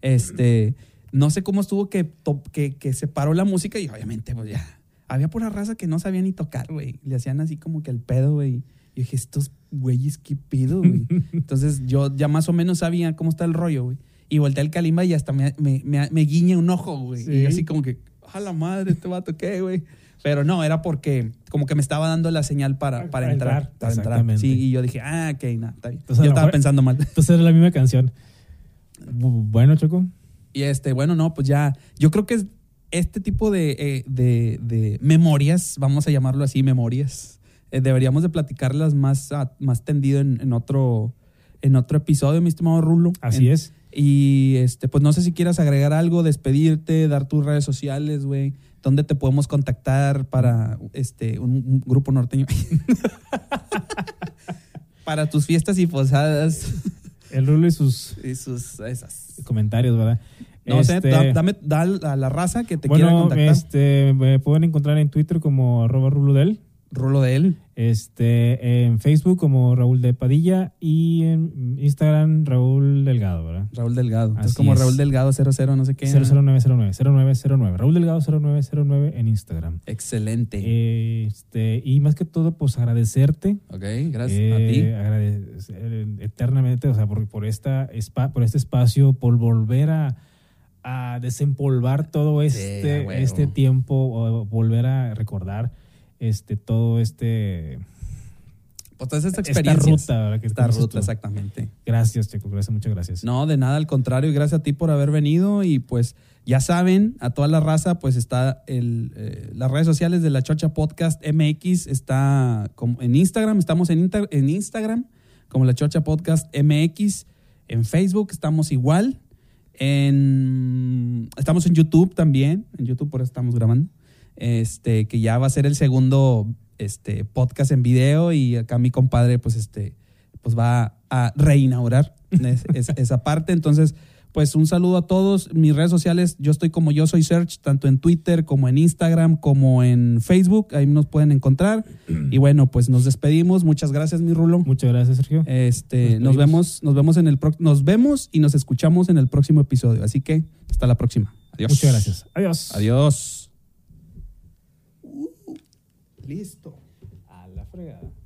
Speaker 3: Este, no sé cómo estuvo que, to- que, que se paró la música y obviamente, pues ya. Había pura raza que no sabía ni tocar, güey. Le hacían así como que el pedo, güey. Yo dije, estos güeyes, qué pedo, güey. Entonces yo ya más o menos sabía cómo está el rollo, güey. Y volteé al Kalimba y hasta me, me, me- me guiña un ojo, güey. Y
Speaker 2: Sí.
Speaker 3: yo así como que, a la madre, este vato, ¿qué, güey? Pero no, era porque como que me estaba dando la señal para,
Speaker 2: Para
Speaker 3: para entrar.
Speaker 2: entrar,
Speaker 3: para entrar.
Speaker 2: exactamente.
Speaker 3: Sí, y yo dije, ah, ok, nada, está bien.
Speaker 2: Entonces, a
Speaker 3: yo
Speaker 2: lo
Speaker 3: estaba
Speaker 2: mejor-
Speaker 3: pensando mal.
Speaker 2: Entonces era la misma canción. Bu- Bueno, Choco.
Speaker 3: Y este, bueno, no, pues ya, yo creo que es- este tipo de, eh, de- de memorias, vamos a llamarlo así, memorias, eh, deberíamos de platicarlas más, a- más tendido en, en otro, en otro episodio, mi estimado Rulo.
Speaker 2: Así
Speaker 3: En-
Speaker 2: es.
Speaker 3: Y este, pues no sé si quieras agregar algo, despedirte, dar tus redes sociales, güey. ¿Dónde te podemos contactar para este un, un grupo norteño? para tus fiestas y posadas.
Speaker 2: El Rulo y sus
Speaker 3: Y sus esas.
Speaker 2: comentarios, ¿verdad?
Speaker 3: No sé,
Speaker 2: Este,
Speaker 3: da- dame da a la raza que te quiera
Speaker 2: bueno,
Speaker 3: contactar.
Speaker 2: este, me pueden encontrar en Twitter como arroba Ruludel,
Speaker 3: Rulo de él.
Speaker 2: este, en Facebook como Raúl de Padilla y en Instagram Raúl Delgado, ¿verdad?
Speaker 3: Raúl Delgado. Entonces,
Speaker 2: Así
Speaker 3: como
Speaker 2: es.
Speaker 3: Raúl Delgado 00, no sé qué.
Speaker 2: 00909, 0909, Raúl Delgado 0909 en Instagram.
Speaker 3: Excelente.
Speaker 2: Eh, Este, y más que todo, pues agradecerte.
Speaker 3: ok, gracias
Speaker 2: eh,
Speaker 3: a ti.
Speaker 2: agrade- eternamente, o sea, por, por, esta, espa- por este espacio, por volver a, a desempolvar todo
Speaker 3: Sí,
Speaker 2: este,
Speaker 3: a huevo.
Speaker 2: este tiempo, o volver a recordar este, todo este
Speaker 3: Pues todas estas
Speaker 2: esta
Speaker 3: experiencias.
Speaker 2: ruta ¿verdad? que
Speaker 3: Esta
Speaker 2: conoces
Speaker 3: ruta,
Speaker 2: tú.
Speaker 3: exactamente.
Speaker 2: Gracias, Checo, gracias, muchas gracias.
Speaker 3: No, de nada, al contrario, y gracias a ti por haber venido y pues ya saben, a toda la raza pues está el, eh, las redes sociales de La Chocha Podcast MX, está como en Instagram, estamos en, Insta- en Instagram como La Chocha Podcast MX, en Facebook estamos igual, en, estamos en YouTube también, en YouTube por eso estamos grabando, este, que ya va a ser el segundo este, podcast en video y acá mi compadre pues este pues va a reinaugurar es- es- esa parte. Entonces, pues un saludo a todos. Mis redes sociales, yo estoy como yo soy Search, tanto en Twitter como en Instagram, como en Facebook. Ahí nos pueden encontrar. Y bueno, pues nos despedimos. Muchas gracias, mi Rulo.
Speaker 2: Muchas gracias, Sergio.
Speaker 3: Este,
Speaker 2: Nos
Speaker 3: nos vemos, nos vemos en el pro- nos vemos y nos escuchamos en el próximo episodio. Así que hasta la próxima. Adiós.
Speaker 2: Muchas gracias. Adiós.
Speaker 3: Adiós. Listo.
Speaker 2: A la fregada.